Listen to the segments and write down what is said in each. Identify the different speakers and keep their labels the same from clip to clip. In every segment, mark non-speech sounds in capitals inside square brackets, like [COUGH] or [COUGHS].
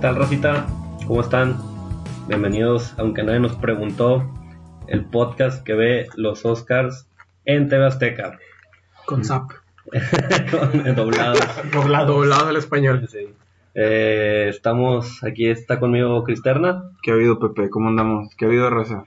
Speaker 1: tal, Rosita? ¿Cómo están? Bienvenidos, aunque nadie nos preguntó, el podcast que ve los Oscars en TV Azteca. [LAUGHS]
Speaker 2: Con Zap.
Speaker 1: Con- Doblados.
Speaker 2: Doblado. Doblado al español.
Speaker 1: Eh, estamos, aquí está conmigo Cristerna,
Speaker 3: ¿Qué ha habido, Pepe? ¿Cómo andamos? ¿Qué ha habido, Rosa?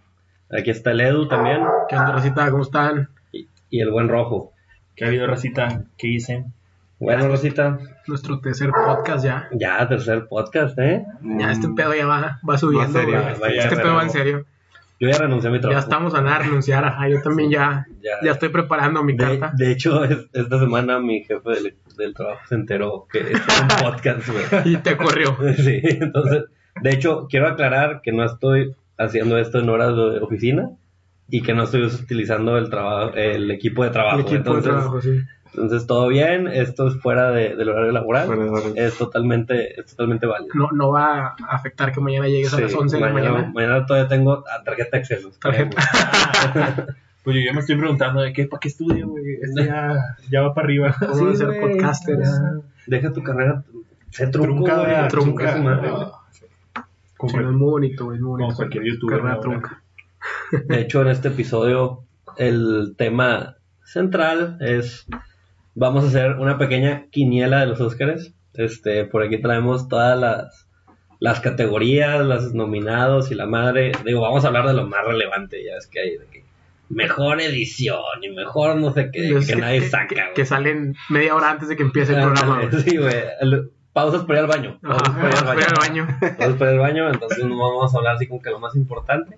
Speaker 1: aquí está el Edu también
Speaker 2: ¿Qué onda, Rosita? ¿Cómo están?
Speaker 1: y, y el buen Rojo.
Speaker 4: ¿Qué ha habido, Racita? ¿Qué dicen?
Speaker 1: Bueno, Rosita,
Speaker 2: Nuestro tercer podcast ya.
Speaker 1: ya tercer podcast, ¿eh?
Speaker 2: Ya
Speaker 3: Mm,
Speaker 2: este pedo ya va, va subiendo.
Speaker 3: Va serio,
Speaker 2: güey.
Speaker 1: va ya
Speaker 2: este pedo va en
Speaker 1: reloj.
Speaker 2: serio.
Speaker 1: Yo ya renuncié a mi
Speaker 2: Ya
Speaker 1: trabajo.
Speaker 2: estamos a nada de renunciar. Ajá, yo también ya,
Speaker 1: Ya.
Speaker 2: ya estoy preparando mi
Speaker 1: De,
Speaker 2: carta.
Speaker 1: de hecho, es- esta semana mi jefe del, del trabajo se enteró que es
Speaker 2: [LAUGHS]
Speaker 1: un podcast, güey.
Speaker 2: Y
Speaker 1: [LAUGHS]
Speaker 2: te corrió.
Speaker 1: Sí, entonces, de hecho, quiero aclarar que no estoy haciendo esto en horas de oficina y que no estoy utilizando el trabajo, el equipo de trabajo.
Speaker 2: El equipo
Speaker 1: entonces,
Speaker 2: de trabajo, sí.
Speaker 1: entonces, todo bien, esto es fuera de- del horario laboral,
Speaker 3: Fuera de
Speaker 2: Eh,
Speaker 3: horario.
Speaker 1: es totalmente, es totalmente válido.
Speaker 2: No, no va a afectar que mañana llegues a las
Speaker 1: Sí,
Speaker 2: 11 de la
Speaker 1: mañana, [LAUGHS]
Speaker 2: mañana.
Speaker 1: mañana todavía tengo ah, tarjeta Excel.
Speaker 2: Tarjeta.
Speaker 4: Pues yo ya me estoy preguntando de qué, ¿para qué estudio, güey? Esto ya, ya va para arriba.
Speaker 2: Vamos Ah, a ser
Speaker 1: güey,
Speaker 2: podcaster. ah.
Speaker 1: Deja tu carrera, se trunca,
Speaker 4: Trunca,
Speaker 1: güey,
Speaker 4: güey,
Speaker 1: trunca su madre, güey.
Speaker 4: Ah, sí. Como
Speaker 2: Sí, no, es muy bonito, güey, es muy bonito.
Speaker 4: Como cualquier youtuber,
Speaker 2: Carrera
Speaker 4: ¿no?
Speaker 2: trunca.
Speaker 1: De hecho, en este episodio, el tema central es. Vamos a hacer una pequeña quiniela de los Óscares. Este, por aquí traemos todas las, las categorías, los nominados y la madre. Digo, vamos a hablar de lo más relevante, ya es que hay de que mejor edición y mejor no sé qué,
Speaker 2: Yo
Speaker 1: que,
Speaker 2: sé
Speaker 1: nadie
Speaker 2: que-
Speaker 1: saca.
Speaker 2: que-
Speaker 1: güey. Ah,
Speaker 2: que salen media hora antes de que empiece el programa. güey.
Speaker 1: Sí, güey. El- Pausas para ir al baño.
Speaker 2: Ajá,
Speaker 1: Pausas para ir al baño.
Speaker 2: voy al baño.
Speaker 1: Vamos para el baño, entonces no vamos a hablar así como que lo más importante.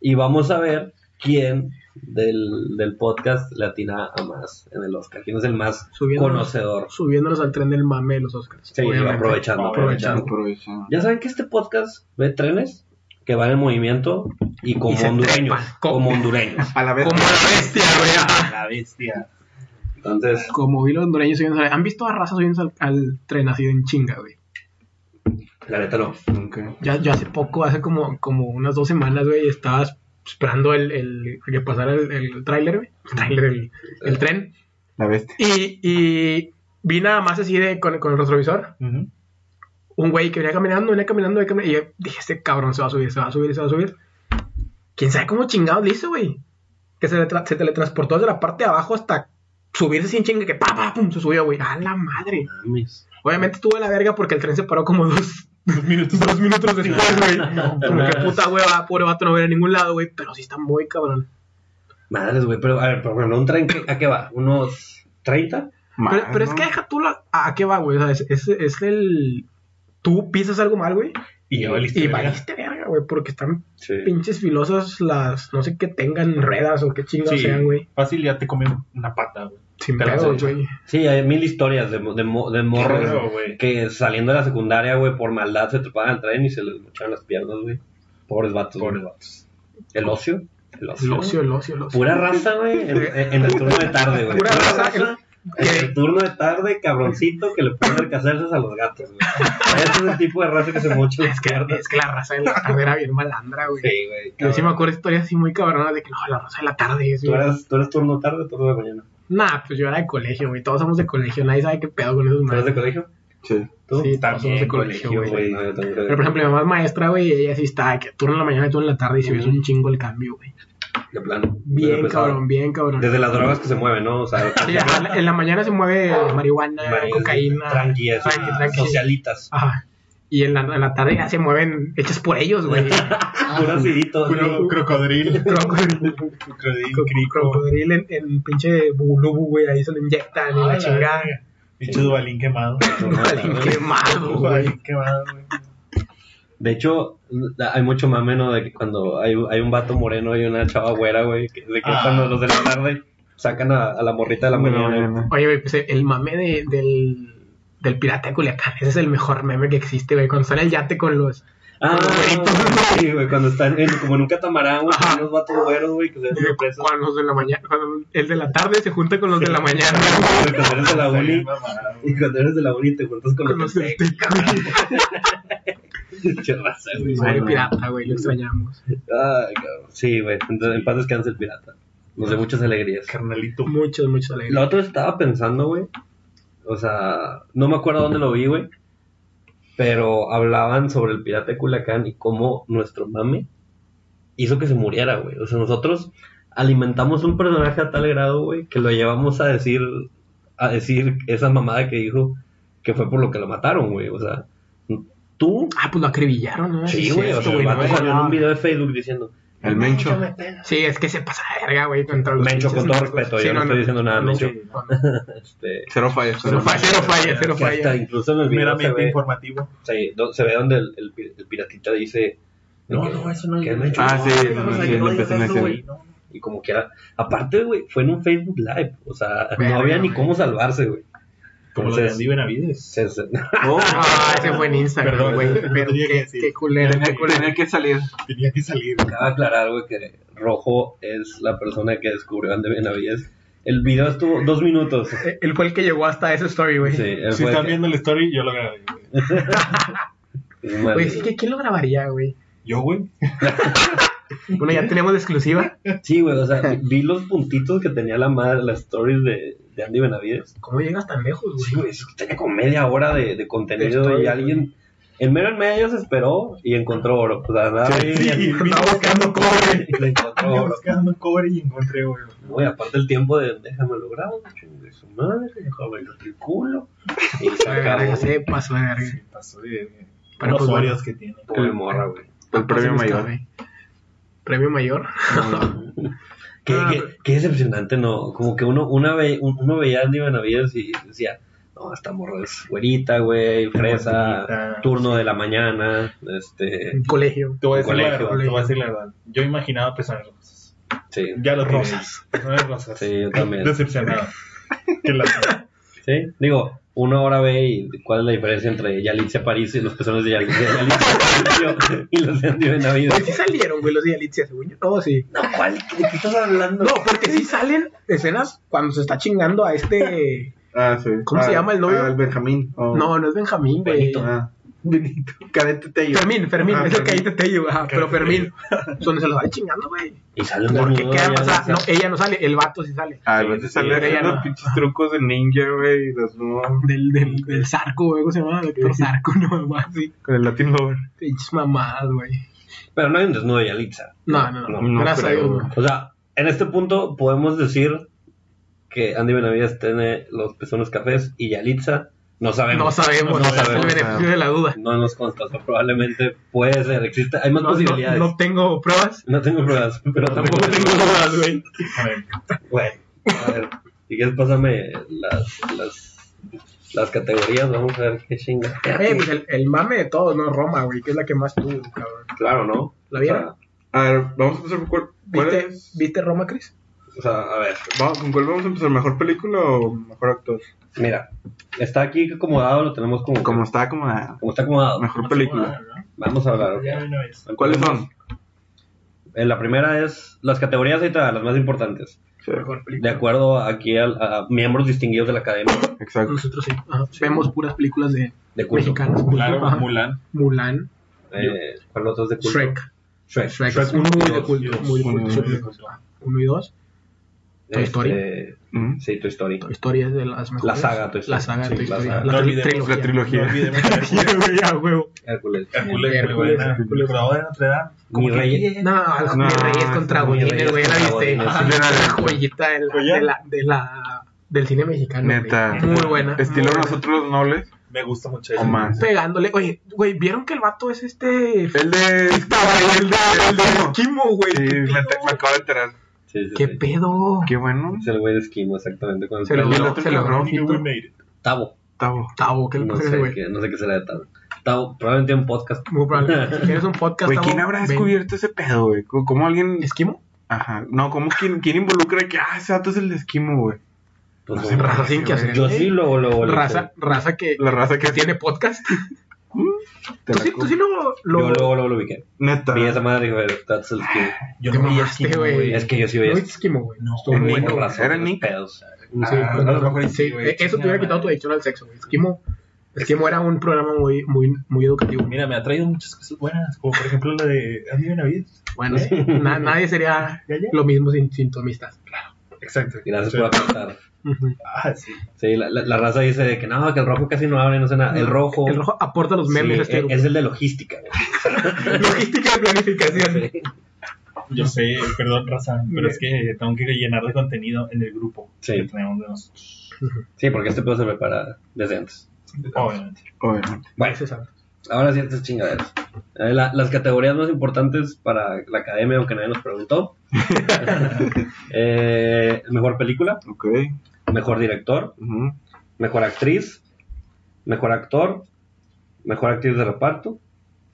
Speaker 1: Y vamos a ver quién del, del podcast le atina a más en el Oscar. Quién es el más
Speaker 2: Subiendo.
Speaker 1: conocedor.
Speaker 2: Subiéndonos al tren del mame de los Oscars.
Speaker 1: Sí,
Speaker 2: Obviamente.
Speaker 1: aprovechando, aprovechando.
Speaker 3: Aprovechando.
Speaker 1: Ya saben que este podcast ve trenes que van en movimiento y como
Speaker 2: Y se
Speaker 1: hondureños.
Speaker 2: trepan. [LAUGHS]
Speaker 1: Como hondureños.
Speaker 3: A la vez.
Speaker 2: Como la bestia, güey. ajá.
Speaker 4: La bestia.
Speaker 1: Entonces,
Speaker 2: Como vi los hondureños subiendo al- ¿Han visto a raza subiendo al, al tren así de en chinga, güey?
Speaker 1: la neta no.
Speaker 3: Nunca.
Speaker 2: Ya, yo hace poco, hace como, como unas dos semanas, güey, estaba esperando el, el- que pasara el, el tráiler, güey. El tráiler, el, el tren.
Speaker 3: La bestia.
Speaker 2: Y, y vi nada más así de con, con el retrovisor. Un güey que venía caminando, venía caminando, venía caminando. Y yo dije, este cabrón se va a subir, se va a subir, se va a subir. ¿Quién sabe cómo chingados le hizo, güey? Que se, le tra- se teletransportó desde la parte de abajo hasta subirse sin chinga, que pa, pa, pum, se subió, güey. ¡A la madre!
Speaker 1: Mames.
Speaker 2: Obviamente estuvo de la verga porque el tren se paró como dos, dos minutos, [LAUGHS] dos minutos después, güey. Como que puta hueva, pobre vato, no ver a ningún lado, güey. Pero sí está muy cabrón.
Speaker 1: Madres, güey. Pero, a ver, pero bueno, un tren, que- ¿a qué va? ¿Unos 30?
Speaker 2: Pero, pero es
Speaker 3: Mano.
Speaker 2: que deja tú la, a qué va, güey. O sea, es, es, es el. Tú pisas algo mal, güey.
Speaker 4: Y yo
Speaker 2: Y valiste verga, güey. Porque están
Speaker 1: Sí.
Speaker 2: pinches filosas las. No sé qué tengan ruedas o qué chingados
Speaker 4: Sí,
Speaker 2: sean, güey.
Speaker 4: fácil ya te comen una pata, güey.
Speaker 2: Sin
Speaker 4: Te las
Speaker 2: pedos,
Speaker 4: echan.
Speaker 2: güey.
Speaker 1: Sí, hay mil historias de, mo- de, mo- de morros
Speaker 4: Claro, güey.
Speaker 1: que saliendo de la secundaria, güey, por maldad se trepaban al tren y se les mochaban las piernas, güey. Pobres vatos.
Speaker 4: Pobres
Speaker 1: güey. El ocio. El ocio.
Speaker 2: El ocio, el ocio, el ocio.
Speaker 1: Pura raza, güey, en, en- en el turno de tarde, güey.
Speaker 2: Pura raza que-
Speaker 1: En [LAUGHS] el turno de tarde, cabroncito, que le pone alcacerces a los gatos, güey. Ese es el tipo de raza que se mocha las
Speaker 2: Es que,
Speaker 1: piernas.
Speaker 2: es que la raza de
Speaker 1: [LAUGHS]
Speaker 2: la tarde era bien malandra, güey.
Speaker 1: Sí, güey.
Speaker 2: Yo sí me
Speaker 1: cabrón.
Speaker 2: acuerdo de historias así muy cabronas de que no, la raza de la tarde es
Speaker 1: ¿Tú
Speaker 2: bien-
Speaker 1: eras, ¿Tú eras turno tarde o turno de mañana?
Speaker 2: Nah, pues yo era de colegio, güey. Todos somos de colegio. Nadie sabe qué pedo con esos
Speaker 1: ¿Tú eras de
Speaker 2: maestros.
Speaker 1: colegio?
Speaker 3: Sí.
Speaker 1: ¿Tú?
Speaker 2: Sí, todos somos
Speaker 4: También
Speaker 2: de colegio,
Speaker 4: colegio,
Speaker 2: güey.
Speaker 1: Güey, no, yo también.
Speaker 2: Pero, por ejemplo, mi mamá es maestra, güey, y ella sí está de que turno en la mañana y turno en la tarde y se ves un chingo el cambio, güey.
Speaker 1: De plano.
Speaker 2: Bien
Speaker 1: Desde
Speaker 2: cabrón, bien cabrón.
Speaker 1: pues, Desde las drogas que se mueven, ¿no? O
Speaker 2: [LAUGHS]
Speaker 1: sea,
Speaker 2: Sí, ajá, en la mañana se mueve marihuana,
Speaker 1: Maíz,
Speaker 2: cocaína,
Speaker 1: tranqui, eso,
Speaker 2: tranqui, tranqui.
Speaker 1: socialitas,
Speaker 2: Ajá. Y en la, en la tarde ya se mueven hechas por ellos, güey.
Speaker 1: puros ciritos,
Speaker 4: Puro
Speaker 1: ¿no?
Speaker 4: crocodil.
Speaker 2: Crocodil,
Speaker 4: Crocodil, crico.
Speaker 2: crocodil en, en pinche bulubu, güey, ahí se lo inyectan y
Speaker 4: Ah,
Speaker 2: la
Speaker 4: la
Speaker 2: chingada. [LAUGHS]
Speaker 4: verga. Pinche Dubalín quemado.
Speaker 1: Ah,
Speaker 2: Alguien quemado, güey.
Speaker 4: Dubalín quemado, güey.
Speaker 1: De hecho, hay mucho más menos de que cuando hay, hay un vato moreno y una chava güera, güey, que, de que
Speaker 4: Ah.
Speaker 1: cuando los de la tarde sacan a, a la morrita de la
Speaker 3: De la
Speaker 1: mañana.
Speaker 3: mañana.
Speaker 2: Oye, güey, pues el mame de- del, del pirata de Culiacán, ese es el mejor meme que existe, güey. Cuando sale el yate con los.
Speaker 1: Ah,
Speaker 2: güey.
Speaker 1: sí, güey, cuando están en- como en un catamarán, güey,
Speaker 2: Ajá.
Speaker 1: con unos vatos güeros, güey, que se ven presos.
Speaker 2: Con los de la mañana. Cuando el de la tarde se junta con los de la mañana.
Speaker 1: güey, Cuando eres de la uni,
Speaker 4: Mamá, güey.
Speaker 1: y cuando eres de la uni te juntas con,
Speaker 2: con
Speaker 1: los
Speaker 2: los
Speaker 1: que [LAUGHS]
Speaker 2: del teca, güey.
Speaker 1: te- Che, raza, güey.
Speaker 2: Madre pirata, güey, lo extrañamos.
Speaker 1: Ay, cabrón. Sí, güey, entonces en paz descansa el pirata. Nos da muchas alegrías.
Speaker 4: Carnalito.
Speaker 2: Muchos, muchos alegres.
Speaker 1: La otra vez estaba pensando, güey. O sea, no me acuerdo dónde lo vi, güey. Pero hablaban sobre el pirata de Culiacán y cómo nuestro mame hizo que se muriera, güey. O sea, nosotros alimentamos un personaje a tal grado, güey, que lo llevamos a decir, a decir esa mamada que dijo que fue por lo que lo mataron, güey. O sea, tú.
Speaker 2: Ah, pues lo acribillaron, ¿no?
Speaker 1: Sí, güey. o sea, el vato
Speaker 3: güey,
Speaker 1: salió en
Speaker 3: no.
Speaker 1: un video de Facebook diciendo.
Speaker 3: El mencho.
Speaker 2: Sí, es que se pasa de verga, güey, contra los
Speaker 1: Mencho,
Speaker 2: pinches
Speaker 1: con todo
Speaker 2: narcos.
Speaker 1: respeto, yo no estoy diciendo
Speaker 2: [LAUGHS]
Speaker 1: nada, Mencho.
Speaker 2: sí, no, no.
Speaker 1: Este,
Speaker 3: Cero fallas.
Speaker 2: Cero falla, cero falla, cero
Speaker 1: que hasta
Speaker 2: falla.
Speaker 1: incluso en el video se
Speaker 4: meramente
Speaker 1: ve,
Speaker 4: informativo.
Speaker 1: sí, do- se ve donde el, el pi- el piratita dice.
Speaker 4: No,
Speaker 1: que-
Speaker 4: no, eso no
Speaker 1: que
Speaker 4: es-
Speaker 1: el Mencho-
Speaker 3: Ah, sí,
Speaker 4: No,
Speaker 3: no,
Speaker 4: o sea,
Speaker 3: sí,
Speaker 4: yo
Speaker 3: lo
Speaker 4: no
Speaker 3: empezaron a
Speaker 4: digo eso,
Speaker 3: hacer.
Speaker 4: güey, no.
Speaker 1: Y como quiera. Aparte, güey, fue en un Facebook Live. O sea, no
Speaker 2: Verga,
Speaker 1: había ni
Speaker 2: güey.
Speaker 1: cómo salvarse, güey.
Speaker 4: Como lo de
Speaker 1: Entonces,
Speaker 4: Andy Benavides.
Speaker 1: se- se- [LAUGHS]
Speaker 3: Oh,
Speaker 2: Ah, ese fue en Instagram,
Speaker 4: Perdón,
Speaker 2: güey.
Speaker 4: no
Speaker 2: Pero
Speaker 4: tenía que
Speaker 2: qué,
Speaker 4: decir.
Speaker 2: qué culero, qué
Speaker 4: Tenía-
Speaker 2: culero.
Speaker 3: tenía que salir.
Speaker 4: Tenía que salir.
Speaker 1: Cabe aclarar, güey, que Rojo es la persona que descubrió Andy Benavides. El video estuvo dos minutos. Sí,
Speaker 2: Él fue el que llegó hasta ese story, [LAUGHS] güey.
Speaker 1: él
Speaker 4: Si
Speaker 1: fue
Speaker 4: están
Speaker 1: que-
Speaker 4: viendo la story, yo lo grabé. güey.
Speaker 1: es mal.
Speaker 2: Güey, sí que ¿quién lo grabaría, güey?
Speaker 4: Yo, güey.
Speaker 2: Bueno, ya tenemos la exclusiva.
Speaker 1: Sí, güey, o sea, vi los puntitos que tenía la madre, las stories de, de Andy Benavides.
Speaker 2: ¿Cómo llegas tan lejos,
Speaker 1: Sí,
Speaker 2: güey?
Speaker 1: Pues, güey, eso tenía como media hora de, de contenido
Speaker 2: De story,
Speaker 1: y alguien, en mero en medio se esperó y encontró oro. pues, O sea, andaba ahí [LAUGHS]
Speaker 4: Sí,
Speaker 1: y-
Speaker 4: [LAUGHS]
Speaker 2: Andaba buscando cobre.
Speaker 1: y le encontró
Speaker 4: Andaba
Speaker 1: oro.
Speaker 4: buscando cobre y encontré, güey.
Speaker 1: Güey, aparte el tiempo de déjame lo grabo, chingue su madre, déjame el culo. Y se acabó
Speaker 2: Ya se pasó de verga.
Speaker 4: Pasó de
Speaker 2: Pero, pues,
Speaker 4: los
Speaker 2: bueno.
Speaker 4: usuarios que tiene.
Speaker 1: Pobre morra, güey.
Speaker 3: El premio
Speaker 2: Pasemos,
Speaker 3: mayor.
Speaker 2: güey. ¿Premio mayor?
Speaker 1: Qué,
Speaker 2: Ah,
Speaker 1: qué- qué decepcionante, ¿no? Como que uno, una ve, un- uno veía a Andy Benavides y decía, no, esta morra es güerita, güey, fresa,
Speaker 4: Güerita,
Speaker 1: turno de la mañana, este,
Speaker 2: En colegio.
Speaker 4: Te voy a decir la
Speaker 1: Colegio,
Speaker 4: verdad, te voy a decir la verdad. Yo imaginaba personas rosas.
Speaker 1: sí,
Speaker 4: Ya lo tiene.
Speaker 2: Rosas.
Speaker 4: Personas rosas.
Speaker 1: sí, yo también. [LAUGHS]
Speaker 4: Decepcionado. Qué lástima.
Speaker 1: Sí, digo, uno ahora ve y cuál es la diferencia entre Yalitza París y los personas de Yalitza, Yalitza Aparicio [LAUGHS] y los de Andy
Speaker 2: [LAUGHS] Pues sí
Speaker 1: Benavides.
Speaker 2: salieron, güey, los de Alicia, según yo. No, Oh, sí.
Speaker 1: No, ¿cuál? ¿De qué estás hablando?
Speaker 2: No, porque sí salen escenas cuando se está chingando a [LAUGHS] este.
Speaker 3: Ah, sí.
Speaker 2: ¿Cómo se
Speaker 3: Ah,
Speaker 2: llama el novio?
Speaker 3: ah, el Benjamín. Oh.
Speaker 2: No, no es Benjamín, güey.
Speaker 1: Benito.
Speaker 3: Ah. Benito. Cadete Tello.
Speaker 2: Fermín, Fermín,
Speaker 3: Ah,
Speaker 2: es el que ahí
Speaker 3: Fermín.
Speaker 2: te te digo, ajá, pero [LAUGHS] Fermín, donde se los va chingando, güey.
Speaker 1: Y sale un
Speaker 2: Porque
Speaker 1: desnudo
Speaker 2: queda,
Speaker 1: allá
Speaker 2: o
Speaker 1: en
Speaker 2: sea,
Speaker 1: esa-
Speaker 2: no, eh. ella no sale, el vato sí sale.
Speaker 3: Ah,
Speaker 1: Sí,
Speaker 3: el vato
Speaker 1: sí,
Speaker 3: sale
Speaker 2: ella
Speaker 3: haciendo
Speaker 2: no.
Speaker 3: pinches trucos de ninja, güey. y Los no,
Speaker 2: Del, del, del Zarco, güey, ¿cómo se llama? El doctor Zarco, [LAUGHS] no, algo así.
Speaker 3: con el Latin Lover.
Speaker 2: Pinches mamadas, güey.
Speaker 1: Pero no hay un desnudo de Yalitza.
Speaker 2: No, no, no,
Speaker 3: No
Speaker 2: gracias a
Speaker 3: creo,
Speaker 2: Dios,
Speaker 3: güey.
Speaker 2: no.
Speaker 1: O sea, en este punto podemos decir que Andy Benavides tiene los pezones cafés y Yalitza no sabemos.
Speaker 2: No sabemos,
Speaker 1: no
Speaker 2: no sabemos.
Speaker 1: sabemos.
Speaker 2: El beneficio de la duda.
Speaker 1: No nos consta, o sea, probablemente puede ser, existe, hay más
Speaker 2: No, no,
Speaker 1: posibilidades. No,
Speaker 2: no tengo pruebas,
Speaker 1: tengo pruebas, pero tampoco
Speaker 2: tampoco tengo dudas, güey.
Speaker 4: A ver,
Speaker 1: Bueno, a ver, si quieres pásame las, las, las categorías, vamos a ver qué chinga.
Speaker 2: Eh, pues el, el mame de todos, no Roma, güey, que es la que más tuvo, cabrón.
Speaker 1: Claro, ¿no?
Speaker 2: ¿La vieron?
Speaker 1: O sea,
Speaker 3: A ver, vamos a empezar por cuál. cuál
Speaker 2: ¿Viste,
Speaker 3: es?
Speaker 2: ¿Viste Roma, Chris?
Speaker 1: o sea, a ver,
Speaker 3: Vamos, ¿Con cuál vamos a empezar? ¿Mejor película o mejor actor?
Speaker 1: mira, está aquí acomodado, lo tenemos como,
Speaker 3: Como está acomodada.
Speaker 1: como está acomodado.
Speaker 3: Mejor
Speaker 4: no
Speaker 3: película.
Speaker 2: Ah,
Speaker 4: sé cómo,
Speaker 1: Vamos a hablar,
Speaker 4: ¿no?
Speaker 1: ok.
Speaker 4: Ya de una vez.
Speaker 3: ¿Cuáles son?
Speaker 1: Eh, la primera es las categorías ahí te van, las más importantes.
Speaker 3: Sí,
Speaker 2: Mejor
Speaker 1: De
Speaker 2: película.
Speaker 1: acuerdo aquí al- a, miembros distinguidos de la academia
Speaker 3: exacto.
Speaker 2: Ah, Nosotros sí. ajá, Vemos puras películas de
Speaker 1: de culto.
Speaker 2: mexicanos.
Speaker 4: Claro,
Speaker 2: Ajá.
Speaker 4: Mulan.
Speaker 2: Mulan,
Speaker 1: Eh, ¿Cuál otro es de culto?
Speaker 2: Shrek.
Speaker 1: Shrek.
Speaker 2: Shrek,
Speaker 1: Shrek
Speaker 2: es muy
Speaker 1: uno y
Speaker 2: de
Speaker 1: dos.
Speaker 2: culto. Muy de
Speaker 3: Uno y
Speaker 2: culto.
Speaker 3: dos.
Speaker 2: sí. Uno y dos. Toy Story.
Speaker 1: Este,
Speaker 3: Mm.
Speaker 1: Sí, Toy Story.
Speaker 2: Toy Story es de las mejores.
Speaker 1: La saga, Toy Story.
Speaker 2: La saga,
Speaker 1: Sí,
Speaker 2: Toy
Speaker 1: la
Speaker 2: Story.
Speaker 1: saga.
Speaker 2: La,
Speaker 4: No
Speaker 2: tri-
Speaker 4: olvidemos
Speaker 2: trilogía.
Speaker 3: La
Speaker 2: [LAUGHS]
Speaker 3: trilogía.
Speaker 4: No olvidemos Hércules.
Speaker 2: Ya, güey, ya, huevo.
Speaker 1: Hércules.
Speaker 4: Hércules, muy
Speaker 2: Hércules.
Speaker 4: buena. El curador de Notre Dame.
Speaker 1: Mi rey.
Speaker 2: No, los
Speaker 3: No,
Speaker 2: mis Reyes
Speaker 3: no,
Speaker 2: contra
Speaker 1: Mis Reyes
Speaker 2: Godines, güey, [LAUGHS] la
Speaker 1: contra
Speaker 2: viste.
Speaker 1: Godines,
Speaker 2: Ah,
Speaker 3: sí.
Speaker 2: es una joyita de la,
Speaker 4: Joya.
Speaker 2: de la, de la- del cine mexicano. güey.
Speaker 3: Neta. Este,
Speaker 2: Muy buena.
Speaker 3: Estilo
Speaker 2: muy buena.
Speaker 3: nosotros los nobles
Speaker 4: Me gusta mucho.
Speaker 3: o
Speaker 4: eso.
Speaker 3: más.
Speaker 2: Pegándole. Oye, güey, ¿vieron que el vato es este.
Speaker 3: El de. El de. El de.
Speaker 2: Esquimo, güey.
Speaker 3: Sí,
Speaker 2: ¿Qué
Speaker 3: me,
Speaker 2: pedo?
Speaker 3: te- me acabo de enterar.
Speaker 1: Sí, sí,
Speaker 2: ¿Qué
Speaker 1: sí.
Speaker 2: pedo?
Speaker 3: Qué bueno.
Speaker 1: Es el güey de esquimo, exactamente. Cuando
Speaker 2: Se lo
Speaker 1: el
Speaker 3: El
Speaker 2: logró,
Speaker 3: otro
Speaker 2: se
Speaker 3: que
Speaker 2: lo logró.
Speaker 3: logró.
Speaker 4: Only we made it.
Speaker 1: Tavo.
Speaker 3: Tavo.
Speaker 2: Tavo, ¿qué le
Speaker 1: No
Speaker 2: pasa a ese
Speaker 1: sé,
Speaker 2: güey?
Speaker 1: qué, no sé qué será de Tavo. Tavo, probablemente un podcast.
Speaker 2: Muy probable. Si quieres un podcast,
Speaker 3: Güey, ¿quién
Speaker 2: Tavo,
Speaker 3: habrá
Speaker 2: ven.
Speaker 3: descubierto ese pedo, güey? ¿Cómo cómo alguien.?
Speaker 2: ¿Esquimo?
Speaker 3: Ajá. No, ¿cómo quién, quién involucra que. Ah, ese dato es el de esquimo, güey.
Speaker 1: [LAUGHS] Pues,
Speaker 3: No sé,
Speaker 1: güey,
Speaker 2: Raza sin que hacer.
Speaker 1: yo sí lo lo lo-
Speaker 2: Raza, raza que,
Speaker 3: La raza que pues
Speaker 2: que tiene podcast.
Speaker 3: Te
Speaker 2: ¿Tú
Speaker 3: la
Speaker 2: sí,
Speaker 3: com-
Speaker 2: tú sí lo. lo-
Speaker 1: Yo luego lo ubiqué.
Speaker 3: Neta.
Speaker 1: Vi esa madre y dije, "Pero, that's el esquimo".
Speaker 4: Yo
Speaker 2: Te
Speaker 4: no vi
Speaker 2: mamaste,
Speaker 4: Esquimo,
Speaker 2: güey.
Speaker 1: Es que yo sí
Speaker 2: lo
Speaker 1: veía. este
Speaker 2: hice esquimo, güey. No,
Speaker 3: en
Speaker 2: muy
Speaker 3: Nick,
Speaker 1: Bueno,
Speaker 2: bueno.
Speaker 1: razón,
Speaker 3: era
Speaker 1: los
Speaker 3: Nick.
Speaker 1: pedos.
Speaker 2: Sí,
Speaker 4: Ah,
Speaker 2: no,
Speaker 4: a lo mejor
Speaker 2: sí,
Speaker 4: sí, güey,
Speaker 2: eh, eso te hubiera
Speaker 4: chingada
Speaker 2: quitado tu
Speaker 4: madre.
Speaker 2: adicción al sexo, güey. Esquimo, Esquimo era un programa muy, muy, muy educativo.
Speaker 4: Mira, me ha traído muchas cosas pues, buenas, como por ejemplo la de Andy Benavides.
Speaker 2: Bueno, na- nadie sería
Speaker 4: Ya, ya.
Speaker 2: lo mismo sin, sin tomistas.
Speaker 4: Exacto.
Speaker 1: Gracias por aportar.
Speaker 2: Ujú.
Speaker 4: Ah, sí.
Speaker 1: Sí, la, la- la raza dice de que no, que el rojo casi no habla y no sé nada. El rojo,
Speaker 2: El rojo aporta los
Speaker 1: sí,
Speaker 2: memes a
Speaker 1: es,
Speaker 2: este grupo.
Speaker 1: es el de logística. güey.
Speaker 2: Logística de planificación.
Speaker 4: Yo sé, perdón, raza, pero
Speaker 2: Bien.
Speaker 4: es que tengo que llenar de contenido en el grupo
Speaker 1: Sí.
Speaker 4: que tenemos de nosotros.
Speaker 1: Sí, porque este pedo se prepara desde antes.
Speaker 4: Obviamente.
Speaker 3: Obviamente.
Speaker 1: Bueno,
Speaker 2: Eso es algo.
Speaker 1: ahora sí, estas chingaderas. Eh, la- las categorías más importantes para la academia, aunque nadie nos preguntó. [LAUGHS] Eh, mejor película,
Speaker 3: Ok.
Speaker 1: mejor director,
Speaker 3: Ujú.
Speaker 1: mejor actriz, mejor actor, mejor actriz de reparto,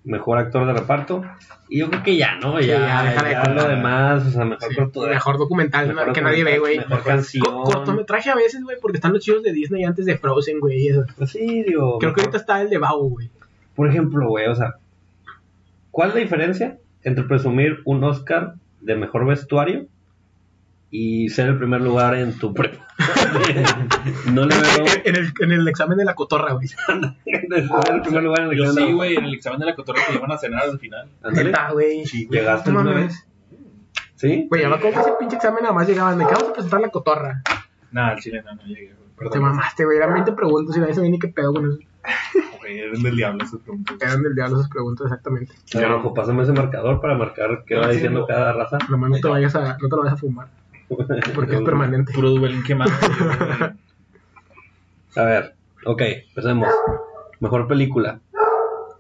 Speaker 1: mejor actor de reparto. Y yo creo que ya, ¿no?
Speaker 2: Sí,
Speaker 1: Ya,
Speaker 2: ya, déjale de
Speaker 1: ya
Speaker 2: joder.
Speaker 1: lo demás, o sea, mejor
Speaker 4: Sí,
Speaker 1: corto-
Speaker 2: Mejor documental
Speaker 1: mejor
Speaker 2: que nadie ve, güey.
Speaker 1: Mejor
Speaker 2: Co-
Speaker 1: canción.
Speaker 2: Cortometraje a veces, güey, porque están los chidos de Disney antes de Frozen, güey. y eso.
Speaker 1: Pues sí, digo.
Speaker 2: Creo que
Speaker 1: mejor-
Speaker 2: ahorita está el de Bao, güey.
Speaker 1: Por ejemplo, güey, o sea, ¿cuál es la diferencia entre presumir un Oscar de mejor vestuario y ser el primer lugar en tu prepa? [LAUGHS] no le veo
Speaker 2: En el, en el examen de la cotorra, güey.
Speaker 1: [LAUGHS] de ser el primer lugar en el
Speaker 4: Yo
Speaker 1: examen de
Speaker 4: sí,
Speaker 1: la-
Speaker 4: güey, en el examen de la cotorra te llevan a cenar al final.
Speaker 1: Ándale.
Speaker 2: Neta, Pues, güey.
Speaker 4: Sí, güey.
Speaker 1: ¿Llegaste
Speaker 2: No
Speaker 1: alguna
Speaker 2: mames.
Speaker 1: vez? ¿Sí?
Speaker 2: Güey, ya me acuerdo que ese pinche examen nada más llegaban. Me acabas de presentar la cotorra.
Speaker 4: Nada, al chile no, no llegué, güey.
Speaker 2: Te
Speaker 4: Perdón,
Speaker 2: mamaste, güey. Eran 20 preguntas y nadie sabía ni qué pedo con eso.
Speaker 4: güey, eran del diablo esas preguntas.
Speaker 2: Eran del diablo esas preguntas, exactamente.
Speaker 1: Ya,
Speaker 3: Claro.
Speaker 1: ojo, pásame ese marcador para marcar qué va
Speaker 4: Sí,
Speaker 1: diciendo
Speaker 4: no.
Speaker 1: cada raza.
Speaker 2: Nomás no te vayas a, no te lo vayas a fumar. Porque es permanente.
Speaker 4: Puro duelín quemado. güey.
Speaker 1: [LAUGHS] A ver, ok, empecemos. Mejor película.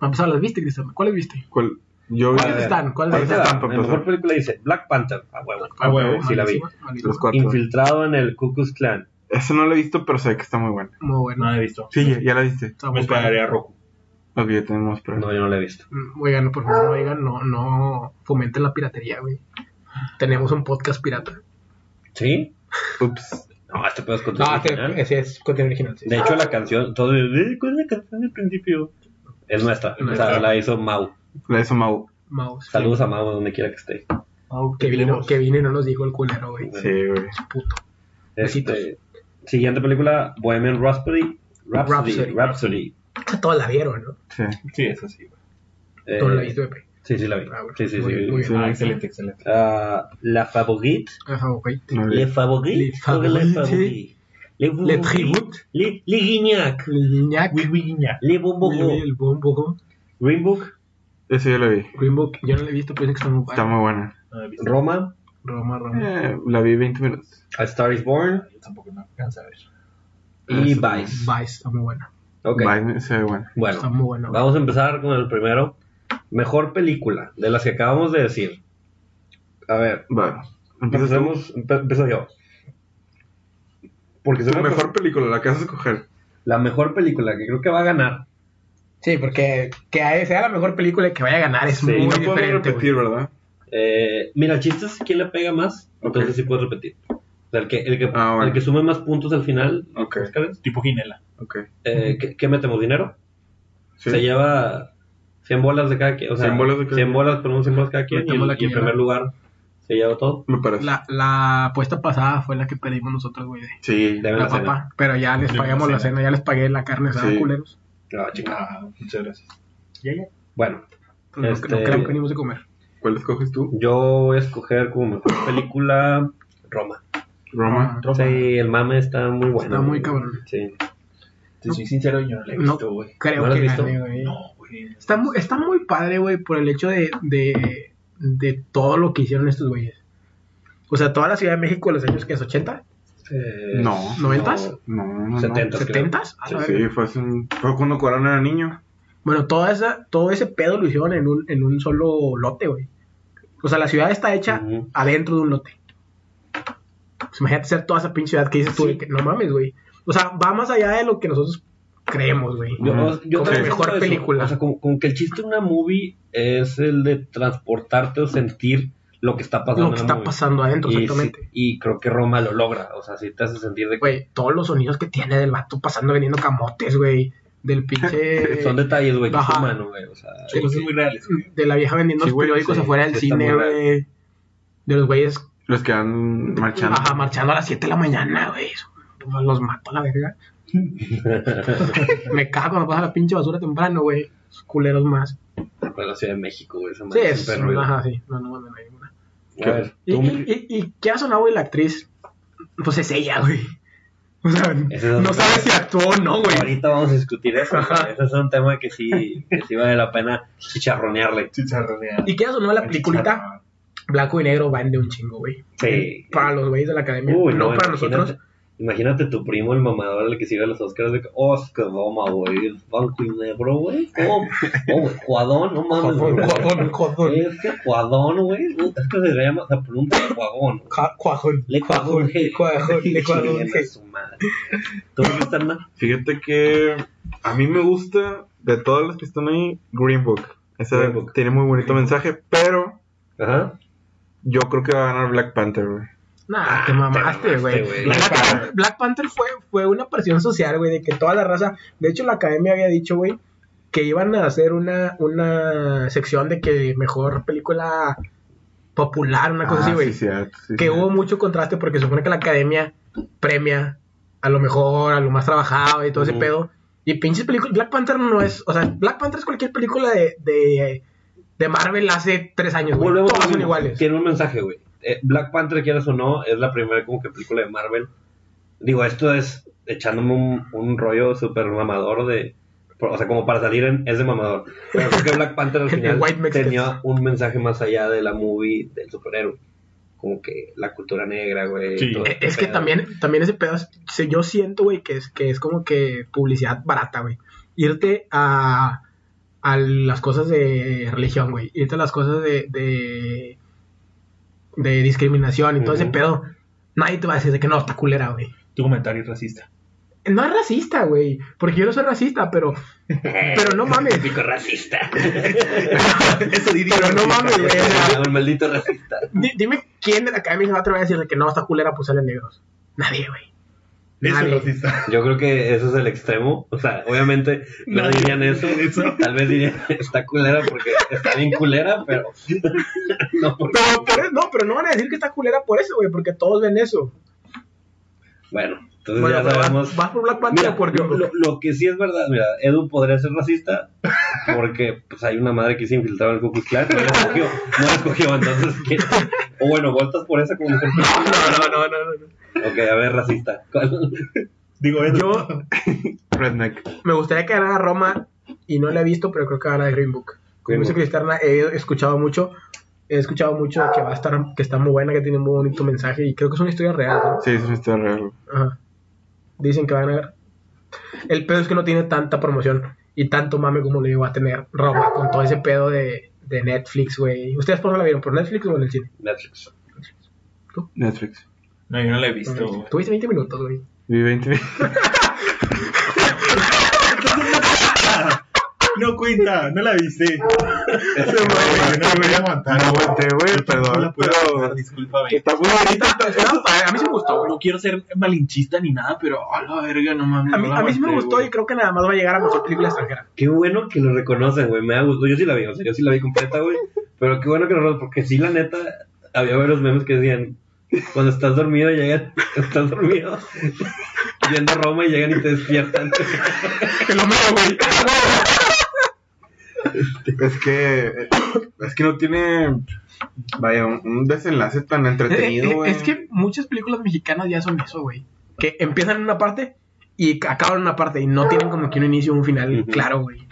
Speaker 2: Vamos a las viste, Cristian. ¿Cuáles viste?
Speaker 3: ¿Cuál? Yo vi
Speaker 1: A
Speaker 2: ¿Cuáles
Speaker 1: ver,
Speaker 2: están? ¿Cuáles
Speaker 1: Ahí te va.
Speaker 2: están?
Speaker 3: están, papá?
Speaker 1: La mejor película dice Black Panther. A huevo.
Speaker 4: Ah, huevo,
Speaker 2: Malísima,
Speaker 1: sí la vi.
Speaker 2: malísima.
Speaker 3: los cuatro.
Speaker 1: Infiltrado en el Ku Klux Klan.
Speaker 3: Eso no lo he visto, pero sé que está muy buena.
Speaker 2: Muy
Speaker 4: No
Speaker 2: bueno.
Speaker 4: la he visto.
Speaker 3: Sí, ya, ya la viste.
Speaker 2: Está
Speaker 4: Me
Speaker 2: muy
Speaker 4: esperaré a Roku.
Speaker 3: Ok, ya tenemos pero
Speaker 1: No, yo no la he visto.
Speaker 2: Mm, Oigan, por favor, oigan, no, no fomenten la piratería, güey. Tenemos un podcast pirata.
Speaker 1: ¿Sí?
Speaker 3: Ups.
Speaker 1: No, este pedo es contenido original.
Speaker 2: ese es contenido original.
Speaker 1: De hecho, la canción, todo el, "Eh, ¿cuál es la canción del principio? Es nuestra. O sea,
Speaker 2: Nuestra.
Speaker 1: la hizo Mau.
Speaker 3: La hizo Mau.
Speaker 2: Mouse.
Speaker 1: Saludos a Mau donde quiera que esté.
Speaker 2: Que vino, que vino y no nos dijo el culero, güey.
Speaker 3: Sí, güey.
Speaker 2: Puto. Besitos.
Speaker 1: Este, siguiente película, Bohemian Rhapsody. Rhapsody.
Speaker 2: Rhapsody.
Speaker 1: Rhapsody.
Speaker 2: Esa todas la vieron, ¿no?
Speaker 3: Sí.
Speaker 4: Sí, es así, güey.
Speaker 1: Eh,
Speaker 2: Todo la viste, Pepe.
Speaker 1: sí, sí, la vi.
Speaker 2: Ah, bueno.
Speaker 1: Sí, sí,
Speaker 2: Muy
Speaker 1: sí.
Speaker 2: bien, muy
Speaker 1: sí.
Speaker 2: bien.
Speaker 4: Ah, excelente, excelente.
Speaker 1: Ah, la Favorite.
Speaker 2: Ajá, güey.
Speaker 3: No
Speaker 1: Le
Speaker 3: vi.
Speaker 1: Favorite.
Speaker 2: Les Favorites,
Speaker 1: Le
Speaker 2: sí.
Speaker 1: Favorite. Le
Speaker 2: Le
Speaker 1: Favorite.
Speaker 2: Tribute.
Speaker 1: Le, le Guignac.
Speaker 2: Guiñac.
Speaker 4: Uy, uy, niña.
Speaker 1: Le Bombo.
Speaker 2: güey, El bombo.
Speaker 1: Green Book.
Speaker 3: Eso yo la vi.
Speaker 2: Green Book. Yo no lo he visto, pero dicen que está muy
Speaker 3: Está
Speaker 2: bueno.
Speaker 3: muy buena.
Speaker 4: No la he visto.
Speaker 1: Roma.
Speaker 2: Roma, Roma.
Speaker 3: Eh, la vi 20 minutos.
Speaker 1: A Star is Born.
Speaker 4: Yo tampoco me alcanza a ver.
Speaker 1: Y
Speaker 2: Ah,
Speaker 3: Eso.
Speaker 1: Vice.
Speaker 2: Vice, está muy buena.
Speaker 1: Ok.
Speaker 3: Bye, se ve buena.
Speaker 1: Bueno.
Speaker 2: Está muy buena. güey.
Speaker 1: Vamos a empezar con el primero. Mejor película de las que acabamos de decir. A ver,
Speaker 3: Va. Empieza tú.
Speaker 1: empecemos, empe- empiezo yo. Porque soy
Speaker 3: Tu
Speaker 1: una
Speaker 3: mejor
Speaker 1: persona-
Speaker 3: película, la que vas a escoger.
Speaker 1: la mejor película que creo que va a ganar.
Speaker 2: Sí, porque que sea la mejor película y que vaya a ganar es
Speaker 1: Sí.
Speaker 2: muy
Speaker 1: Y
Speaker 3: no podemos
Speaker 2: diferente. güey.
Speaker 3: repetir, ¿verdad?
Speaker 1: Eh, mira, el chiste es quién le pega más, entonces sí puedes repetir. O sea, el que, el que,
Speaker 3: Ah, bueno.
Speaker 1: el que sume más puntos al final,
Speaker 3: Ok,
Speaker 1: ¿sabes?
Speaker 4: Tipo Ginela.
Speaker 3: ok.
Speaker 1: Eh, ¿qué, qué metemos? ¿Dinero?
Speaker 3: Sí.
Speaker 1: Se lleva 100 bolas de cada quien. O sea,
Speaker 3: 100 bolas de cada
Speaker 1: 100
Speaker 3: quien.
Speaker 1: bolas, ponemos 100 bolas cada quien. Y,
Speaker 2: Metemos
Speaker 1: el-
Speaker 2: la
Speaker 1: y en
Speaker 2: quiniela.
Speaker 1: primer lugar se lleva todo.
Speaker 3: Me parece.
Speaker 2: La, la apuesta pasada fue la que pedimos nosotros, güey. de
Speaker 3: Sí.
Speaker 1: Deben
Speaker 2: La
Speaker 1: la cena.
Speaker 2: papá. Pero ya les
Speaker 4: De
Speaker 2: pagamos
Speaker 4: la
Speaker 2: la
Speaker 4: cena.
Speaker 2: cena, ya les pagué la carne, ¿sabes,
Speaker 3: Sí.
Speaker 2: culeros?
Speaker 1: Ah, chingada.
Speaker 4: Ah, muchas gracias. Ya, ya.
Speaker 1: Bueno,
Speaker 2: Pues No,
Speaker 1: Este-
Speaker 2: no creo que venimos a comer.
Speaker 3: ¿Cuál escoges tú?
Speaker 1: Yo voy a escoger como mejor película Roma.
Speaker 3: Roma.
Speaker 2: Ah,
Speaker 4: Roma.
Speaker 1: Sí, el mame está muy bueno.
Speaker 2: Está muy cabrón.
Speaker 1: Sí.
Speaker 4: Te soy sincero, yo no la he
Speaker 2: No.
Speaker 4: visto, güey.
Speaker 2: Creo
Speaker 1: ¿No lo has
Speaker 2: que
Speaker 1: visto?
Speaker 2: gane, güey.
Speaker 4: No, güey.
Speaker 2: Está, mu- está muy padre, güey, por el hecho de, de, de todo lo que hicieron estos güeyes. O sea, toda la Ciudad de México de los años que es 80,
Speaker 1: Eh,
Speaker 3: No.
Speaker 2: ¿Noventas?
Speaker 3: No, no, no.
Speaker 1: 70. Creo.
Speaker 2: 70 a
Speaker 3: Sí,
Speaker 2: Ah, la verga.
Speaker 3: sí, fue, hace un... fue cuando Corona era niño.
Speaker 2: Bueno, toda esa, todo ese pedo lo hicieron en un, en un solo lote, güey. O sea, la ciudad está hecha
Speaker 1: Ujú.
Speaker 2: adentro de un lote. Pues imagínate ser toda esa pinche ciudad que dices tú, de que no mames, güey. O sea, va más allá de lo que nosotros creemos, güey.
Speaker 1: Yo,
Speaker 3: Ujú.
Speaker 1: yo
Speaker 2: Como
Speaker 1: también
Speaker 2: mejor
Speaker 1: siento eso.
Speaker 2: película.
Speaker 1: O sea, como, como que el chiste de una movie es el de transportarte o sentir lo que está pasando.
Speaker 2: Lo que
Speaker 1: en la
Speaker 2: está
Speaker 1: movie.
Speaker 2: pasando adentro,
Speaker 1: Y, sí-
Speaker 2: exactamente.
Speaker 1: y creo que Roma lo logra. O sea, sí te hace sentir de que
Speaker 2: Güey, todos los sonidos que tiene del vato pasando vendiendo camotes, güey. Del pinche.
Speaker 1: [LAUGHS] son detalles, güey, que
Speaker 2: Ajá.
Speaker 1: suman, güey. O sea,
Speaker 2: Sí,
Speaker 4: Son cosas
Speaker 2: sí.
Speaker 4: muy reales. güey.
Speaker 2: De la vieja vendiendo
Speaker 3: Sí,
Speaker 2: los
Speaker 3: güey,
Speaker 2: periódicos
Speaker 3: sí,
Speaker 2: afuera del
Speaker 1: sí, está
Speaker 2: cine,
Speaker 1: muy raro.
Speaker 2: güey. De los güeyes
Speaker 3: Los que van marchando.
Speaker 2: Ajá, marchando a las 7 de la mañana, güey. Eso, pues, Los mato a
Speaker 1: [LAUGHS]
Speaker 2: la verga. Me cago cuando pasa la pinche basura temprano, güey. Esos Culeros más.
Speaker 1: para la Ciudad de México, güey. esa
Speaker 2: Sí,
Speaker 1: madre
Speaker 2: es.
Speaker 1: siempre ruido.
Speaker 2: Ajá, sí. No, no, no, no hay ninguna.
Speaker 1: A ver,
Speaker 2: Y, y, y, y qué ha sonado, güey, la actriz pues es ella, güey. O sea,
Speaker 1: Ese es
Speaker 2: no
Speaker 1: otro-
Speaker 2: sabes si actuó o no, güey.
Speaker 1: Ahorita vamos a discutir eso.
Speaker 2: Ajá.
Speaker 1: güey. Ese es un tema que sí, que sí vale la pena chicharronearle.
Speaker 4: Chicharronea.
Speaker 2: Y quieras o no, la peliculita
Speaker 4: Chicharrón.
Speaker 2: blanco y negro vende un chingo, güey.
Speaker 1: Sí.
Speaker 2: Para los güeyes de la academia,
Speaker 1: Uy,
Speaker 2: no,
Speaker 1: no,
Speaker 2: para
Speaker 1: imagínate,
Speaker 2: nosotros.
Speaker 1: Imagínate tu primo, el mamador, el que sirve a los Oscars. De que, Oscar, toma, güey. es Blanco y negro, güey. ¿Cómo? ¿Cómo? Juadón, no mames. güey.
Speaker 2: Cuajón, cuajón,
Speaker 1: Es que Juadón, güey. puta, Es que se le llama, se pronuncia Juagón.
Speaker 2: Ja- cuajón,
Speaker 1: Le Juagón, [LAUGHS]
Speaker 2: cuajón, cuajón, le cuajón,
Speaker 1: Chinga su madre. ¿Tú vas a estar, no?
Speaker 3: Fíjate que a mí me gusta, de todas las que están ahí, Green Book. Esa
Speaker 1: Green Book.
Speaker 3: tiene muy bonito mensaje, pero
Speaker 1: Ajá.
Speaker 3: yo creo que va a ganar Black Panther, güey.
Speaker 2: Nah, te mamaste,
Speaker 1: mamaste,
Speaker 2: güey.
Speaker 1: güey.
Speaker 2: Black,
Speaker 1: Neta.
Speaker 2: Panther- Black Panther fue, fue una presión social, güey, de que toda la raza. De hecho, la academia había dicho, güey, que iban a hacer una, una sección de que mejor película popular, una cosa
Speaker 3: Ah,
Speaker 2: así, güey.
Speaker 3: sí, cierto, sí,
Speaker 2: que
Speaker 3: cierto.
Speaker 2: hubo mucho contraste porque se supone que la academia premia a lo mejor, a lo más trabajado y todo ese
Speaker 1: Ujú.
Speaker 2: pedo. Y pinches películas. Black Panther no es. O sea, Black Panther es cualquier película de, de, de Marvel hace tres años, güey.
Speaker 1: Volvemos a lo
Speaker 2: Todas son
Speaker 1: mismo.
Speaker 2: iguales.
Speaker 1: Tiene un mensaje, güey. Eh, Black Panther, quieras o no, es la primera como que película de Marvel. Digo, esto es echándome un, un rollo súper mamador de... por- O sea, como para salir en, es de mamador. Pero creo que Black
Speaker 2: [LAUGHS]
Speaker 1: Panther al
Speaker 2: El
Speaker 1: final
Speaker 2: white mexican.
Speaker 1: tenía un mensaje más allá de la movie del superhéroe. Como que la cultura negra, güey.
Speaker 4: Sí.
Speaker 1: todo
Speaker 2: Eh,
Speaker 1: este
Speaker 2: Es que
Speaker 1: pedo. [LAUGHS]
Speaker 2: también, también ese pedo, es- se- yo siento, güey, que es, que es como que publicidad barata, güey. Irte a, a las cosas de religión, güey. Irte a las cosas de, de, de discriminación y todo ese
Speaker 1: Ujú.
Speaker 2: pedo. Nadie te va a decir de que no, está culera, güey.
Speaker 4: Tu comentario es racista.
Speaker 2: No es racista, güey. Porque yo no soy racista, pero... Pero no mames.
Speaker 1: Típico
Speaker 2: [LAUGHS]
Speaker 1: racista.
Speaker 4: Eso di- di-
Speaker 2: pero no
Speaker 4: racista.
Speaker 2: mames, güey. o sea,
Speaker 1: Un maldito racista.
Speaker 2: di- dime quién de la academia se va a atrever a decir de que no, está culera, pues salen negros. Nadie, güey.
Speaker 4: Eso es
Speaker 2: Nadie.
Speaker 4: racista.
Speaker 1: Yo creo que eso es el extremo. O sea, obviamente no
Speaker 4: Nadie
Speaker 1: dirían eso.
Speaker 4: dice eso.
Speaker 1: Tal vez dirían, está culera porque está bien culera, pero. no porque-
Speaker 2: Pero, por- no, pero no van a decir que está culera por eso, güey, porque todos ven eso.
Speaker 1: Bueno, entonces
Speaker 2: Bueno,
Speaker 1: ya
Speaker 2: pero vas,
Speaker 1: sabemos.
Speaker 2: vas por Black Panther
Speaker 1: Mira,
Speaker 2: porque...
Speaker 1: lo, lo- lo que sí es verdad, mira, Edu podría ser racista porque pues hay una madre que se infiltraba en el Ku Klux Klan, no la escogió, no la escogió, entonces ¿quién? o bueno, vueltas por esa como mujer.
Speaker 2: No, no, no, no, no.
Speaker 1: Ok, a ver, racista. ¿Cuál?
Speaker 4: Digo, eso.
Speaker 2: Yo
Speaker 3: Redneck.
Speaker 2: me gustaría que ganara Roma y no la he visto, pero creo que ganará Green Book. Como
Speaker 1: Green
Speaker 2: dice
Speaker 1: Book.
Speaker 2: Cristiana, he escuchado mucho, he escuchado mucho que va a estar, que está muy buena, que tiene un muy bonito mensaje y creo que es una historia real, ¿no?
Speaker 3: Sí, eso sí está real.
Speaker 2: Ajá. Dicen que va a ganar. El pedo es que no tiene tanta promoción y tanto mame como le iba a tener Roma con todo ese pedo de, de Netflix, güey. ¿Ustedes por dónde la vieron? ¿Por Netflix o en el cine?
Speaker 1: Netflix.
Speaker 3: Netflix.
Speaker 4: No, yo no la he visto, güey.
Speaker 2: Tuviste 20 minutos, güey.
Speaker 3: Vi 20
Speaker 4: [LAUGHS] No cuenta, no la [LAUGHS] viste. Yo no la voy a aguantar.
Speaker 3: No aguanté, güey, perdón,
Speaker 4: Yo tampoco la puedo
Speaker 3: pero-
Speaker 4: aguantar, discúlpame.
Speaker 3: Está muy bonito.
Speaker 2: A mí sí me gustó, güey.
Speaker 4: No quiero ser malinchista ni nada, pero a la verga, no mames.
Speaker 2: A mí,
Speaker 4: no la
Speaker 2: a mí sí me
Speaker 4: aguanté,
Speaker 2: gustó
Speaker 4: güey.
Speaker 2: y creo que nada más va a llegar a mejor película extranjera.
Speaker 1: Qué bueno que lo reconocen, güey. Me ha gustado. Yo sí la vi, o sea, yo sí la vi completa, güey. Pero qué bueno que lo reconocen, porque sí, la neta, había varios memes que decían: cuando estás dormido, llegan, [LAUGHS] estás dormido, yendo a Roma y llegan y te despiertan.
Speaker 2: Que lo meo, güey.
Speaker 3: Es que. eh, Es que no tiene. Vaya, un- un desenlace tan entretenido,
Speaker 2: [LAUGHS]
Speaker 3: güey.
Speaker 2: Es que muchas películas mexicanas ya son eso, güey. Que empiezan en una parte y acaban en una parte y no tienen como que un inicio o un final
Speaker 1: Ujú.
Speaker 2: claro, güey.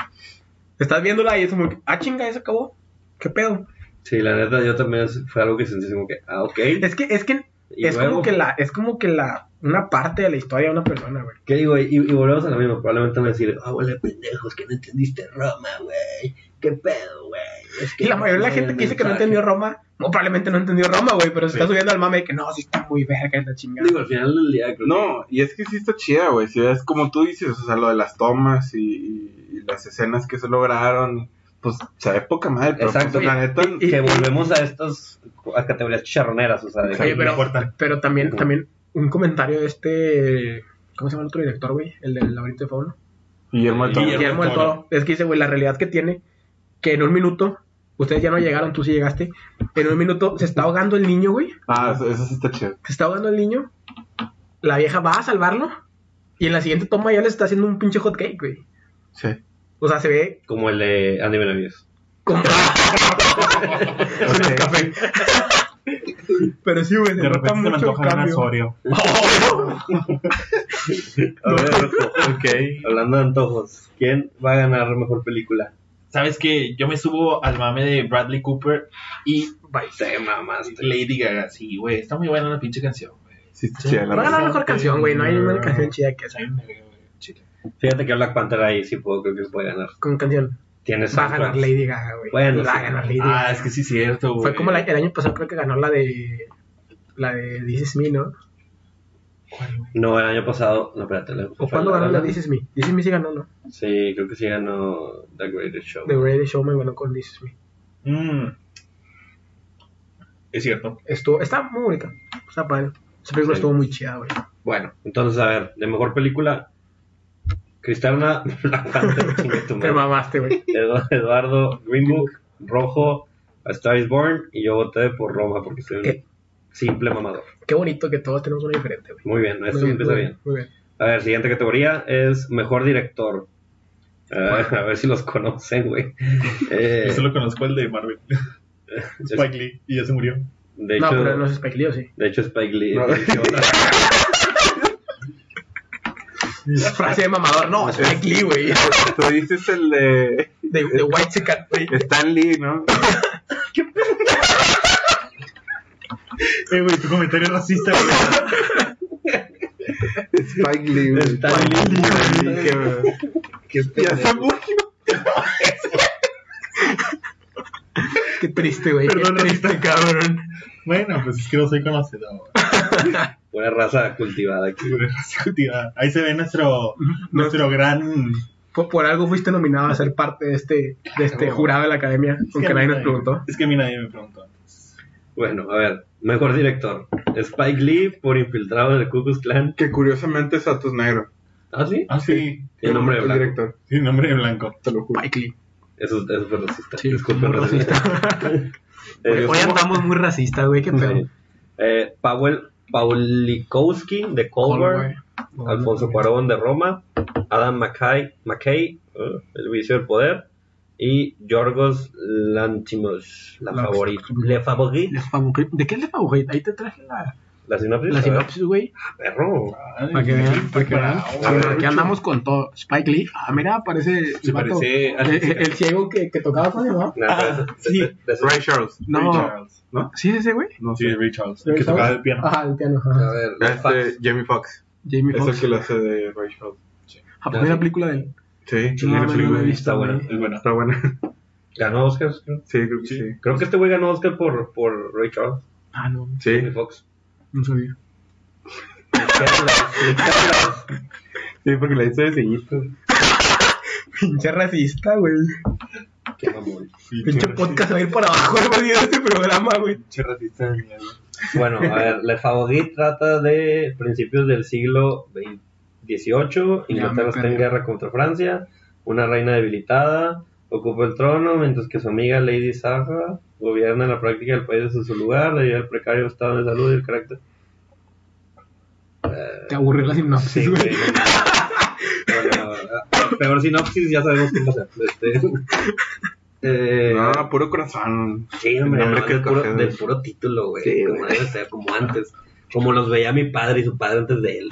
Speaker 2: Estás viéndola y es como, que, ah, chinga, ya se acabó. ¿Qué pedo?
Speaker 1: Sí, la neta, yo también fue algo que sentí como que, ah, ok.
Speaker 2: Es que, es que,
Speaker 1: Y
Speaker 2: es
Speaker 1: luego-
Speaker 2: como que la, es como que la, una parte de la historia de una persona, güey.
Speaker 1: ¿Qué digo? Y, y volvemos a lo mismo. Probablemente van a decir: ah, huele pendejos, que no entendiste Roma, güey. ¿Qué pedo, güey? Es
Speaker 2: Y la mayoría de la
Speaker 1: no
Speaker 2: gente
Speaker 1: hay
Speaker 2: que dice que no
Speaker 1: mensaje".
Speaker 2: entendió Roma, no, probablemente no entendió Roma, güey, pero se
Speaker 4: Sí.
Speaker 2: está subiendo al mame de que no, sí está muy verga esta chingada.
Speaker 1: Digo, al final del día, creo que-
Speaker 3: No, y es que sí está chida, güey. sí, es como tú dices, o sea, lo de las tomas y, y- y las escenas que se lograron. Pues se ve poca madre, pero
Speaker 1: Exacto.
Speaker 3: pues, la neta.
Speaker 2: Y-
Speaker 1: que volvemos a estas a categorías charroneras, o sea, de
Speaker 2: Oye,
Speaker 1: que-
Speaker 2: pero,
Speaker 4: importa.
Speaker 2: pero también,
Speaker 1: Ujú.
Speaker 2: también un comentario de este. ¿Cómo se llama el otro director, güey? El del laberinto de Fauno.
Speaker 3: Guillermo del Toro.
Speaker 4: Guillermo
Speaker 2: Guillermo del
Speaker 4: del Toro.
Speaker 2: Toro. Es que dice, güey, la realidad que tiene, que en un minuto, ustedes ya no llegaron, tú sí llegaste, en un minuto se está ahogando el niño, güey.
Speaker 3: Ah, eso, eso sí está chido.
Speaker 2: Se está ahogando el niño, la vieja va a salvarlo, y en la siguiente toma ya le está haciendo un pinche hot cake, güey.
Speaker 3: Sí.
Speaker 2: O sea, se ve
Speaker 1: como
Speaker 4: [LAUGHS]
Speaker 1: el de Andy Benavides.
Speaker 2: como.
Speaker 3: Ok.
Speaker 2: café. Pero sí, güey, se
Speaker 4: De
Speaker 2: nota
Speaker 4: repente se me
Speaker 2: mucho el
Speaker 4: antoja una
Speaker 2: cambio.
Speaker 4: Sorio.
Speaker 1: A
Speaker 2: [LAUGHS]
Speaker 1: ver,
Speaker 4: Ok.
Speaker 1: hablando de antojos, ¿quién va a ganar mejor película?
Speaker 4: ¿Sabes qué? Yo me subo al mame de Bradley Cooper y
Speaker 1: Te mamaste.
Speaker 4: Lady Gaga. Sí, güey, está muy buena la pinche canción, güey.
Speaker 3: Sí, está chida
Speaker 2: Va a
Speaker 3: la
Speaker 2: ganar
Speaker 3: verdad.
Speaker 2: mejor canción, güey. No hay ninguna canción chida que esa.
Speaker 4: Está bien verga, güey, chile.
Speaker 1: Fíjate que Black Panther ahí sí puedo, creo que puede ganar.
Speaker 2: Con canción.
Speaker 1: Tiene
Speaker 2: Va a ganar
Speaker 1: soundtracks.
Speaker 2: Lady Gaga, güey.
Speaker 1: Bueno,
Speaker 2: va a
Speaker 1: sí.
Speaker 2: ganar Lady Gaga.
Speaker 4: Ah, es que sí, es cierto, güey.
Speaker 2: Fue como la- el año pasado, creo que ganó la de. La de This Is Me, ¿no?
Speaker 1: No, el año pasado. No, espérate. la-
Speaker 2: ¿O
Speaker 1: fue
Speaker 2: cuándo ganó la de
Speaker 1: la-
Speaker 2: This Is Me? This Is Me sí ganó, ¿no?
Speaker 1: Sí, creo que sí ganó The Greatest Show.
Speaker 2: The Greatest Showman ganó con This Is Me.
Speaker 4: Mm. Es cierto.
Speaker 2: Estuvo, está muy bonita. Está padre. Esa película
Speaker 1: Sí.
Speaker 2: estuvo muy chida, güey.
Speaker 1: Bueno, entonces, a ver, de mejor película. Cristiana [LAUGHS] Black Panther, chinga tu
Speaker 2: Te
Speaker 1: madre.
Speaker 2: mamaste,
Speaker 1: [LAUGHS]
Speaker 2: güey.
Speaker 1: Edu- Eduardo Green Book, Rojo, A Star is Born. Y yo voté por Roma porque soy un
Speaker 2: ¿Qué?
Speaker 1: simple mamador.
Speaker 2: Qué bonito que todos tenemos una diferente, güey.
Speaker 1: Muy bien, esto
Speaker 2: Muy
Speaker 1: empieza
Speaker 2: muy
Speaker 1: bien.
Speaker 2: Muy bien.
Speaker 1: A ver, siguiente categoría es mejor director. Eh, [LAUGHS] a ver si los conocen, güey. Eh,
Speaker 4: Yo solo conozco el de [LAUGHS] Marvel.
Speaker 1: es-
Speaker 4: Spike Lee. Y ya se murió.
Speaker 1: de,
Speaker 2: no,
Speaker 1: hecho,
Speaker 2: pero no es Spike Lee,
Speaker 1: [LAUGHS]
Speaker 2: ¿o sí.
Speaker 1: de hecho, Spike Lee. [LAUGHS]
Speaker 3: No.
Speaker 1: dirigió la-
Speaker 2: Frase de mamador, no, Spike
Speaker 1: [LAUGHS]
Speaker 2: Lee, güey.
Speaker 3: Tú dices el de
Speaker 2: De, de White Chicken, güey.
Speaker 3: Stan Lee, ¿no?
Speaker 4: Eh, güey, tu comentario es racista, güey.
Speaker 3: Spike Lee, güey.
Speaker 1: Stan Lee.
Speaker 3: Stan Lee, que- Ya se murió.
Speaker 2: Qué triste, güey. Qué
Speaker 4: Perdón,
Speaker 2: triste, cabrón.
Speaker 4: Bueno, pues es que no soy conocedor.
Speaker 1: Una raza cultivada aquí.
Speaker 4: Güey, [LAUGHS] raza cultivada. Ahí se ve nuestro, nuestro gran.
Speaker 2: Por, por algo fuiste nominado a ser parte de este, de este
Speaker 4: Claro.
Speaker 2: jurado de la academia,
Speaker 4: Es que
Speaker 2: aunque
Speaker 4: a mí
Speaker 2: nadie nos
Speaker 4: nadie-
Speaker 2: preguntó.
Speaker 4: Es que a mí nadie me preguntó.
Speaker 1: Bueno, a ver, mejor director. Spike Lee por infiltrado del Ku Klux Klan.
Speaker 3: Que curiosamente es Atos Negro.
Speaker 1: ¿Ah, sí?
Speaker 4: Ah, sí.
Speaker 1: El nombre de
Speaker 3: el
Speaker 1: blanco.
Speaker 3: director,
Speaker 4: Sí, nombre de blanco.
Speaker 3: te lo juro.
Speaker 2: Spike Lee.
Speaker 1: Eso, eso fue racista.
Speaker 2: Sí,
Speaker 1: Disculpen,
Speaker 2: muy
Speaker 1: racista. Eh,
Speaker 2: Hoy hoy andamos muy racistas, güey. Qué pedo.
Speaker 1: sí. Eh, Powell Paulikowski de Colbert. Alfonso Cuarón de Roma. Adam McKay, McKay eh, El Vicio del Poder. Y Yorgos Lantimos, la
Speaker 2: La-
Speaker 1: favorita. Le favorite.
Speaker 2: Le favori- ¿De qué es la favorita? Ahí te traje la,
Speaker 1: La sinopsis.
Speaker 2: la
Speaker 1: a ver,
Speaker 2: sinopsis, güey.
Speaker 1: Perro.
Speaker 2: Para que vean, para que vean.
Speaker 4: bravo.
Speaker 1: A ver,
Speaker 2: Aquí andamos con todo. Spike Lee. Ah, mira, parece. el
Speaker 4: Se
Speaker 2: vato-
Speaker 4: parece
Speaker 2: El,
Speaker 4: al
Speaker 2: el- el ciego que, que tocaba con él, ¿no?
Speaker 1: Nada,
Speaker 2: Ah,
Speaker 1: de-
Speaker 2: sí.
Speaker 1: de- de- de-
Speaker 3: Ray Charles.
Speaker 2: No.
Speaker 4: Charles.
Speaker 2: ¿Sí es ese, güey?
Speaker 3: No
Speaker 4: Sí,
Speaker 3: sé.
Speaker 4: Ray Charles.
Speaker 2: ¿Ray
Speaker 4: El que tocaba
Speaker 2: Charles?
Speaker 4: el piano.
Speaker 2: Ajá, el piano. ajá.
Speaker 1: A ver, los facts.
Speaker 3: Este, Jamie Foxx.
Speaker 2: Jamie
Speaker 3: Es el
Speaker 2: Foxx.
Speaker 3: que lo hace de Ray Charles.
Speaker 2: ¿A poco hay una película de él?
Speaker 3: Sí,
Speaker 2: No, no, no,
Speaker 3: película.
Speaker 2: no, no.
Speaker 1: Está bueno.
Speaker 4: Es bueno.
Speaker 3: Está buena.
Speaker 1: Ganó Oscars, creo.
Speaker 3: [LAUGHS] Sí, creo que
Speaker 4: Sí.
Speaker 3: sí.
Speaker 1: Creo que este güey ganó Oscar por, por Ray Charles,
Speaker 2: Ah, no,
Speaker 3: Sí.
Speaker 1: Jamie Foxx.
Speaker 2: no sabía.
Speaker 3: Sí, porque la hizo de sellito.
Speaker 2: [LAUGHS] Pinche racista, güey.
Speaker 1: Qué mamón.
Speaker 2: Pinche podcast va a ir para abajo [LAUGHS] el valido de este programa, güey.
Speaker 3: Pinche racista de mierda.
Speaker 1: Bueno, a ver, Le Favorit trata de principios del siglo vein- XVIII.
Speaker 2: me
Speaker 1: Inglaterra está
Speaker 2: perdí.
Speaker 1: en guerra contra Francia. Una reina debilitada ocupa el trono, mientras que su amiga Lady Sarah gobierna la práctica del país desde su lugar, debido al precario estado de salud y el carácter.
Speaker 2: Te aburrió la sinopsis,
Speaker 1: Sí, güey.
Speaker 2: güey.
Speaker 1: Bueno, peor sinopsis, ya sabemos qué pasa. Este, eh,
Speaker 3: No, Ah, puro corazón.
Speaker 1: Sí, hombre,
Speaker 3: El nombre
Speaker 1: no,
Speaker 3: que
Speaker 1: del, puro,
Speaker 3: escoges.
Speaker 1: del puro título, güey.
Speaker 3: Sí,
Speaker 1: como
Speaker 3: güey.
Speaker 1: debe ser, como antes. Como los veía mi padre y su padre antes de él.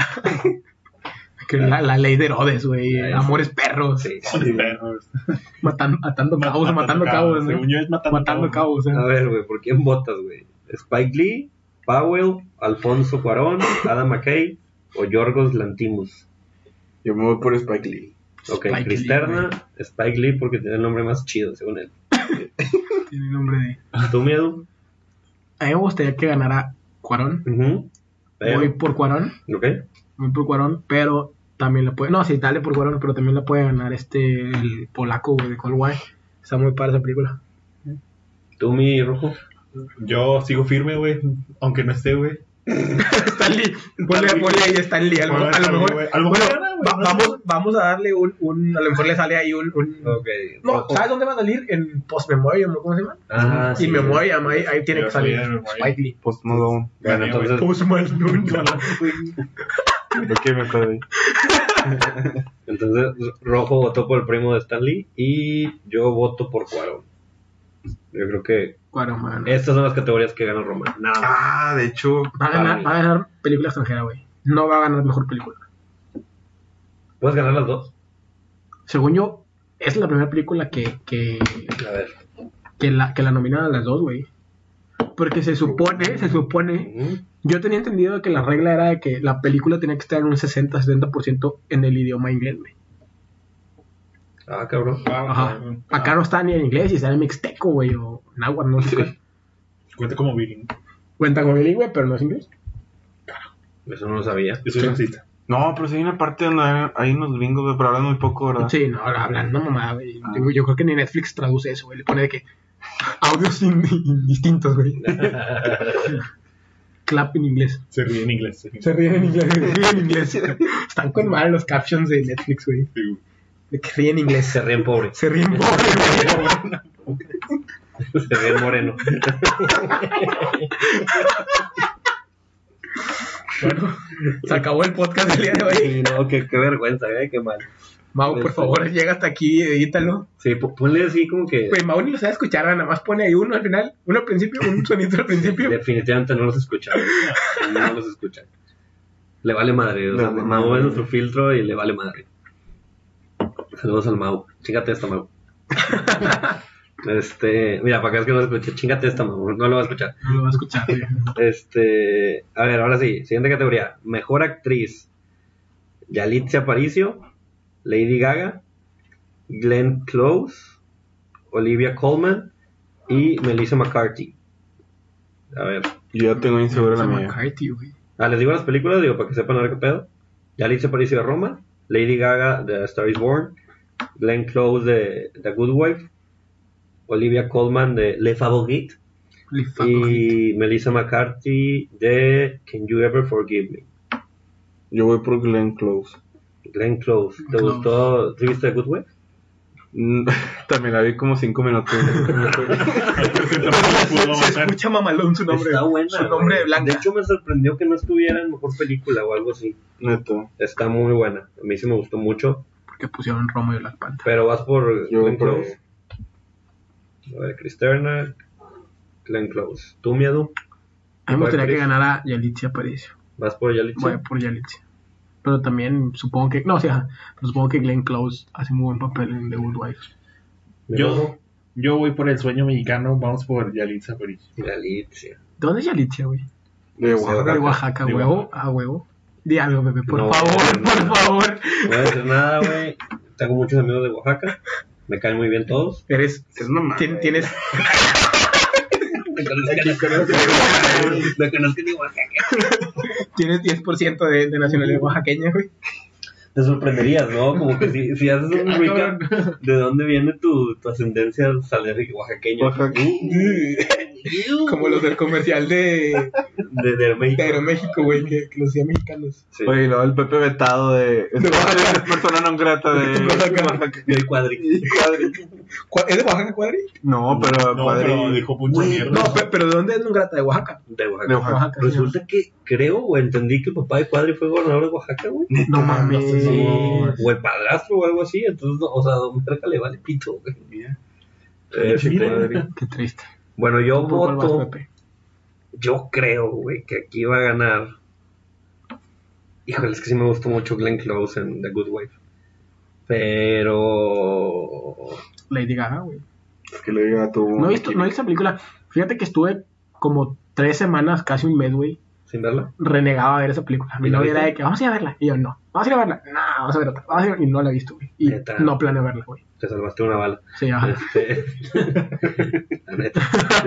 Speaker 2: Que la, la ley de Herodes, güey.
Speaker 1: Ya, ya.
Speaker 2: Amores perros.
Speaker 1: Sí.
Speaker 4: Son perros.
Speaker 2: Matan- matando cabos, matando cabos, ¿no?
Speaker 4: Según yo es matando,
Speaker 2: Matando
Speaker 4: cabos.
Speaker 2: cabos, ¿eh?
Speaker 1: A ver, güey, ¿por quién votas, güey? ¿Spike Lee, Powell, Alfonso Cuarón, Adam McKay o Yorgos Lantimus?
Speaker 3: Yo me voy por Spike Lee.
Speaker 1: Ok,
Speaker 2: Spike Lee,
Speaker 1: Cristerna, Spike Lee porque tiene el nombre más chido, según él.
Speaker 2: Tiene nombre de.
Speaker 1: ¿Tu miedo?
Speaker 2: A mí me gustaría que ganara Cuarón.
Speaker 1: Ujú. Pero-
Speaker 2: Voy por Cuarón.
Speaker 1: Ok.
Speaker 2: Voy por Cuarón, pero también la puede. No, sí, dale por Cuarón, pero también la puede ganar este. El polaco, güey, de Cold War. Está muy padre esa película.
Speaker 1: ¿Tú, mi rojo?
Speaker 4: Yo sigo firme, güey. Aunque no esté, güey.
Speaker 2: [LAUGHS] Stanley. Ponle, ponle ahí Stanley. A lo, mejor- a lo mejor.
Speaker 4: A lo mejor
Speaker 2: bueno,
Speaker 4: gana, güey,
Speaker 2: va-
Speaker 4: no sé.
Speaker 2: vamos, vamos a darle un, un. A lo mejor le sale ahí un. un-
Speaker 1: Ok.
Speaker 2: No,
Speaker 1: rojo.
Speaker 2: ¿sabes dónde va a salir? En Post Memoriam, ¿no? ¿cómo se llama?
Speaker 1: Ah, sí.
Speaker 2: y Memoriam, ahí, ahí tiene
Speaker 4: Yo
Speaker 2: que salir
Speaker 4: sabía de Memoriam.
Speaker 2: Spike Lee.
Speaker 3: Post Malone.
Speaker 1: Bueno,
Speaker 4: Gané, güey.
Speaker 1: entonces,
Speaker 2: Post Malone.
Speaker 3: Ok, me acuerdo.
Speaker 1: Entonces, Rojo votó por el primo de Stanley y yo voto por Cuarón. Yo creo que
Speaker 2: Cuaromano.
Speaker 1: Estas son las categorías que ganó Roma. Nada más.
Speaker 3: Ah, de hecho,
Speaker 2: Va a ganar,
Speaker 1: Ay.
Speaker 2: va a ganar película extranjera, güey. No va a ganar mejor película.
Speaker 1: ¿Puedes ganar las dos?
Speaker 2: Según yo, es la primera película que, que,
Speaker 1: A ver.
Speaker 2: que la, que la nominan a las dos, güey. Porque se supone, se supone.
Speaker 1: Ujú.
Speaker 2: Yo tenía entendido que la regla era de que la película tenía que estar en un 60-70% en el idioma inglés, güey.
Speaker 1: Ah, cabrón.
Speaker 2: Ajá.
Speaker 4: Ajá.
Speaker 2: Acá no está ni en inglés, y está en mixteco, güey, o náhuatl, no sé. qué.
Speaker 4: Cuenta como bilingüe.
Speaker 2: Cuenta como bilingüe, pero no es inglés.
Speaker 1: Eso no lo sabía.
Speaker 4: Eso es racista.
Speaker 3: no, pero sí hay una parte donde hay, hay unos gringos, güey, pero hablan muy poco, ¿verdad?
Speaker 2: Sí, no, hablando mamá, güey. Digo, Yo creo que ni Netflix traduce eso, güey. Le pone de que audios in- indistintos, güey. Clap en inglés.
Speaker 4: Se ríe en inglés. se ríe.
Speaker 2: Se ríen en inglés, se ríen en inglés. Están con mal los captions de Netflix, güey.
Speaker 4: Sí, güey.
Speaker 2: De que ríen en inglés.
Speaker 1: Se ríen pobre. [LAUGHS]
Speaker 2: Se ríen pobre, güey.
Speaker 1: Se ríen moreno.
Speaker 2: Bueno, se acabó el podcast del día de hoy.
Speaker 1: Sí, no, qué, qué vergüenza, eh, qué mal.
Speaker 2: Mau, por favor, llega hasta aquí, edítalo.
Speaker 1: Sí, po- ponle así como que
Speaker 2: Pues Mau ni lo sabe escuchar, nada más pone ahí uno al final, uno al principio, un sonido al principio.
Speaker 1: definitivamente no los escucharon. No los escuchan. Le vale madre. O sea,
Speaker 3: Le-
Speaker 1: Mau es nuestro filtro y le vale madre. Saludos al Mau. Chingate esta, Mau. Este, mira, para acá es que no lo escuché. Chingate esta, Mau. No lo va a escuchar.
Speaker 2: No lo va a escuchar, güey.
Speaker 1: Este, a ver, ahora sí, siguiente categoría. Mejor actriz. Yalitza Aparicio, Lady Gaga, Glenn Close, Olivia Colman y Melissa McCarthy. A ver,
Speaker 3: Yo ya tengo insegura la
Speaker 2: Melissa
Speaker 3: mía.
Speaker 2: McCarthy, güey.
Speaker 1: ah, les digo las películas, digo, para que sepan a ver qué pedo. Yalitza Aparicio de Roma, Lady Gaga de A Star is Born, Glenn Close de The Good Wife, Olivia Colman de Le Favorite
Speaker 2: Le favorito.
Speaker 1: y Melissa McCarthy de Can You Ever Forgive Me.
Speaker 3: Yo voy por Glenn Close.
Speaker 1: Glenn Close. ¿Te
Speaker 2: Close.
Speaker 1: gustó? ¿Sí viste Good Way?
Speaker 3: Mm, [LAUGHS] También la vi como cinco minutos.
Speaker 4: Tampoco pudo
Speaker 2: Se
Speaker 4: matar.
Speaker 2: escucha mamalón su nombre.
Speaker 1: Está buena.
Speaker 2: Su nombre
Speaker 1: güey.
Speaker 2: de
Speaker 1: De
Speaker 2: blanca.
Speaker 1: hecho, me sorprendió que no estuviera en mejor película o algo así.
Speaker 3: Neto.
Speaker 1: Está muy buena. A mí sí me gustó mucho.
Speaker 2: porque pusieron Romo y Black Panther.
Speaker 1: Pero vas por
Speaker 3: Yo
Speaker 1: Glenn
Speaker 3: voy por-
Speaker 1: Close. A ver, Cristerna. Glenn Close. ¿Tú, miedo?
Speaker 2: A mí me
Speaker 1: Voy
Speaker 2: gustaría
Speaker 1: por
Speaker 2: que
Speaker 1: eso.
Speaker 2: ganara Yalitza Aparicio.
Speaker 1: ¿Vas por Yalitza?
Speaker 2: Voy por Yalitza. Pero también supongo que. No, o sea, pero supongo que Glenn Close hace muy buen papel en The Good Wife.
Speaker 1: ¿Mi
Speaker 4: Yo,
Speaker 1: rojo?
Speaker 4: yo voy por el sueño mexicano. Vamos por Yalitza Aparicio.
Speaker 1: Yalitza.
Speaker 2: ¿De dónde es Yalitza, güey?
Speaker 3: De
Speaker 2: De
Speaker 3: Oaxaca.
Speaker 2: Oaxaca,
Speaker 4: De
Speaker 2: huevo. A huevo. Di algo, bebé, por
Speaker 1: No,
Speaker 2: favor,
Speaker 1: no.
Speaker 2: por favor.
Speaker 1: No voy a decir nada, güey. Tengo muchos amigos de Oaxaca. Me caen muy bien todos.
Speaker 2: Eres.
Speaker 3: Es mamá.
Speaker 2: tien- Tienes.
Speaker 1: Me conozco de Oaxaca.
Speaker 2: Tienes 10% de, de nacionalidad oaxaqueña, güey.
Speaker 1: Te sorprenderías, ¿no? Como que si, si haces un
Speaker 4: Ah,
Speaker 1: recap
Speaker 4: cabrón.
Speaker 1: de dónde viene tu, tu ascendencia salarial oaxaqueña.
Speaker 3: Oaxaca.
Speaker 2: [LAUGHS] Como los del comercial de,
Speaker 1: de, de
Speaker 2: de
Speaker 1: México.
Speaker 2: Aeroméxico, güey, que, que los hacía mexicanos.
Speaker 1: Sí.
Speaker 3: Oye, y luego el Pepe vetado de. Es
Speaker 2: Oaxaca.
Speaker 3: persona no grata de.
Speaker 2: Oaxaca.
Speaker 1: Del cuadri.
Speaker 3: Y Cuadri.
Speaker 2: ¿Cuál- ¿Es de Oaxaca, Cuadri?
Speaker 3: No, pero
Speaker 4: No,
Speaker 3: Cuadri.
Speaker 4: pero dijo mucha
Speaker 1: Güey,
Speaker 4: mierda.
Speaker 2: No, pe- pero ¿de dónde es un grata? De Oaxaca.
Speaker 1: De
Speaker 3: De
Speaker 1: Oaxaca.
Speaker 3: Oaxaca.
Speaker 1: Resulta que creo o entendí que el papá de cuadri fue gobernador de Oaxaca, güey.
Speaker 2: No mames.
Speaker 3: Sí.
Speaker 1: O el padrastro o algo así. Entonces, no, o sea, don Perca le vale pito, güey. Este,
Speaker 4: Mira.
Speaker 2: Qué triste.
Speaker 1: Bueno, yo
Speaker 2: ¿Por cuál vas,
Speaker 1: voto.
Speaker 2: Pepe?
Speaker 1: Yo creo, güey, que aquí va a ganar. Híjole, es que sí me gustó mucho Glenn Close en The Good Wife. Pero.
Speaker 2: Lady Gaga, güey.
Speaker 3: Es que le diga a tu.
Speaker 2: No he visto, no he visto esa película. Fíjate que estuve como tres semanas, casi un mes, güey,
Speaker 1: ¿Sin verla?
Speaker 2: renegado a ver esa película. Mi
Speaker 1: ¿Y la
Speaker 2: novia era
Speaker 1: viste?
Speaker 2: de que vamos a ir a verla. Y yo, no. Vamos a ir a verla. No, vamos a ver otra. Vamos a ir a verla". Y no la he visto, güey. Y
Speaker 1: Neta.
Speaker 2: no planeo verla, güey.
Speaker 1: Te salvaste una bala.
Speaker 2: Sí, ajá.
Speaker 1: Este, [LAUGHS] la neta.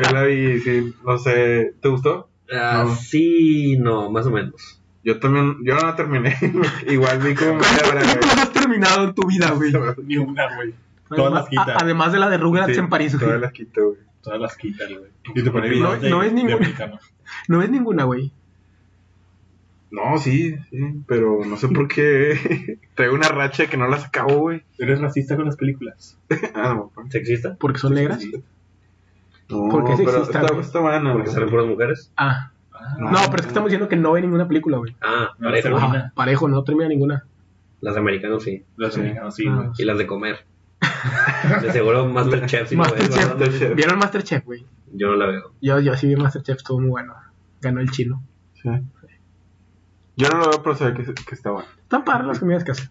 Speaker 3: Yo la vi, sí, no sé. ¿Te gustó?
Speaker 1: Ah,
Speaker 3: No.
Speaker 1: Sí, no, más o menos.
Speaker 3: Yo también. Yo no la terminé. Igual vi como. media hora,
Speaker 2: ¿Cómo [LAUGHS]
Speaker 3: güey.
Speaker 2: has terminado en tu vida, güey?
Speaker 4: Ni una, güey. Todas
Speaker 2: Además,
Speaker 4: las quitan.
Speaker 2: a- además de la de Rugrats
Speaker 3: Sí,
Speaker 2: en París, güey.
Speaker 3: Todas las quito, güey.
Speaker 4: Todas las quitan, güey. Y te pone
Speaker 3: No-
Speaker 4: videos de-
Speaker 2: no es
Speaker 4: de
Speaker 2: ninguna.
Speaker 4: mexicano.
Speaker 2: No es ninguna, güey.
Speaker 3: No, sí, sí, pero no sé por qué. Traigo una racha que no las acabo, güey.
Speaker 4: Eres racista con las películas.
Speaker 3: Ah, no, papá.
Speaker 1: ¿Sexista?
Speaker 2: Porque son negras.
Speaker 3: No,
Speaker 2: ¿Por qué
Speaker 3: pero
Speaker 2: sexista,
Speaker 3: está,
Speaker 2: güey?
Speaker 3: está buena,
Speaker 1: Porque
Speaker 3: güey.
Speaker 1: salen puras mujeres.
Speaker 2: Ah.
Speaker 4: Ah,
Speaker 2: No, pero es que estamos diciendo que no ve ninguna película, güey.
Speaker 1: Ah,
Speaker 4: No,
Speaker 1: parejo.
Speaker 4: pero-
Speaker 2: Ajá, Parejo, no termina ninguna.
Speaker 1: Las de americanos sí.
Speaker 4: Los mexicanos sí,
Speaker 2: Ah.
Speaker 4: güey.
Speaker 1: Y las de comer. De seguro Masterchef. sí lo ve,
Speaker 2: Masterchef.
Speaker 1: ¿verdad?
Speaker 3: Masterchef.
Speaker 2: ¿Vieron Masterchef, güey?
Speaker 1: Yo no la veo.
Speaker 2: Yo, yo sí vi Masterchef, estuvo muy bueno. Ganó el chino.
Speaker 3: Sí. Yo no lo veo, pero se ve que, que está bueno.
Speaker 2: Están padres las comidas que hacen.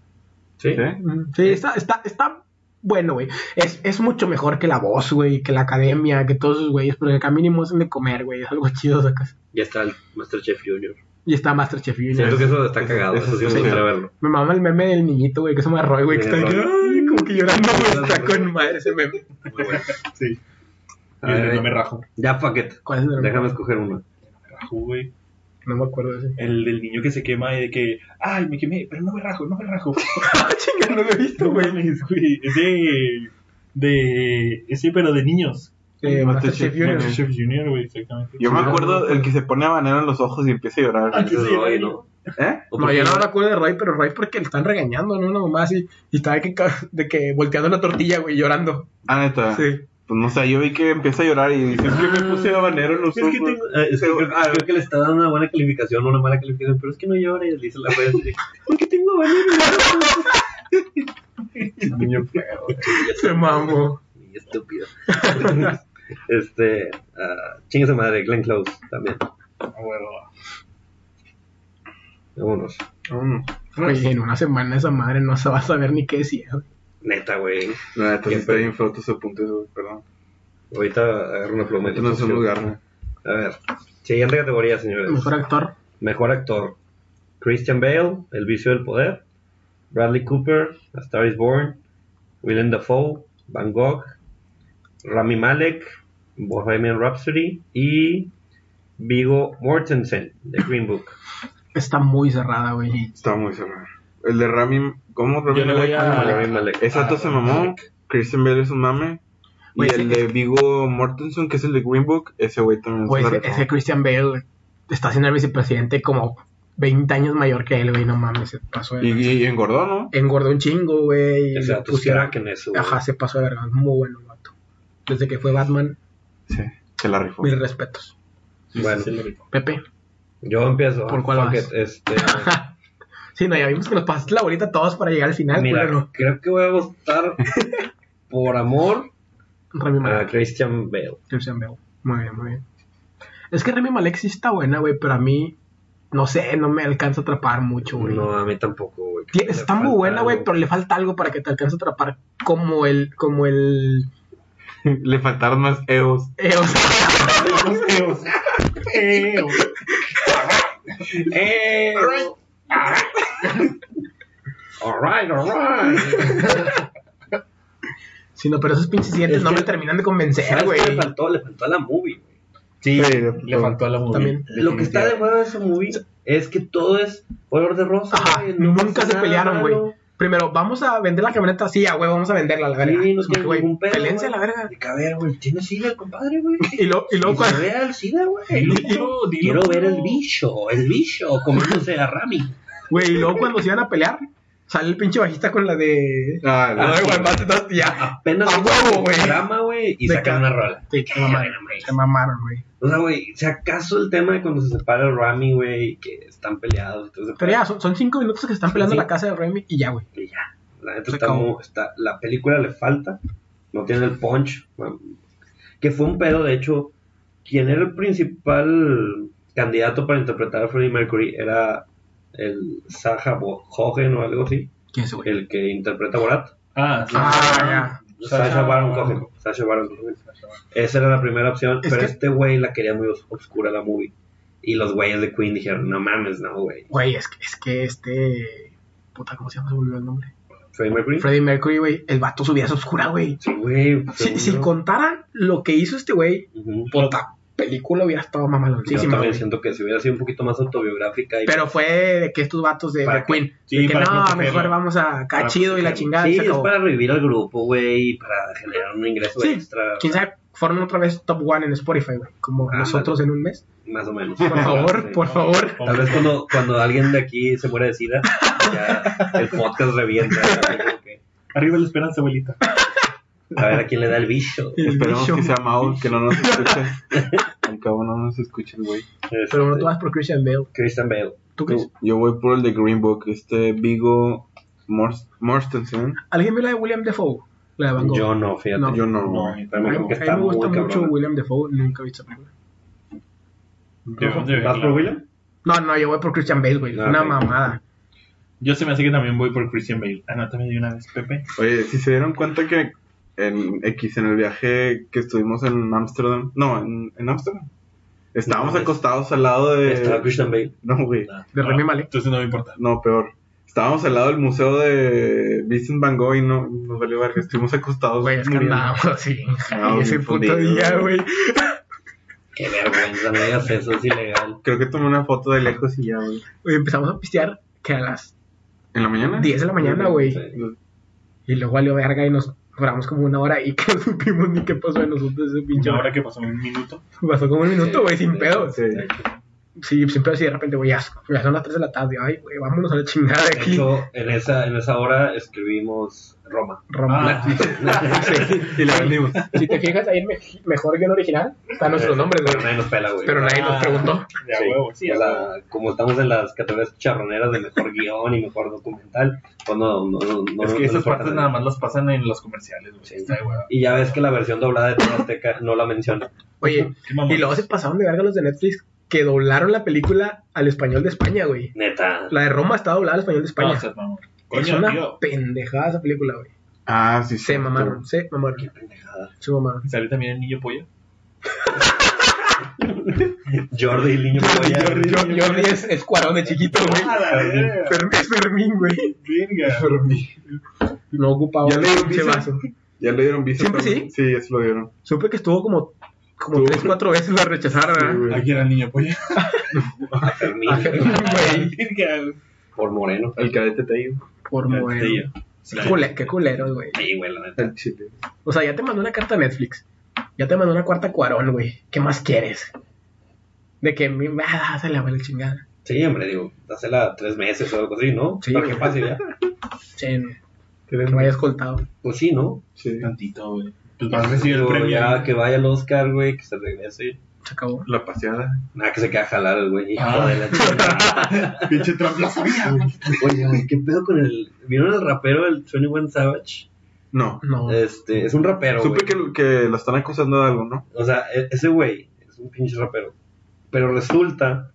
Speaker 1: ¿Sí?
Speaker 3: ¿Sí?
Speaker 2: Mm, Sí, está, está, está bueno, güey. Es, es mucho mejor que la voz, güey, que la academia, que todos esos güeyes, porque acá mínimo hacen de comer, güey. Es algo chido sacas.
Speaker 1: Ya está el Masterchef Junior.
Speaker 2: Y está Masterchef Junior.
Speaker 1: Siento que eso está cagado. Eso sí me gustaría verlo.
Speaker 2: Me mama el meme del niñito, güey, que se llama Roy, güey, que está
Speaker 1: Roy.
Speaker 2: ay, como que llorando, güey. Está con madre ese meme.
Speaker 1: Muy bueno.
Speaker 4: Sí.
Speaker 1: A
Speaker 4: Y el de
Speaker 1: ver, eh,
Speaker 4: no me rajo.
Speaker 1: Ya, paquete.
Speaker 2: ¿Cuál es el meme?
Speaker 1: Déjame escoger uno.
Speaker 4: Me rajo, güey.
Speaker 2: No me acuerdo de ese.
Speaker 4: El del niño que se quema y de que, ay, me quemé, pero no me rajo, no me [LAUGHS] rajo.
Speaker 2: [LAUGHS] Ah, chinga, no lo he visto,
Speaker 4: No
Speaker 2: güey.
Speaker 4: mames, güey. Ese de. Ese, pero de niños.
Speaker 2: Eh, Masterchef
Speaker 3: Masterchef
Speaker 2: Junior.
Speaker 3: Junior.
Speaker 4: Chef Junior, güey, exactamente.
Speaker 3: Yo me acuerdo el que se pone habanero en los ojos y empieza a llorar.
Speaker 4: Ah, que
Speaker 1: Entonces,
Speaker 4: sí,
Speaker 1: Roy,
Speaker 4: ¿no?
Speaker 1: ¿no?
Speaker 3: ¿Eh?
Speaker 1: ¿O por
Speaker 2: No,
Speaker 1: qué
Speaker 2: yo no
Speaker 1: no?
Speaker 2: me acuerdo de Roy, pero Roy porque le están regañando, ¿no? Una mamá así. Y estaba de que, ca- de que volteando la tortilla, güey, llorando.
Speaker 3: Ah, neta.
Speaker 2: Sí.
Speaker 3: Pues no sé, yo vi que empieza a llorar y dice, es que me puse habanero en los
Speaker 1: Es
Speaker 3: ojos.
Speaker 1: que tengo, eh, es que creo, creo que le está dando una buena calificación, una mala calificación, pero es que no llora y le dice la wea así, ¿por qué tengo habanero? Niño feo, güey,
Speaker 2: Se mamó.
Speaker 1: niño [LAUGHS] estúpido. [LAUGHS] Este, ah, chinga su madre, Glenn Close también.
Speaker 4: Ah, huevo.
Speaker 1: Vámonos.
Speaker 2: Oye, en una semana esa madre no se va a saber ni qué decía. güey.
Speaker 1: Neta, güey.
Speaker 3: No, neta, sí
Speaker 1: Qué
Speaker 3: Ah, está
Speaker 1: feo.
Speaker 3: bien feo tus apuntes, güey, perdón.
Speaker 1: Ahorita agarro una pluma. y
Speaker 3: Esto no es un
Speaker 1: lo-
Speaker 3: lugar, ¿no?
Speaker 1: A ver, siguiente categoría, señores.
Speaker 2: Mejor actor.
Speaker 1: Mejor actor. Christian Bale, El vicio del poder. Bradley Cooper, A Star is Born. Willem Dafoe, Van Gogh. Rami Malek, Bohemian Rhapsody. Y Vigo Mortensen, de Green Book.
Speaker 2: Está muy cerrada, güey.
Speaker 3: Está muy cerrado. El de Rami, ¿cómo? Rami
Speaker 4: Yo le voy
Speaker 3: Malek? Ah,
Speaker 4: a-
Speaker 1: Rami
Speaker 4: [LAUGHS]
Speaker 1: Malek.
Speaker 3: Ese dato
Speaker 4: Ah,
Speaker 3: se mamó. Christian Bale es un mame.
Speaker 2: Güey,
Speaker 3: y el
Speaker 2: ese-
Speaker 3: de Vigo Mortensen, que es el de Green Book, ese güey también
Speaker 2: Güey,
Speaker 3: se la
Speaker 2: ese,
Speaker 3: rifó.
Speaker 2: ese Christian Bale güey, está siendo el vicepresidente como 20 años mayor que él, güey. No mames, se pasó de
Speaker 3: y,
Speaker 2: lanza.
Speaker 3: y engordó, ¿no?
Speaker 2: Engordó un chingo, güey.
Speaker 1: Ese
Speaker 2: le
Speaker 1: vato es
Speaker 2: pusieron-
Speaker 1: crack en eso, güey.
Speaker 2: Ajá, se pasó de verga. Muy bueno, vato. Desde que fue Batman,
Speaker 3: Sí, se la rifó.
Speaker 2: mis respetos.
Speaker 1: Bueno,
Speaker 2: Pepe.
Speaker 1: yo empiezo. ah,
Speaker 2: ¿Por cuál
Speaker 1: Fuck it,
Speaker 2: vas? [LAUGHS]
Speaker 1: Este,
Speaker 2: sí, no, ya vimos que nos pasaste la bolita a todos para llegar al final,
Speaker 1: mira,
Speaker 2: culero.
Speaker 1: creo que voy a votar por amor
Speaker 2: Rami
Speaker 1: a
Speaker 2: Malek.
Speaker 1: Christian Bale.
Speaker 2: Christian Bale. Muy bien, muy bien. Es que Remy Malek sí está buena, güey, pero a mí, no sé, no me alcanza a atrapar mucho, güey.
Speaker 1: No, a mí tampoco, güey.
Speaker 2: Tie- Está muy buena, güey, pero le falta algo para que te alcance a atrapar como el, como el...
Speaker 3: [LAUGHS] Le faltaron más egos.
Speaker 2: eh, o sea, [LAUGHS]
Speaker 4: [LAUGHS] Eh, güey.
Speaker 1: ¡Eh! [LAUGHS] Alright, alright.
Speaker 2: sí, no, pero esos pinches dientes
Speaker 1: Es
Speaker 2: no
Speaker 1: que-
Speaker 2: me terminan de convencer, güey.
Speaker 1: Le faltó, le faltó a la movie. güey.
Speaker 4: Sí,
Speaker 3: Sí,
Speaker 4: le faltó a la movie.
Speaker 2: También.
Speaker 1: Lo que está de
Speaker 4: Definitivamente.
Speaker 1: huevo de esa movie es que todo es color de rosa.
Speaker 2: Ajá,
Speaker 1: güey, no
Speaker 2: nunca
Speaker 1: pasa
Speaker 2: se
Speaker 1: nada
Speaker 2: pelearon, güey.
Speaker 1: malo.
Speaker 2: Primero, vamos a vender la camioneta, sí, a güey, vamos a venderla, a la verga.
Speaker 1: Sí, no
Speaker 2: Es como
Speaker 1: tiene
Speaker 2: que, güey,
Speaker 1: ningún pedo.
Speaker 2: pelense a
Speaker 1: güey.
Speaker 2: la verga.
Speaker 1: De que, a ver, güey, tiene sida el compadre,
Speaker 2: [LAUGHS]
Speaker 1: güey.
Speaker 2: Y, lo, y luego
Speaker 1: Y se
Speaker 2: [LAUGHS] cuando...
Speaker 1: vea el sida, güey.
Speaker 4: Dilo, dilo.
Speaker 1: Quiero ver el bicho, el bicho comiéndose a Rami.
Speaker 2: Güey, y luego cuando se iban a pelear, sale el pinche bajista con la de...
Speaker 3: Ah,
Speaker 2: Ah,
Speaker 3: la-
Speaker 2: güey, mate, entonces, ya.
Speaker 1: Apenas
Speaker 2: a huevo, güey.
Speaker 1: drama, güey, y
Speaker 2: De
Speaker 1: sacan
Speaker 2: ca-
Speaker 1: una rola.
Speaker 2: Sí,
Speaker 1: Qué
Speaker 2: se mamaron,
Speaker 1: buena, güey.
Speaker 2: se mamaron, güey.
Speaker 1: O sea, güey, si acaso el tema de cuando se separa el Rami, güey, que están peleados y todo ese
Speaker 2: Pero
Speaker 1: pedo,
Speaker 2: ya, son, son cinco minutos que se están peleando
Speaker 1: Sí.
Speaker 2: en la casa de Remy y ya, güey.
Speaker 1: y ya. La neta
Speaker 2: Se
Speaker 1: está
Speaker 2: acabó.
Speaker 1: mu- está- la película le falta, no tiene el punch. man. Que fue un pedo, de hecho, quien era el principal candidato para interpretar a Freddie Mercury era el Saja Hogen o algo así,
Speaker 2: ¿Quién es, güey?
Speaker 1: el que interpreta a Borat.
Speaker 4: Ah, sí.
Speaker 2: Ah,
Speaker 1: Sasha, Baron Cohen. Sasha Baron Cohen. Esa era la primera opción,
Speaker 2: Es
Speaker 1: pero
Speaker 2: que-
Speaker 1: este güey la quería muy os- oscura la movie. Y los güeyes de Queen dijeron, no mames, no, güey.
Speaker 2: Güey, es que, es que este... Puta, ¿cómo se llama? Se me olvidó el nombre.
Speaker 1: Freddie Mercury.
Speaker 2: Freddie Mercury, güey. El vato subía esa oscura, güey.
Speaker 1: Sí, güey.
Speaker 2: Si,
Speaker 1: según
Speaker 2: si
Speaker 1: yo.
Speaker 2: contaran lo que hizo este güey,
Speaker 1: Ujú.
Speaker 2: puta, película hubiera estado
Speaker 1: Yo
Speaker 2: mamaloncísima,
Speaker 1: también
Speaker 2: güey.
Speaker 1: siento que si hubiera sido un poquito más autobiográfica. Y...
Speaker 2: Pero fue de que estos vatos de,
Speaker 1: Para
Speaker 2: de
Speaker 1: que-
Speaker 2: Queen.
Speaker 4: sí,
Speaker 2: de que
Speaker 4: para
Speaker 2: no,
Speaker 4: protegerlo.
Speaker 2: mejor vamos a acá
Speaker 4: Para
Speaker 2: chido y la
Speaker 4: protegerlo.
Speaker 2: chingada. y
Speaker 1: sí,
Speaker 2: se
Speaker 1: es
Speaker 2: acabó.
Speaker 1: para revivir al grupo, güey, y para generar un ingreso
Speaker 2: Sí,
Speaker 1: extra.
Speaker 2: Quién sabe, formen otra vez top one en Spotify, güey. Como
Speaker 1: Ah,
Speaker 2: nosotros en
Speaker 1: [LAUGHS]
Speaker 2: un mes.
Speaker 1: Más o menos.
Speaker 2: Por favor,
Speaker 1: Sí.
Speaker 2: por favor.
Speaker 1: Tal vez cuando, cuando alguien de aquí se muere de sida, ya el podcast revienta. ¿no? Como que,
Speaker 4: Arriba la esperanza, abuelita.
Speaker 1: A ver a quién le da el bicho.
Speaker 2: El
Speaker 3: Esperemos
Speaker 2: bicho.
Speaker 3: que sea Mau, que no nos
Speaker 2: [LAUGHS]
Speaker 3: escuche. Al cabo no nos escuche el güey.
Speaker 2: Pero no tú vas por Christian Bale.
Speaker 1: Este, Christian Bale.
Speaker 2: ¿Tú crees?
Speaker 3: Yo voy por el de Green Book, este Vigo Mortensen.
Speaker 2: ¿Alguien vio la de William Defoe? La de Van Gogh.
Speaker 1: Yo no, fíjate.
Speaker 2: No.
Speaker 3: Yo no,
Speaker 4: No,
Speaker 3: güey.
Speaker 2: a mí,
Speaker 1: También como que
Speaker 2: a mí
Speaker 1: está
Speaker 2: me gusta
Speaker 1: muy
Speaker 2: mucho
Speaker 1: cabrón.
Speaker 2: William Defoe, nunca he visto esa película.
Speaker 4: Yo, de
Speaker 1: ¿Vas
Speaker 4: verla,
Speaker 1: por
Speaker 4: güey.
Speaker 1: William?
Speaker 2: No, no, yo voy por Christian Bale, güey.
Speaker 1: Ah,
Speaker 2: Una
Speaker 1: ok.
Speaker 2: mamada.
Speaker 4: Yo se me hace que también voy por Christian Bale. Anátame de una vez, Pepe.
Speaker 3: Oye, si se dieron cuenta que en X, en el viaje que estuvimos en Ámsterdam, no, en, en Ámsterdam, estábamos
Speaker 1: No, es-
Speaker 3: acostados al lado
Speaker 2: Eh.
Speaker 3: de...
Speaker 1: Estaba Christian Bale.
Speaker 3: No, güey.
Speaker 1: Ah.
Speaker 2: De Remy
Speaker 4: Ah,
Speaker 2: Malek.
Speaker 4: Entonces no me importa.
Speaker 3: No, peor. Estábamos al lado del museo de Vincent Van Gogh y no nos valió verga. Estuvimos acostados.
Speaker 2: Güey, es que
Speaker 3: muriendo.
Speaker 2: andábamos así.
Speaker 3: Ah,
Speaker 2: y ese
Speaker 3: bien
Speaker 2: puto
Speaker 3: fundido,
Speaker 2: día, güey.
Speaker 1: Qué vergüenza, no digas eso, es ilegal.
Speaker 3: Creo que tomé una foto de lejos y ya, güey.
Speaker 2: Güey, empezamos a pistear que a las
Speaker 3: ¿En la mañana?
Speaker 2: 10 de la mañana, güey.
Speaker 1: Sí.
Speaker 2: Y luego valió verga y nos duramos como una hora y [LAUGHS] que no supimos ni qué pasó de nosotros ese pinche.
Speaker 4: Ya
Speaker 2: hora.
Speaker 4: ahora que pasó un minuto.
Speaker 2: Pasó como un minuto, güey, sin
Speaker 1: Sí,
Speaker 2: pedo.
Speaker 3: sí.
Speaker 2: Sí, sin pedo, así de repente, güey, ya, ya son las 3 de la tarde. Ay, güey, vámonos a la chingada de
Speaker 1: De
Speaker 2: aquí.
Speaker 1: hecho, en esa, en esa hora escribimos Roma.
Speaker 4: Ah,
Speaker 2: [LAUGHS] Romper.
Speaker 4: [LAUGHS]
Speaker 3: Y la vendimos.
Speaker 2: Si te fijas ahí en me- mejor guión original, están nuestros nombres,
Speaker 1: Pero
Speaker 2: güey.
Speaker 1: nadie nos pela, güey.
Speaker 2: Pero nadie nos
Speaker 4: Ah.
Speaker 2: preguntó.
Speaker 4: Ya,
Speaker 1: Sí,
Speaker 4: huevo, sí.
Speaker 1: o
Speaker 4: a
Speaker 1: sea,
Speaker 4: huevo.
Speaker 1: como estamos en las categorías charroneras de mejor guión y mejor documental, pues no, no, no, no-
Speaker 4: es
Speaker 1: no
Speaker 4: que esas
Speaker 1: nos
Speaker 4: partes
Speaker 1: pasan.
Speaker 4: nada más las pasan en los comerciales, güey. Está de huevo.
Speaker 1: Y ya ves que la versión doblada de Tele Azteca no la menciona.
Speaker 2: Oye,
Speaker 4: Qué mamón.
Speaker 2: y luego se pasaron de verga los de Netflix que doblaron la película al español de España, güey.
Speaker 1: Neta.
Speaker 2: La de Roma está doblada al español de
Speaker 4: No,
Speaker 2: España.
Speaker 4: o sea, mamón.
Speaker 2: es
Speaker 4: Coño,
Speaker 2: una
Speaker 4: tío.
Speaker 2: pendejada esa película, güey.
Speaker 3: Ah, sí, sí.
Speaker 2: Se mamaron, se
Speaker 1: Qué
Speaker 2: mamaron,
Speaker 1: pendejada.
Speaker 2: se mamaron.
Speaker 4: Sale también el niño pollo.
Speaker 1: [LAUGHS] Jordi y Niño Polla.
Speaker 2: Jordi, Jordi, Jordi es, es cuarón de chiquito, güey.
Speaker 4: Ah, la verga.
Speaker 2: Fermín, es Fermín, güey. [LAUGHS]
Speaker 4: Verga.
Speaker 2: No ocupaba
Speaker 3: ¿Ya le
Speaker 2: un
Speaker 3: dieron
Speaker 2: pinche
Speaker 3: visa?
Speaker 2: vaso.
Speaker 3: ¿Ya le dieron visa?
Speaker 2: ¿Siempre
Speaker 3: también?
Speaker 2: sí?
Speaker 3: Sí, ya se lo dieron.
Speaker 2: Supe que estuvo como, como
Speaker 3: Tú.
Speaker 2: tres, cuatro veces la rechazaron,
Speaker 3: Sí,
Speaker 2: ¿verdad?
Speaker 3: güey.
Speaker 4: Aquí era el niño pollo. [LAUGHS]
Speaker 1: A Fermín.
Speaker 2: A [LAUGHS] Fermín, güey.
Speaker 4: Verga, güey.
Speaker 1: Por Moreno.
Speaker 3: El cadete te iba.
Speaker 2: Por
Speaker 4: Ya,
Speaker 2: mover.
Speaker 4: tío.
Speaker 2: Qué cule- Qué culeros, güey.
Speaker 1: Sí, güey, la neta.
Speaker 3: El chile.
Speaker 2: O sea, ya te mandó una carta a Netflix. Ya te mandó una cuarta Cuarón, güey. ¿Qué más quieres? De que mi ah, se le va la chingada.
Speaker 1: Sí, hombre, digo, dásela tres meses o algo así, ¿no?
Speaker 2: Sí.
Speaker 1: Para que pase ya.
Speaker 2: Che, que me vaya escoltado.
Speaker 1: Pues sí, ¿no?
Speaker 3: Sí.
Speaker 4: Tantito, güey. Pues vas a recibir el
Speaker 1: Digo,
Speaker 4: premio.
Speaker 1: Ya que vaya al Oscar, güey, que se regrese.
Speaker 2: Se acabó.
Speaker 3: La paseada.
Speaker 1: Nada, que se quede a jalar el güey. Hijo
Speaker 4: Ah.
Speaker 1: de la chingada.
Speaker 4: [LAUGHS] Pinche Trump lo sabía, güey.
Speaker 1: Oye, güey, ¿qué pedo con el. ¿Vieron el rapero, el 21 Savage?
Speaker 3: No.
Speaker 4: Ah.
Speaker 2: No.
Speaker 1: Este, es un rapero.
Speaker 3: Supe
Speaker 1: güey.
Speaker 3: que, lo- que lo están acusando de algo, ¿no?
Speaker 1: O sea, e- ese güey es un pinche rapero. Pero resulta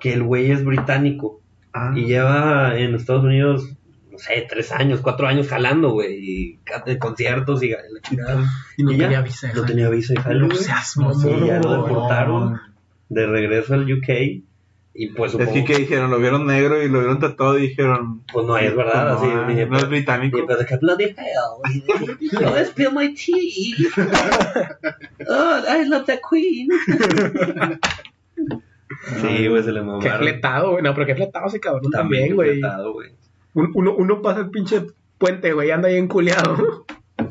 Speaker 1: que el güey es británico
Speaker 3: Ah.
Speaker 1: y lleva en Estados Unidos, no sé, tres años, cuatro años jalando, güey. Y ca- de conciertos y ga- la chingada.
Speaker 2: y no
Speaker 1: y ya,
Speaker 2: tenía visa.
Speaker 1: No
Speaker 2: esa.
Speaker 1: tenía visa y jaló,
Speaker 2: No
Speaker 1: güey.
Speaker 2: seas
Speaker 4: No, sí,
Speaker 1: ya lo
Speaker 2: mamón.
Speaker 1: deportaron de regreso al UK. Y pues
Speaker 3: Es
Speaker 1: supongo
Speaker 3: que, ¿qué dijeron? Lo vieron negro y lo vieron tatuado y dijeron...
Speaker 1: Pues no es verdad,
Speaker 3: pues
Speaker 1: así.
Speaker 3: No,
Speaker 1: ni de
Speaker 3: no es
Speaker 1: pe-
Speaker 3: británico.
Speaker 1: ni de pe- que bloody hell. You always spill my tea. Oh, I love that queen. Sí, güey, se le
Speaker 2: Qué
Speaker 1: mamaron.
Speaker 2: fletado, güey. No, pero qué fletado ese cabrón también, güey.
Speaker 1: fletado, güey.
Speaker 2: Un- Uno, uno pasa el pinche puente, güey, y anda ahí enculeado.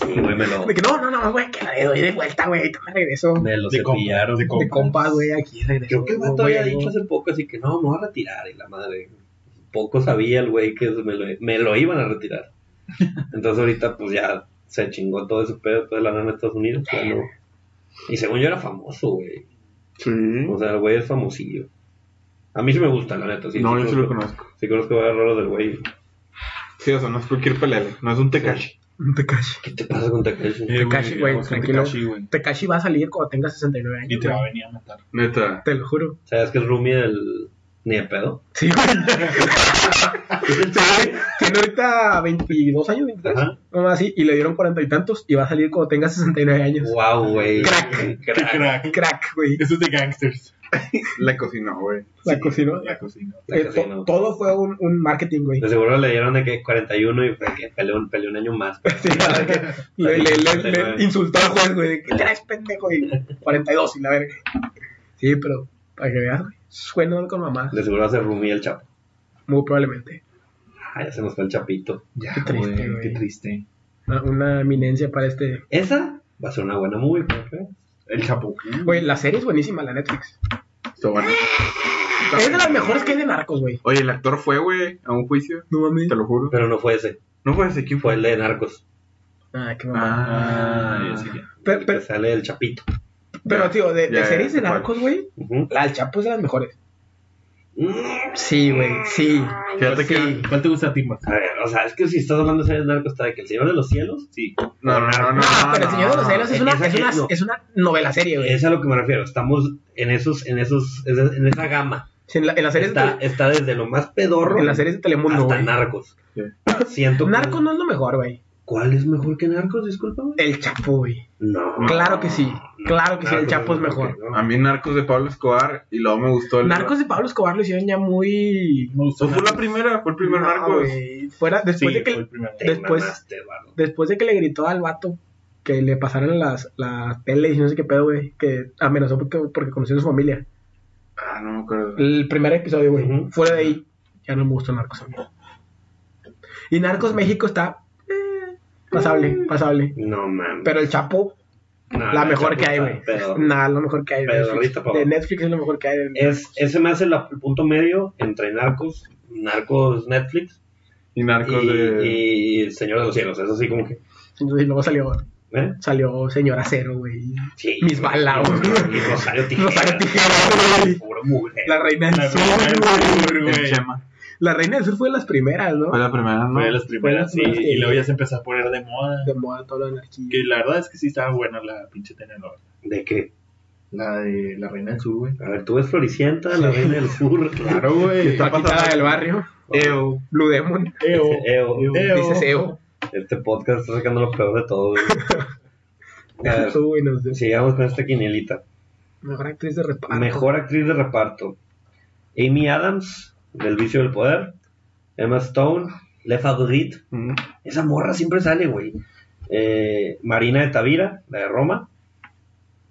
Speaker 1: Sí, güey, me lo,
Speaker 2: [LAUGHS] De que no, no, no, güey, que la doy de vuelta, güey, que me regreso.
Speaker 1: me lo
Speaker 4: De compas,
Speaker 1: cepillaron.
Speaker 4: de
Speaker 2: De compas, güey, aquí regreso.
Speaker 1: Creo que el vato
Speaker 2: güey,
Speaker 1: había
Speaker 2: no.
Speaker 1: dicho hace poco, así que no, me voy a retirar. Y la madre, poco sabía el güey que me lo, me lo iban a
Speaker 3: [LAUGHS]
Speaker 1: retirar. Entonces ahorita, pues ya se chingó todo ese pedo, toda la lana en Estados Unidos. ya no. Y según yo era famoso, güey.
Speaker 3: Sí.
Speaker 1: O sea, el güey es famosillo. A mí sí me gusta, la neta. Sí,
Speaker 3: no,
Speaker 1: sí
Speaker 3: yo sí lo conozco.
Speaker 1: Sí conozco varios rolos del güey.
Speaker 3: Sí, o sea, no es cualquier pelele. No es un Tekashi.
Speaker 2: No te calles.
Speaker 1: ¿Qué te pasa con Takashi?
Speaker 4: Eh,
Speaker 2: Tekashi, güey,
Speaker 4: vamos con
Speaker 2: tranquilo.
Speaker 4: Tekashi, güey.
Speaker 2: Tekashi va a salir cuando tenga 69 años.
Speaker 4: Y te
Speaker 2: güey.
Speaker 4: va a venir a matar.
Speaker 3: Neta.
Speaker 2: Te lo juro.
Speaker 1: ¿Sabes que es Rumi del... Ni de
Speaker 3: [LAUGHS]
Speaker 1: pedo?
Speaker 2: Sí, güey. [LAUGHS] Tiene ahorita 22 años, 23.
Speaker 1: Ajá.
Speaker 2: Nomás así. Y le dieron 40 y tantos. Y va a salir cuando tenga 69 años.
Speaker 1: Wow, güey.
Speaker 2: Crack.
Speaker 4: Qué
Speaker 1: Crack.
Speaker 4: crack.
Speaker 2: Crack,
Speaker 4: [LAUGHS]
Speaker 2: güey.
Speaker 4: Eso es de gangsters.
Speaker 3: La cocinó, güey.
Speaker 2: La cocinó.
Speaker 4: La cocina.
Speaker 1: La
Speaker 2: Eh,
Speaker 1: cocina.
Speaker 2: to- todo fue un, un marketing, güey.
Speaker 1: De seguro le dieron de que 41 y fue que peleó un, peleó un año más.
Speaker 2: Sí, la verdad que le, le- le- le insultó al juez, güey. de que traes, pendejo? Y 42 y la verga. Sí, pero para que veas, güey. Suena con mamá.
Speaker 1: De seguro hace Rumi el Chapo.
Speaker 2: Muy probablemente.
Speaker 1: Ah, ya se nos fue el Chapito.
Speaker 4: Ya,
Speaker 2: Qué triste,
Speaker 4: güey,
Speaker 2: güey.
Speaker 4: Qué triste.
Speaker 2: Una, una eminencia para este.
Speaker 1: Esa va a ser una buena movie, ¿por qué?
Speaker 4: El chapo.
Speaker 2: Güey, la serie es buenísima, la Netflix.
Speaker 3: Está bueno.
Speaker 2: Es de las mejores que hay de narcos, güey.
Speaker 3: Oye, el actor fue, güey, a un juicio.
Speaker 2: No mames.
Speaker 3: Te lo juro.
Speaker 1: Pero no fue ese,
Speaker 3: No fue ese. ¿Quién
Speaker 1: fue
Speaker 3: fue?
Speaker 1: el de Narcos.
Speaker 2: Ah, qué mamá.
Speaker 3: Ah.
Speaker 4: ya sé quién.
Speaker 2: Pero-
Speaker 1: el
Speaker 2: pero-
Speaker 1: que sale el Chapito.
Speaker 2: Pero, tío, de, de
Speaker 3: Ya, ya,
Speaker 2: series de
Speaker 3: ya, ya,
Speaker 2: narcos, güey,
Speaker 1: Ujú.
Speaker 2: la del Chapo es de las mejores. Sí, güey, sí.
Speaker 3: Fíjate
Speaker 2: Sí.
Speaker 3: que.
Speaker 4: ¿Cuál te gusta a ti más?
Speaker 1: A ver, o sea, es que si estás hablando de series narcos, está de que el Señor de los Cielos, sí.
Speaker 3: No, no, no, no.
Speaker 2: Ah, pero el Señor de los Cielos es
Speaker 1: no,
Speaker 2: una,
Speaker 1: esa
Speaker 2: es
Speaker 1: que-
Speaker 2: una,
Speaker 1: no.
Speaker 2: es una novela serie, güey.
Speaker 1: Es a lo que me refiero. Estamos en esos, en esos, en esa gama.
Speaker 2: Sí, en, la- en las series
Speaker 1: Está,
Speaker 2: de,
Speaker 1: está desde lo más pedorro
Speaker 2: en las series de Telemundo,
Speaker 1: hasta
Speaker 2: güey.
Speaker 1: narcos.
Speaker 3: Sí.
Speaker 1: Siento que-
Speaker 2: Narcos no es lo mejor, güey.
Speaker 1: ¿Cuál es mejor que narcos? Discúlpame.
Speaker 2: El Chapo, güey.
Speaker 1: No.
Speaker 2: Claro que sí. Claro que sí, el
Speaker 1: Narcos
Speaker 2: Chapo es
Speaker 1: mejor
Speaker 2: mejor.
Speaker 1: que no.
Speaker 3: A mí Narcos de Pablo Escobar y luego me gustó el.
Speaker 2: Narcos de Pablo Escobar lo hicieron ya muy.
Speaker 4: Me gustó.
Speaker 3: Eso fue la
Speaker 4: Narcos.
Speaker 3: primera, fue el primer
Speaker 2: No,
Speaker 3: Narcos.
Speaker 2: güey. Fuera,
Speaker 4: Sí,
Speaker 2: después, de
Speaker 4: fue
Speaker 2: que,
Speaker 4: el primero.
Speaker 1: Te
Speaker 2: después-
Speaker 1: mamaste, Eduardo.
Speaker 2: después de que le gritó al vato que le pasaran las, las teles y no sé qué pedo, güey. Que amenazó porque, porque conoció a su familia.
Speaker 3: Ah, no me acuerdo.
Speaker 2: El primer episodio, güey.
Speaker 1: Ujú.
Speaker 2: Fuera de ahí, ya no me gustó Narcos a mí. Y Narcos México está. eh, pasable, pasable.
Speaker 1: No mames.
Speaker 2: Pero el Chapo,
Speaker 1: No,
Speaker 2: la
Speaker 1: no,
Speaker 2: mejor
Speaker 1: Ah, Chapo
Speaker 2: que hay,
Speaker 1: está
Speaker 2: güey.
Speaker 1: pedorro.
Speaker 2: Nada, lo mejor que hay. güey.
Speaker 1: Pero
Speaker 2: Netflix-
Speaker 1: ahorita, por
Speaker 2: de
Speaker 1: favor.
Speaker 2: Netflix es lo mejor que hay.
Speaker 1: Es, ese me hace la- el punto medio entre narcos, narcos Netflix
Speaker 3: Y Narcos
Speaker 1: y,
Speaker 3: de.
Speaker 1: y El Señor de los Cielos. Es así como que.
Speaker 2: Entonces, y luego salió,
Speaker 1: ¿eh?
Speaker 2: salió Señora Cero, güey.
Speaker 1: Sí.
Speaker 2: Mis balas,
Speaker 1: Y
Speaker 2: güey.
Speaker 1: Rosario Tijeras.
Speaker 2: Rosario Tijeras, güey.
Speaker 1: Puro mujer.
Speaker 2: La Reina del
Speaker 4: La
Speaker 2: Sur,
Speaker 4: primera del
Speaker 2: güey.
Speaker 4: sur,
Speaker 3: el
Speaker 4: güey.
Speaker 3: Chema.
Speaker 2: La Reina del Sur fue de las primeras, ¿no?
Speaker 3: Fue la primera, ¿no?
Speaker 4: Fue de las primeras, sí.
Speaker 2: Fue la primera, sí.
Speaker 4: Y luego ya se empezó a poner de moda.
Speaker 2: De moda, todo lo de anarquía.
Speaker 4: Que la verdad es que sí estaba buena la pinche telenovela.
Speaker 1: ¿De qué?
Speaker 4: La de la Reina del Sur, güey.
Speaker 1: A ver, tú ves Floricienta, la reina del
Speaker 2: [LAUGHS]
Speaker 1: sur.
Speaker 3: Claro, güey. Está
Speaker 2: Paquita
Speaker 3: pasando.
Speaker 2: del barrio,
Speaker 3: Eo.
Speaker 2: Blue Demon,
Speaker 4: Eo.
Speaker 1: Eo.
Speaker 4: Eo.
Speaker 2: dice Seo.
Speaker 1: Eh, Este podcast está sacando lo peor de
Speaker 2: [LAUGHS]
Speaker 1: todo. güey. A ver,
Speaker 2: Uy, no sé.
Speaker 1: sigamos con esta quinielita.
Speaker 2: Mejor actriz de reparto.
Speaker 1: Mejor actriz de reparto. Amy Adams, del vicio del poder. Emma Stone, Le Favorite.
Speaker 3: Mm.
Speaker 1: Esa morra siempre sale, güey. Eh, Marina de Tavira, la de Roma.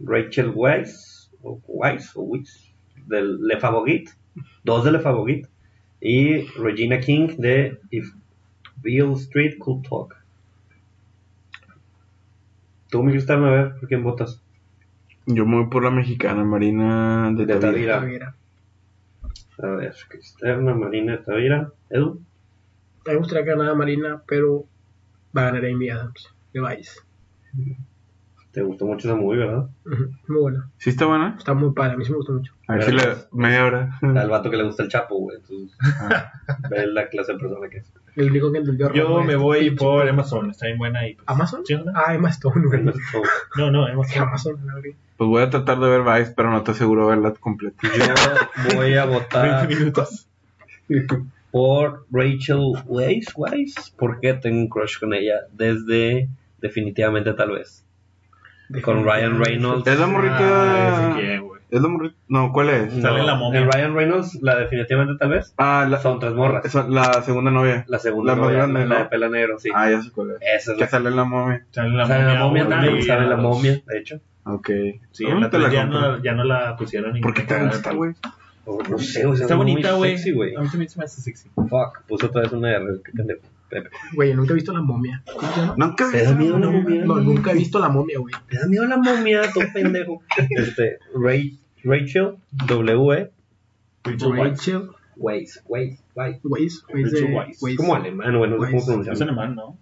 Speaker 1: Rachel Weisz, o Weisz, o Weiss, del Le Favorite. Dos de Le Favorite. Y Regina King de If Beale Street Could Talk. Tú, mi Cristian, a ver, ¿por quién votas?
Speaker 3: Yo me voy por la mexicana, Marina de,
Speaker 1: De
Speaker 3: Tavira.
Speaker 1: Tavira.
Speaker 2: Tavira.
Speaker 1: A ver, Cristiana, Marina de Tavira. Edu.
Speaker 2: A mí Me gustaría que ganara Marina, pero va a ganar Amy Adams, de Vice.
Speaker 1: Te gustó mucho esa movie, ¿verdad?
Speaker 2: Ujú, Muy buena.
Speaker 3: ¿Sí está buena?
Speaker 2: Está muy padre, a mí sí me gustó mucho.
Speaker 3: A ver si
Speaker 1: Gracias.
Speaker 3: la. media hora.
Speaker 1: Al vato que le gusta el chapo, güey. Entonces, [LAUGHS] ve la clase de persona que es.
Speaker 2: El único que entendió
Speaker 4: Yo
Speaker 2: Roma
Speaker 4: me
Speaker 2: es-
Speaker 4: voy por Amazon. Está bien buena y pues-
Speaker 2: ¿Amazon?
Speaker 4: Sí, ¿no?
Speaker 2: Ah, Emma Stone, güey. [LAUGHS]
Speaker 4: No, no,
Speaker 2: Sí,
Speaker 4: Amazon.
Speaker 2: Amazon, la verdad.
Speaker 3: [LAUGHS] Pues voy a tratar de ver Vice, pero no te aseguro verla completa.
Speaker 1: Yo voy a
Speaker 4: 20
Speaker 1: votar
Speaker 4: minutos.
Speaker 1: por Rachel Weisz, Weisz, porque tengo un crush con ella desde definitivamente tal vez. Con Ryan Reynolds.
Speaker 3: Es la morrita.
Speaker 4: Ah, ese que, güey.
Speaker 3: es la morrita. No, ¿cuál
Speaker 2: Mm.
Speaker 3: es?
Speaker 1: No,
Speaker 4: Sale la momia.
Speaker 1: en Ryan Reynolds, la definitivamente tal vez.
Speaker 3: Ah, la,
Speaker 1: Son tres morras.
Speaker 3: esa- la segunda novia.
Speaker 1: La segunda
Speaker 3: La más
Speaker 1: novia,
Speaker 3: grande,
Speaker 1: la, la
Speaker 3: ¿no?
Speaker 1: de pela negro, sí.
Speaker 3: Ah, ya sé cuál es.
Speaker 1: Esa es
Speaker 3: Que
Speaker 1: la,
Speaker 3: sale en la momia.
Speaker 4: Sale la
Speaker 1: sale la momia
Speaker 4: güey.
Speaker 1: también, sale la
Speaker 4: los-
Speaker 1: momia, de hecho.
Speaker 3: Ok.
Speaker 4: Sí,
Speaker 3: Ah,
Speaker 4: en la
Speaker 3: te la
Speaker 4: tele ya,
Speaker 3: compro.
Speaker 4: no, ya no la pusieron. en-
Speaker 3: ¿Por qué te gusta, güey?
Speaker 1: No, Oh, no sé, o sea,
Speaker 4: Está
Speaker 1: muy
Speaker 4: bonita, güey.
Speaker 1: sexy, güey.
Speaker 4: A mí también se me hace sexy.
Speaker 1: Fuck, puso otra vez una de qué pendejo. Pepe.
Speaker 2: Güey, yo nunca he visto la momia. ¿Cómo se llama?
Speaker 3: Nunca
Speaker 1: Te da miedo la momia.
Speaker 2: Ah, No, nunca he visto la momia, güey.
Speaker 1: Te da miedo la momia, tú pendejo. Este, Ray- Rachel W. E.
Speaker 2: Rachel
Speaker 1: Weiss, Weiss, Weiss.
Speaker 2: Weiss. Weiss
Speaker 4: Rachel
Speaker 2: de-
Speaker 4: Weisz.
Speaker 2: Weisz.
Speaker 1: Como alemán, bueno, no sé cómo
Speaker 2: Weiss.
Speaker 4: Es
Speaker 1: pronunciarlo.
Speaker 4: alemán, ¿no?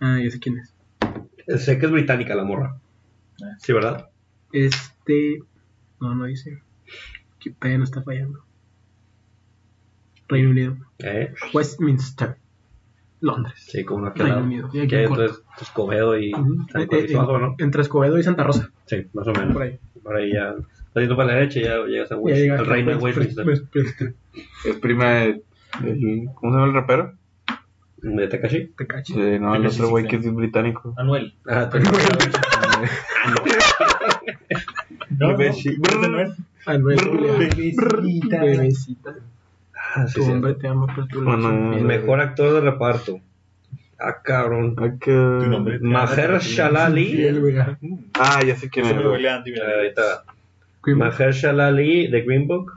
Speaker 2: Ah, ya sé quién es.
Speaker 1: Sé que es británica la morra.
Speaker 2: Eh.
Speaker 4: Ah.
Speaker 1: Sí, ¿verdad?
Speaker 2: Este. No, no dice. Qué pena, no está fallando. Reino Unido.
Speaker 1: Eh,
Speaker 2: Westminster. Londres.
Speaker 1: sí, como una
Speaker 2: Reino
Speaker 1: pelada.
Speaker 2: Unido, y aquí
Speaker 1: Que
Speaker 2: en corto.
Speaker 1: entonces Escobedo y
Speaker 2: Ujú.
Speaker 1: San
Speaker 2: Eh, eh,
Speaker 1: Cristóbal, ¿no?
Speaker 2: Entre Escobedo y Santa Rosa.
Speaker 1: Sí, más o
Speaker 2: Por
Speaker 1: menos.
Speaker 2: ahí.
Speaker 1: Por ahí ya. Está yendo para la derecha y ya llegas a
Speaker 2: Ya
Speaker 1: West,
Speaker 2: llega pues,
Speaker 1: al reino de
Speaker 2: West-
Speaker 1: Westminster.
Speaker 2: West- Westminster.
Speaker 3: Es prima de. del- ¿Cómo se llama el rapero?
Speaker 1: ¿De Takashi?
Speaker 2: Te cacho.
Speaker 3: Sí, Ah, no, el
Speaker 4: Tekashi
Speaker 3: otro güey que
Speaker 4: Sixten.
Speaker 3: es británico.
Speaker 4: Anuel.
Speaker 1: Ah, Takashi.
Speaker 3: [LAUGHS]
Speaker 4: No, no,
Speaker 3: Beshi-
Speaker 4: ¿no es Anuel?
Speaker 2: Ah, no, es Julia.
Speaker 4: Bebecita.
Speaker 2: Bebecita.
Speaker 1: Ah, sí,
Speaker 2: Tu
Speaker 1: sí.
Speaker 2: hombre te ama, pero tú lo
Speaker 3: Bueno,
Speaker 2: haces.
Speaker 3: eh,
Speaker 1: Mejor actor de reparto. Ah, cabrón.
Speaker 3: Ah, que-
Speaker 4: Tu nombre.
Speaker 1: Maher
Speaker 2: Fiel,
Speaker 1: Shalali.
Speaker 2: güey.
Speaker 4: Mm.
Speaker 3: Ah, ya sé quién
Speaker 4: Se
Speaker 3: es.
Speaker 4: me
Speaker 3: güey.
Speaker 4: googlean, mira.
Speaker 1: Eh, Ahorita.
Speaker 2: Queen-
Speaker 1: Maher Shalali de Green Book.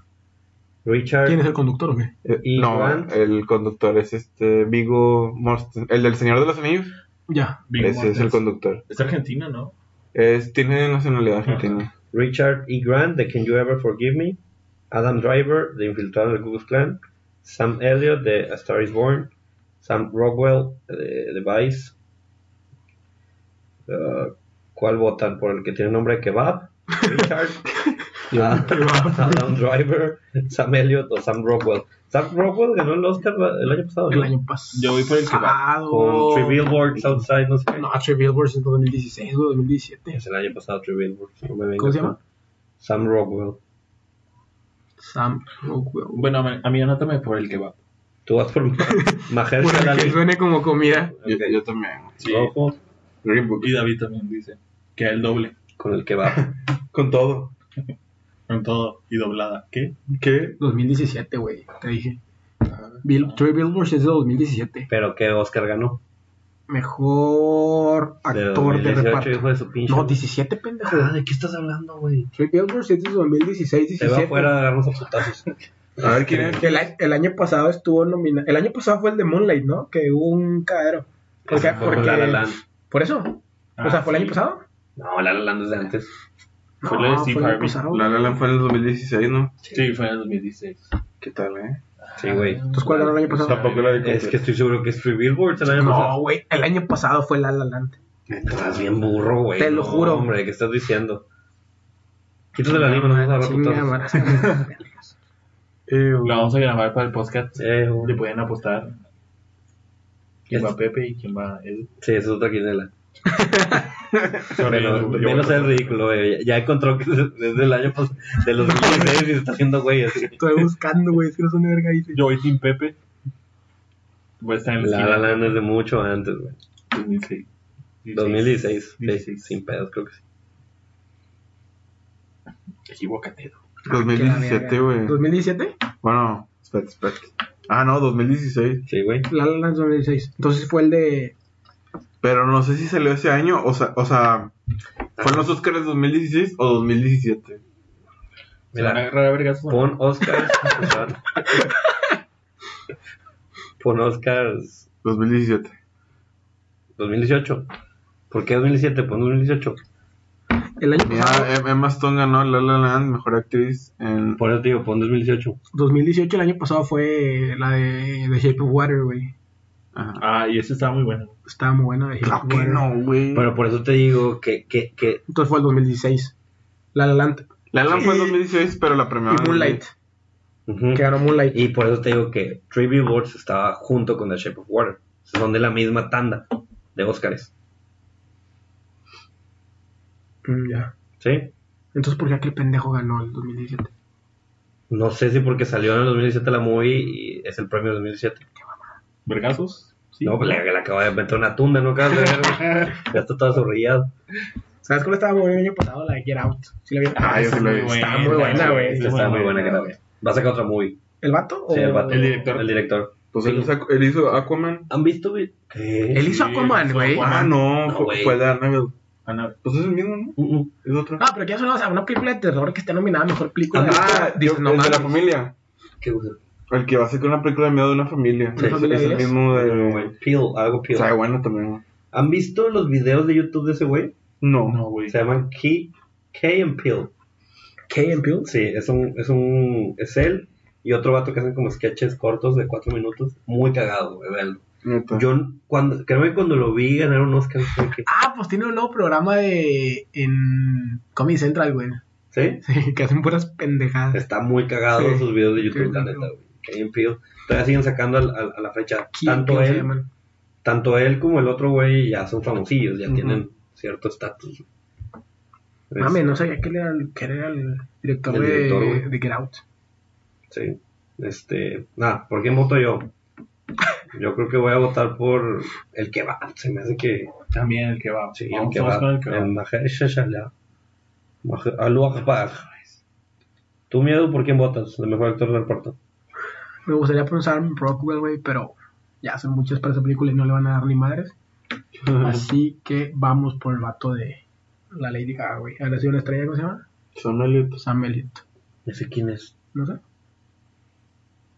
Speaker 1: Richard.
Speaker 2: ¿Quién es el conductor o qué?
Speaker 3: Eh,
Speaker 1: ¿Y
Speaker 3: No,
Speaker 1: Grant?
Speaker 3: el conductor es este Vigo Mortensen. El del Señor de los Anillos.
Speaker 2: Ya.
Speaker 4: Viggo
Speaker 3: Ese es
Speaker 4: Mortensen.
Speaker 3: el conductor.
Speaker 4: Es argentina, ¿no?
Speaker 3: Es, tiene nacionalidad
Speaker 4: Ajá.
Speaker 3: argentina.
Speaker 1: Richard E. Grant de Can You Ever Forgive Me, Adam Driver de Infiltrado del Ku Klux Klan, Sam Elliott de A Star Is Born, Sam Rockwell de, de Vice. Eh,
Speaker 2: [LAUGHS] [COUGHS]
Speaker 1: Uh, ¿Cuál votan? ¿Por el que tiene nombre de kebab? Richard Y un-
Speaker 2: Ah.
Speaker 1: Adam Driver, Sam Elliott o Sam Rockwell. Sam Rockwell ganó el Oscar el año pasado.
Speaker 2: El
Speaker 1: ¿no?
Speaker 2: año pasado.
Speaker 4: Yo voy por el que va.
Speaker 1: Con Three Billboards Outside, no sé qué.
Speaker 2: No, Three Billboards en 2016 o 2017.
Speaker 1: Es el año pasado Three Billboards. no me vengas
Speaker 2: ¿Cómo se
Speaker 1: con-
Speaker 2: llama?
Speaker 1: Sam Rockwell.
Speaker 2: Sam Rockwell.
Speaker 4: Bueno, a- a mí anótame por el que va.
Speaker 1: Tú vas por Mahershala
Speaker 2: Bueno, que
Speaker 1: Ali.
Speaker 2: suene como comida.
Speaker 3: Yo,
Speaker 1: Ok.
Speaker 3: yo también. güey.
Speaker 4: Sí.
Speaker 1: Rojo
Speaker 3: Green Book.
Speaker 4: Y David también dice que el doble.
Speaker 1: con el que va.
Speaker 3: Con todo.
Speaker 4: Con todo y doblada. ¿Qué?
Speaker 3: ¿Qué?
Speaker 2: 2017, güey. Te dije. Bill, Three Billboards es de 2017.
Speaker 1: Pero que Oscar ganó.
Speaker 2: Mejor
Speaker 1: De
Speaker 2: actor de
Speaker 1: 2018,
Speaker 2: reparto.
Speaker 1: hijo de su pinche.
Speaker 2: No, 17, pendejo.
Speaker 1: Ah, ¿De qué estás hablando, güey?
Speaker 2: Three Billboards es de 2016,
Speaker 1: Se va
Speaker 2: 17.
Speaker 1: afuera a agarrarnos a putazos.
Speaker 3: A ver quién es.
Speaker 2: El, a- el año pasado estuvo nominado. El año pasado fue el de Moonlight, ¿no? Que hubo un cadero. O sea,
Speaker 1: Fue con La La Land.
Speaker 2: Por eso.
Speaker 4: Ah,
Speaker 2: o sea, fue el
Speaker 4: sí.
Speaker 2: año pasado.
Speaker 1: No, La La Land es de antes.
Speaker 4: Fue lo de Steve
Speaker 2: fue el año
Speaker 4: Harvey.
Speaker 2: pasado.
Speaker 3: La La Land fue en el 2016, ¿no?
Speaker 4: Sí, fue en el 2016.
Speaker 3: ¿Qué tal, eh?
Speaker 1: Sí, güey.
Speaker 2: Entonces, ¿cuál era el año pasado?
Speaker 3: Tampoco la de
Speaker 1: Es que estoy seguro que es Three Billboards el año
Speaker 2: No,
Speaker 1: pasado.
Speaker 2: güey. El año pasado fue La La Land.
Speaker 1: Estás bien burro, güey.
Speaker 2: Te lo
Speaker 1: No,
Speaker 2: juro.
Speaker 1: Hombre, ¿qué estás diciendo? Quítate la lima, nos vamos a
Speaker 2: Chinga,
Speaker 1: agarrar
Speaker 2: madre, [LAUGHS] sácame.
Speaker 3: Eh,
Speaker 4: Lo vamos a grabar para el podcast.
Speaker 1: putazos.
Speaker 4: Le
Speaker 1: Eh,
Speaker 4: pueden apostar quién
Speaker 1: Es-
Speaker 4: va Pepe y quién va él.
Speaker 1: Sí, eso es otra quinela.
Speaker 4: Sorry, yo-
Speaker 1: Menos,
Speaker 4: yo-
Speaker 1: menos el ridículo, güey. Ya encontró que desde el año pas- de los 2006 y se está haciendo güey así.
Speaker 2: Estoy buscando, güey. Es que no son de verga. dice.
Speaker 4: Yo voy sin Pepe. Voy a estar en la
Speaker 1: La
Speaker 4: esquina.
Speaker 1: La Land es de mucho antes, güey.
Speaker 4: 2016.
Speaker 1: 2016. Sí,
Speaker 4: 16.
Speaker 1: sin pedos, creo que sí.
Speaker 4: Equivócate.
Speaker 3: 2017, güey.
Speaker 2: ¿2017?
Speaker 3: Bueno, espérate, espérate. Ah, no, 2016.
Speaker 1: Sí, güey.
Speaker 2: La La Land 2016. Entonces fue el de.
Speaker 3: Pero no sé si salió ese año, o sea, o sea ¿fueron los Oscars 2016 o 2017?
Speaker 4: Se van a
Speaker 1: Mira,
Speaker 4: agarrar a vergas.
Speaker 1: pon Oscars. o [LAUGHS] sea, pon Oscars
Speaker 3: 2017.
Speaker 1: 2018. ¿Por qué 2017? Pon 2018.
Speaker 2: El año
Speaker 3: Mira,
Speaker 2: pasado.
Speaker 3: Em- Emma Stone ganó La La Land, mejor actriz en...
Speaker 1: Por eso te digo, pon 2018.
Speaker 2: 2018, el año pasado fue la de The Shape of Water, güey.
Speaker 3: Ajá.
Speaker 4: Ah, y ese estaba muy bueno.
Speaker 2: Estaba muy buena The Shape
Speaker 3: Claro
Speaker 2: of
Speaker 3: que
Speaker 2: Water.
Speaker 3: no, güey.
Speaker 1: Pero por eso te digo que, que, que
Speaker 2: Entonces fue el 2016. La La Land.
Speaker 3: La La Land fue en
Speaker 2: Y-
Speaker 3: 2016, pero la premiaron.
Speaker 2: y
Speaker 3: en
Speaker 2: Moonlight.
Speaker 3: 2000.
Speaker 1: Ujú.
Speaker 2: Que ganó Moonlight.
Speaker 1: Y por eso te digo que Three Billboards estaba junto con The Shape of Water. Son de la misma tanda de Oscars.
Speaker 2: Mm, ya.
Speaker 1: ¿Sí?
Speaker 2: Entonces, ¿por qué aquel pendejo ganó el 2017?
Speaker 1: No sé si porque salió en el 2017 la movie y es el premio del 2017.
Speaker 4: ¿Vergazos? Sí.
Speaker 1: No, pues le, le acaba de meter una tunda, ¿no? Acabas de ver, güey. ya está todo zorrillado.
Speaker 2: ¿Sabes cuál estaba muy buena el año pasado? La de Get Out. ¿Sí la vieron?
Speaker 3: Ah, yo sí la vi.
Speaker 2: Está muy buena, Oh. güey.
Speaker 4: Está
Speaker 1: Está muy buena que la veas. Va a sacar otra movie.
Speaker 2: ¿El vato?
Speaker 1: Sí, el vato.
Speaker 4: El director.
Speaker 1: El director.
Speaker 3: Pues él, sacó- él hizo Aquaman.
Speaker 1: ¿Han visto? güey? ¿Qué?
Speaker 2: Él hizo
Speaker 4: Sí,
Speaker 2: Aquaman,
Speaker 4: hizo
Speaker 2: güey.
Speaker 4: Aquaman.
Speaker 3: Ah, no,
Speaker 1: No,
Speaker 3: fue,
Speaker 1: güey.
Speaker 3: fue de Annabelle.
Speaker 4: Ana-
Speaker 3: Pues es el mismo, ¿no?
Speaker 2: Uh,
Speaker 1: Mm, mm.
Speaker 3: Es otro.
Speaker 2: No, pero que eso no, o sea, una película de terror que está nominada a mejor película. de
Speaker 3: Ah,
Speaker 2: terror. Dices,
Speaker 3: yo-
Speaker 2: no
Speaker 3: el de la
Speaker 2: mames.
Speaker 3: familia.
Speaker 1: ¿Qué uso?
Speaker 3: El que va a sacar una película de miedo de una familia.
Speaker 1: Sí,
Speaker 3: es,
Speaker 2: sí,
Speaker 3: es el
Speaker 2: sí.
Speaker 3: mismo de...
Speaker 1: Güey, Peel, algo
Speaker 3: O
Speaker 1: Peel.
Speaker 3: sea, bueno también. güey.
Speaker 1: ¿Han visto los videos de YouTube de ese güey?
Speaker 3: No.
Speaker 4: No, güey.
Speaker 1: Se llaman Key, Key and Peel.
Speaker 2: Key and Peele.
Speaker 1: Sí, es un, es un, es él y otro vato que hacen como sketches cortos de cuatro minutos, muy cagado, güey, véanlo.
Speaker 3: Neta.
Speaker 1: Yo, cuando, créeme, cuando lo vi ganar un Oscar, fue que-
Speaker 2: Ah, pues tiene un nuevo programa de. en Comedy Central, güey. [LAUGHS]
Speaker 1: ¿sí?
Speaker 2: Sí, que hacen puras pendejadas.
Speaker 1: Está muy cagado
Speaker 2: Sí.
Speaker 1: sus videos de YouTube,
Speaker 2: Sí,
Speaker 1: la
Speaker 2: sí,
Speaker 1: neta,
Speaker 2: sí.
Speaker 1: güey. Key and Peele. Todavía siguen sacando al- al- a, la fecha.
Speaker 2: Key and
Speaker 1: Tanto
Speaker 2: Peele se
Speaker 1: él,
Speaker 2: llaman.
Speaker 1: tanto él como el otro güey ya son famosillos, ya
Speaker 2: Ujú.
Speaker 1: tienen cierto estatus. Es-
Speaker 2: Mame, no sabía que él era el, que él era el director,
Speaker 1: El director,
Speaker 2: de,
Speaker 1: güey.
Speaker 2: de Get Out.
Speaker 1: Sí. Este, nada, ¿por quién voto
Speaker 4: [LAUGHS]
Speaker 1: yo? Yo creo que voy a votar por el que va. Se me hace que
Speaker 4: También el que va.
Speaker 1: Sí,
Speaker 4: Vamos,
Speaker 1: el que
Speaker 4: vamos
Speaker 1: va.
Speaker 4: con el que va.
Speaker 1: En Mahershala. Mah- Alú Akbar. ¿Tu miedo por quién votas? El mejor actor del reparto.
Speaker 2: Me gustaría por un Sam Rockwell, güey, pero ya son muchas para esa película y no le van a dar ni madres. Así que vamos por el vato de la Lady Gaga, güey. ¿Ha nacido una estrella? ¿Cómo se llama?
Speaker 3: Son Elliot.
Speaker 2: Sam Elliott.
Speaker 1: No sé quién es.
Speaker 2: No sé.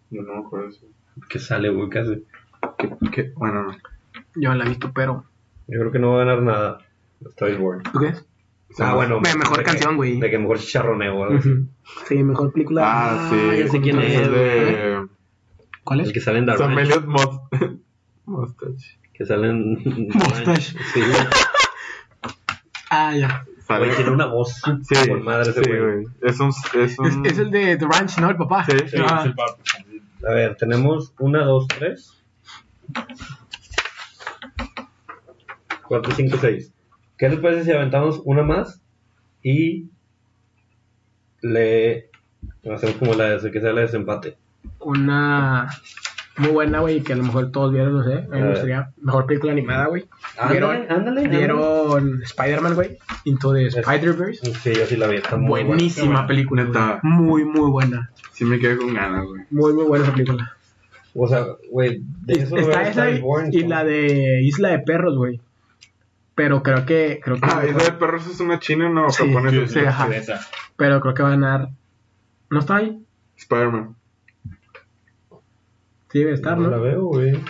Speaker 3: Yo no me acuerdo eso.
Speaker 1: Que sale, güey, casi.
Speaker 3: ¿Qué, qué? Bueno, no.
Speaker 2: Yo no la he visto, pero.
Speaker 1: Yo creo que no va a ganar nada. Estoy bored.
Speaker 2: ¿Tú qué es?
Speaker 1: Ah, bueno.
Speaker 2: Me- mejor
Speaker 1: de
Speaker 2: canción,
Speaker 1: que-
Speaker 2: güey.
Speaker 1: De que mejor chicharroneo, güey.
Speaker 2: Sí, mejor película.
Speaker 3: Ah, sí.
Speaker 2: ya sé quién
Speaker 1: Es
Speaker 2: es.
Speaker 3: el
Speaker 2: güey.
Speaker 3: de...
Speaker 2: ¿Cuál
Speaker 1: El
Speaker 2: es?
Speaker 1: que sale en The
Speaker 3: Sam
Speaker 1: Ranch.
Speaker 3: Elliot Must- [LAUGHS] Mustache.
Speaker 1: Que sale en...
Speaker 2: Mustache.
Speaker 1: Sí, güey.
Speaker 2: Ah, ya.
Speaker 3: sale-
Speaker 1: Güey, tiene una voz [LAUGHS]
Speaker 3: Sí,
Speaker 1: por madre ese
Speaker 3: sí,
Speaker 1: güey.
Speaker 3: güey. Es un. Es, un...
Speaker 2: Es, es el de The Ranch, ¿no? El papá.
Speaker 3: Mm. Sí,
Speaker 4: Sí,
Speaker 2: Ah,
Speaker 4: es el papi.
Speaker 1: A ver, tenemos una, dos, tres. Cuatro, cinco, seis. ¿Qué les parece si aventamos una más? Y le hacemos como la de que sea la de desempate.
Speaker 2: Una muy buena, güey, que a lo mejor todos vieron, no sé. A mí
Speaker 1: A
Speaker 2: me
Speaker 1: ver.
Speaker 2: gustaría mejor película animada, güey.
Speaker 1: Ándale,
Speaker 2: Vieron-
Speaker 1: ándale. ándale.
Speaker 2: Vieron Spider-Man, güey. Into the Spider-Verse.
Speaker 1: Sí, yo sí la vi. Está muy buena.
Speaker 2: Buenísima película. güey.
Speaker 3: Neta.
Speaker 2: Muy, muy buena.
Speaker 3: Sí, me quedé con ganas, güey.
Speaker 2: Muy, muy buena esa película.
Speaker 1: O sea, güey, de eso
Speaker 2: Está
Speaker 1: güey,
Speaker 2: esa
Speaker 1: el
Speaker 2: y-
Speaker 1: Born,
Speaker 2: y
Speaker 1: ¿no?
Speaker 2: la de Isla de Perros, güey. Pero creo que. Creo que
Speaker 3: Ah, ¿esa de perros es una china no
Speaker 2: Sí,
Speaker 3: japonesa?
Speaker 2: sí, ajá.
Speaker 4: Esa.
Speaker 2: Pero creo que va a ganar. ¿No está ahí?
Speaker 3: Spider-Man.
Speaker 2: Sí, debe estar,
Speaker 1: No
Speaker 2: ¿no?
Speaker 1: la veo, güey.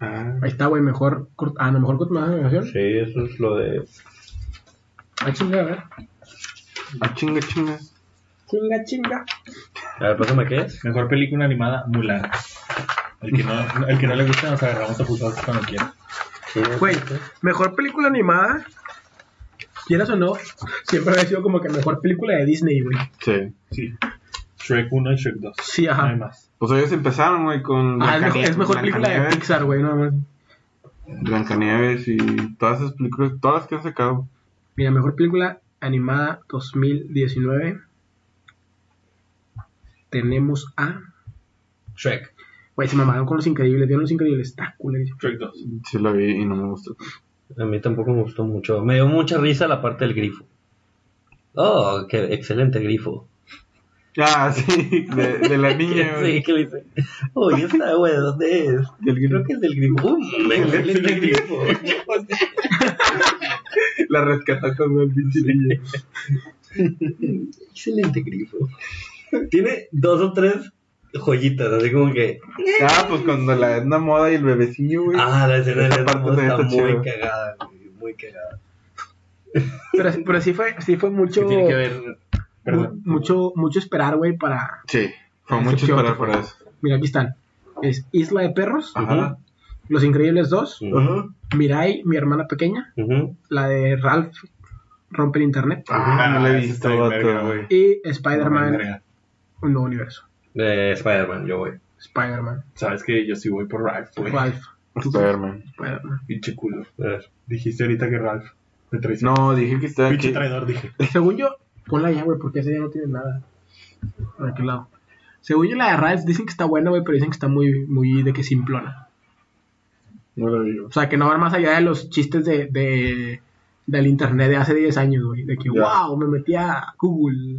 Speaker 3: Ah.
Speaker 2: Ahí está, güey. Mejor. cort- Ah, no, mejor cortometraje de animación.
Speaker 1: Sí, eso es lo de.
Speaker 2: Ah, chinga, a ver.
Speaker 3: ah, chinga, chinga.
Speaker 2: Chinga, chinga.
Speaker 1: A ver, pásame qué es.
Speaker 4: Mejor película animada, Mulan. El que no, el que no le gusta nos agarramos a pulsados cuando quiera.
Speaker 1: Sí,
Speaker 2: Güey, mejor película animada. Quieras o no, siempre ha sido como que mejor película de Disney, güey.
Speaker 3: Sí.
Speaker 4: Sí. Shrek 1 y Shrek 2.
Speaker 2: Sí,
Speaker 4: No hay
Speaker 2: ajá.
Speaker 4: más.
Speaker 3: Pues ellos empezaron, güey, con.
Speaker 2: Ah, es
Speaker 3: Blanca-
Speaker 2: mejor, es mejor película de
Speaker 3: Blancanieves-
Speaker 2: Pixar, güey, no más.
Speaker 3: Blancanieves y todas esas películas, todas las que han sacado.
Speaker 2: Mira, mejor película animada 2019. Tenemos a.
Speaker 1: Shrek.
Speaker 2: Güey, se mamaron con los increíbles. ¿Vieron los increíbles? Está culerísimo.
Speaker 4: Shrek 2.
Speaker 3: Sí la vi y no me gustó.
Speaker 1: A mí tampoco me gustó mucho. Me dio mucha risa la parte del grifo. Oh, qué excelente grifo.
Speaker 3: Ah, [LAUGHS] sí, de,
Speaker 2: [LAUGHS]
Speaker 3: de la niña,
Speaker 1: [LAUGHS] Sí,
Speaker 3: güey.
Speaker 1: que le dice. Oye, esta güey, ¿dónde es?
Speaker 3: Del grifo.
Speaker 1: Creo que es del grifo. "Mm, excelente grifo.
Speaker 3: La rescata con el pinche niño.
Speaker 1: excelente grifo. [LAUGHS] Tiene dos o tres joyitas, así como que.
Speaker 3: Ah, pues cuando la Edna Moda y el bebecillo, güey.
Speaker 1: Ah, la escena
Speaker 3: Esa
Speaker 1: de la
Speaker 3: parte también
Speaker 1: está
Speaker 3: está
Speaker 1: muy
Speaker 3: chida.
Speaker 1: cagada, güey, muy cagada.
Speaker 2: Pero, pero sí fue, sí fue mucho.
Speaker 4: Que tiene que ver. Perdón.
Speaker 2: mu- mucho, mucho esperar, güey, para.
Speaker 3: Sí,
Speaker 2: Ah,
Speaker 3: fue mucho esperar para eso.
Speaker 2: Mira, aquí están. Es Isla de Perros,
Speaker 4: Ah.
Speaker 3: Ajá.
Speaker 2: Los Increíbles 2,
Speaker 1: Ujú,
Speaker 2: Mirai, mi hermana pequeña,
Speaker 1: ujú.
Speaker 2: la de Ralph rompe el internet
Speaker 3: Ah, no la he
Speaker 4: esa
Speaker 3: visto,
Speaker 4: está bien verga,
Speaker 3: vato.
Speaker 4: güey.
Speaker 2: y
Speaker 4: No,
Speaker 2: Spider-Man,
Speaker 4: verga.
Speaker 2: un nuevo universo.
Speaker 1: De Spider-Man, yo voy.
Speaker 2: Spider-Man,
Speaker 4: Sabes que yo sí voy por Ralph, güey.
Speaker 2: Ralph,
Speaker 3: Spider-Man.
Speaker 2: Spider-Man.
Speaker 4: Pinche culo.
Speaker 1: A ver.
Speaker 4: Dijiste ahorita que Ralph me traicionó.
Speaker 3: No, dije que estaba
Speaker 4: Pinche
Speaker 3: aquí.
Speaker 4: traidor, dije.
Speaker 2: Según yo, ponla ya, güey, porque ese ya no tiene nada. ¿Para qué lado? Según yo, la de Ralph dicen que está buena, güey, pero dicen que está muy, muy de que simplona.
Speaker 3: No la vi, güey.
Speaker 2: O sea, que no van más allá de los chistes de, de- del internet de hace 10 años, güey. De que,
Speaker 3: Ya.
Speaker 2: wow, me metí a Google.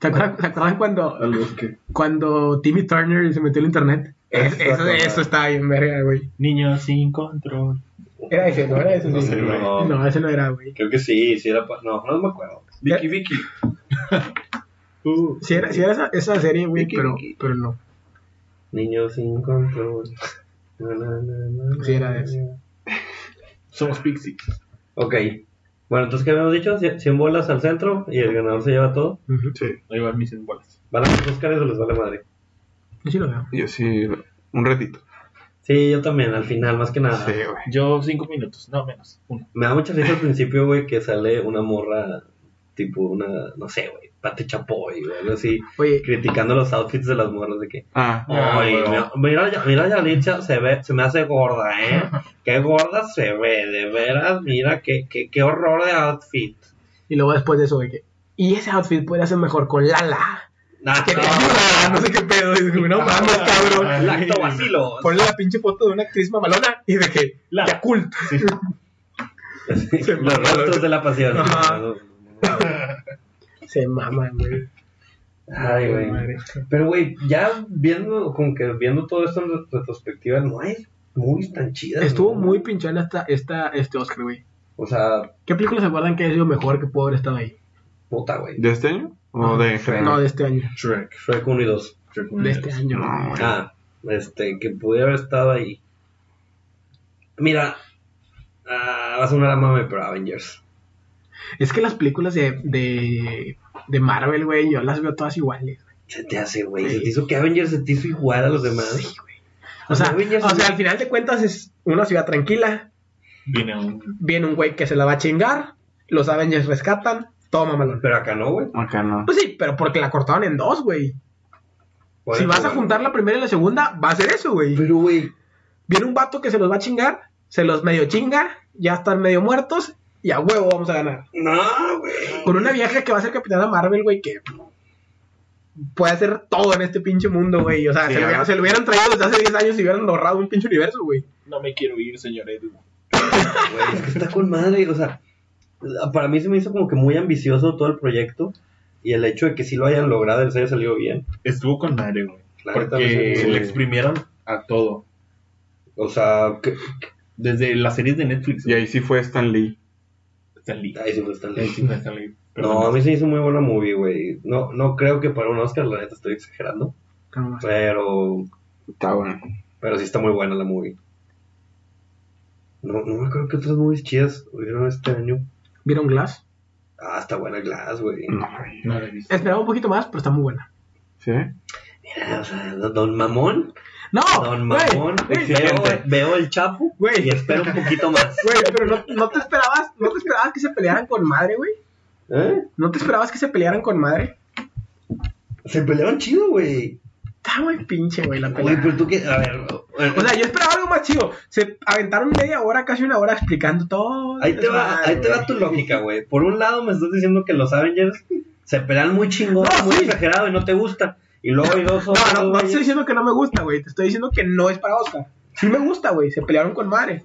Speaker 2: ¿Se acuerdan, se acuerdan cuando
Speaker 3: Al bosque.
Speaker 2: cuando Timmy Turner se metió al internet. Es- eso,
Speaker 3: Eso está
Speaker 2: eso
Speaker 3: mal.
Speaker 2: está bien, verga, güey.
Speaker 4: Niño sin control.
Speaker 2: Era ese, no era ese.
Speaker 4: No
Speaker 2: sí.
Speaker 4: sé, güey.
Speaker 2: no. ese no era, güey.
Speaker 1: Creo que sí, sí era. pa- No, no me acuerdo.
Speaker 3: Eh.
Speaker 2: Vicky,
Speaker 1: Vicky.
Speaker 4: [LAUGHS] Uh,
Speaker 2: Sí era, sí era esa, esa serie, güey,
Speaker 3: Vicky,
Speaker 2: pero,
Speaker 3: Vicky.
Speaker 2: pero no.
Speaker 1: Niños sin control. Na, na, na, na,
Speaker 2: Sí, era
Speaker 1: na,
Speaker 2: ese.
Speaker 1: na.
Speaker 4: somos pixies.
Speaker 1: Ok. Bueno, entonces, ¿qué habíamos dicho? Cien- 100 bolas al centro y el ganador se lleva todo.
Speaker 2: Ujú.
Speaker 3: Sí,
Speaker 4: Ahí van mis bolas.
Speaker 1: ¿Van a los Óscares o les vale madre?
Speaker 2: Yo sí lo veo.
Speaker 3: yo sí, un ratito.
Speaker 1: Sí, yo también, al final, más que nada.
Speaker 2: Ah.
Speaker 3: Sí, güey.
Speaker 4: Yo cinco minutos, no menos. Uno.
Speaker 1: Me da mucha risa al principio, güey, que sale una morra, tipo una, no sé, güey, Pate Chapoy, güey, algo así,
Speaker 2: Oye,
Speaker 1: criticando los outfits de las morras de que,
Speaker 3: Ah,
Speaker 4: Ah,
Speaker 1: Ay,
Speaker 4: güey.
Speaker 1: mira, mira, mira, Yalitza, se ve, se me hace gorda, ¿eh?
Speaker 4: [LAUGHS]
Speaker 1: Qué gorda se ve, de veras, mira, qué, qué, qué horror de outfit.
Speaker 2: y luego después de eso, güey, que. Y ese outfit podría ser mejor con Lala.
Speaker 1: Nah,
Speaker 2: Que te
Speaker 1: no,
Speaker 2: [LAUGHS] no sé qué pedo. Y dije, no mames, cabrón.
Speaker 1: Lactobacilos.
Speaker 2: Ponle la pinche foto de una actriz mamalona y de que.
Speaker 4: Lala.
Speaker 2: Ya cult.
Speaker 1: Los rostros de la pasión.
Speaker 2: Ajá. Se mama, güey.
Speaker 1: Ay, güey.
Speaker 2: Madre.
Speaker 1: Pero, güey, ya viendo, como que viendo todo esto en retrospectiva, no hay movies tan chidas.
Speaker 2: Estuvo
Speaker 1: ¿no?
Speaker 2: muy pinchona esta, esta, este Oscar, güey.
Speaker 1: O sea,
Speaker 2: ¿Qué películas se acuerdan que haya sido mejor que pudo haber estado ahí?
Speaker 1: puta, güey.
Speaker 3: ¿de este año? ¿O de en general?
Speaker 2: No, de este año.
Speaker 4: Shrek.
Speaker 1: Shrek 1 y 2.
Speaker 4: Shrek uno
Speaker 2: De
Speaker 4: y
Speaker 2: este
Speaker 4: dos.
Speaker 2: año.
Speaker 3: No, güey.
Speaker 1: Ah, este, que pudiera haber estado ahí. Mira, ah, va a sonar a mame, pero Avengers.
Speaker 2: Es que las películas de, de, de Marvel, güey, yo las veo todas iguales. güey.
Speaker 1: Se te hace, güey.
Speaker 2: Sí.
Speaker 1: Se te hizo que Avengers se te hizo igual a los demás.
Speaker 2: O sea,
Speaker 1: Marvel ya
Speaker 2: o sea,
Speaker 1: se-
Speaker 2: al final de cuentas es una ciudad tranquila.
Speaker 4: Viene un.
Speaker 2: Viene un güey que se la va a chingar. los Avengers rescatan, toma mamalón.
Speaker 1: Pero acá no, güey.
Speaker 3: Acá no.
Speaker 2: Pues sí, pero porque la cortaron en dos, güey.
Speaker 1: Por
Speaker 2: Si
Speaker 1: eso,
Speaker 2: vas a
Speaker 1: güey.
Speaker 2: juntar la primera y la segunda, va a ser eso, güey.
Speaker 1: Pero, güey,
Speaker 2: Viene un vato que se los va a chingar, se los medio chinga, ya están medio muertos y a huevo vamos a ganar.
Speaker 1: no, güey.
Speaker 2: Con una vieja que va a ser capitana Marvel, güey, que puede hacer todo en este pinche mundo, güey. O sea, se,
Speaker 3: Sí,
Speaker 2: lo
Speaker 3: ahora-
Speaker 2: hubieran, se lo hubieran traído desde hace 10 años y hubieran ahorrado un pinche universo, güey.
Speaker 4: No me quiero ir, señor Edu.
Speaker 1: Güey, es que está con madre, o sea, para mí se me hizo como que muy ambicioso todo el proyecto y el hecho de que sí lo hayan logrado, les haya salido bien.
Speaker 4: Estuvo con madre, güey.
Speaker 1: La neta,
Speaker 4: porque
Speaker 1: sí, sí.
Speaker 4: le exprimieron a todo.
Speaker 1: O sea, que,
Speaker 4: Desde las series de Netflix.
Speaker 3: Y ahí sí fue Stan Lee.
Speaker 4: Stan Lee.
Speaker 1: ay, sí me están
Speaker 4: Ahí sí fue Stan Lee. Pero
Speaker 1: No, a mí se me hizo muy buena movie, güey. No, no creo que para un Oscar, la neta estoy exagerando, pero,
Speaker 3: Está bueno.
Speaker 1: pero sí está muy buena la movie. No, no me acuerdo que otras movies chidas hubieron este año.
Speaker 2: ¿Vieron Glass?
Speaker 1: Ah, está buena Glass, güey.
Speaker 3: No,
Speaker 4: no lo he visto.
Speaker 2: Esperaba un poquito más, pero está muy buena.
Speaker 3: ¿Sí?
Speaker 1: Mira, o sea, Don Mamón,
Speaker 2: No,
Speaker 1: Don
Speaker 2: güey,
Speaker 1: Mamón,
Speaker 2: güey,
Speaker 1: veo, veo el Chapo
Speaker 2: Güey.
Speaker 1: y espero un poquito más.
Speaker 2: güey, pero no, no te esperabas, no te esperabas que se pelearan con madre, [LAUGHS] güey.
Speaker 1: ¿Eh?
Speaker 2: No te esperabas que se pelearan con madre.
Speaker 1: Se pelearon chido, güey.
Speaker 2: Está muy pinche, güey, la pelea.
Speaker 1: Güey, pero tú que. A ver. eh,
Speaker 2: O sea, yo esperaba algo más chido. Se aventaron media hora, casi una hora explicando todo.
Speaker 1: ahí te va, ahí te va tu lógica, güey. Por un lado me estás diciendo que los Avengers se pelean muy chingón,
Speaker 2: No,
Speaker 1: muy
Speaker 2: sí.
Speaker 1: exagerado y no te gusta. Y luego hay dos
Speaker 2: No,
Speaker 1: otros,
Speaker 2: no, no
Speaker 1: güey.
Speaker 2: te estoy diciendo que no me gusta, güey. Te estoy diciendo que no es para Oscar. Sí me gusta, güey. Se pelearon con madre.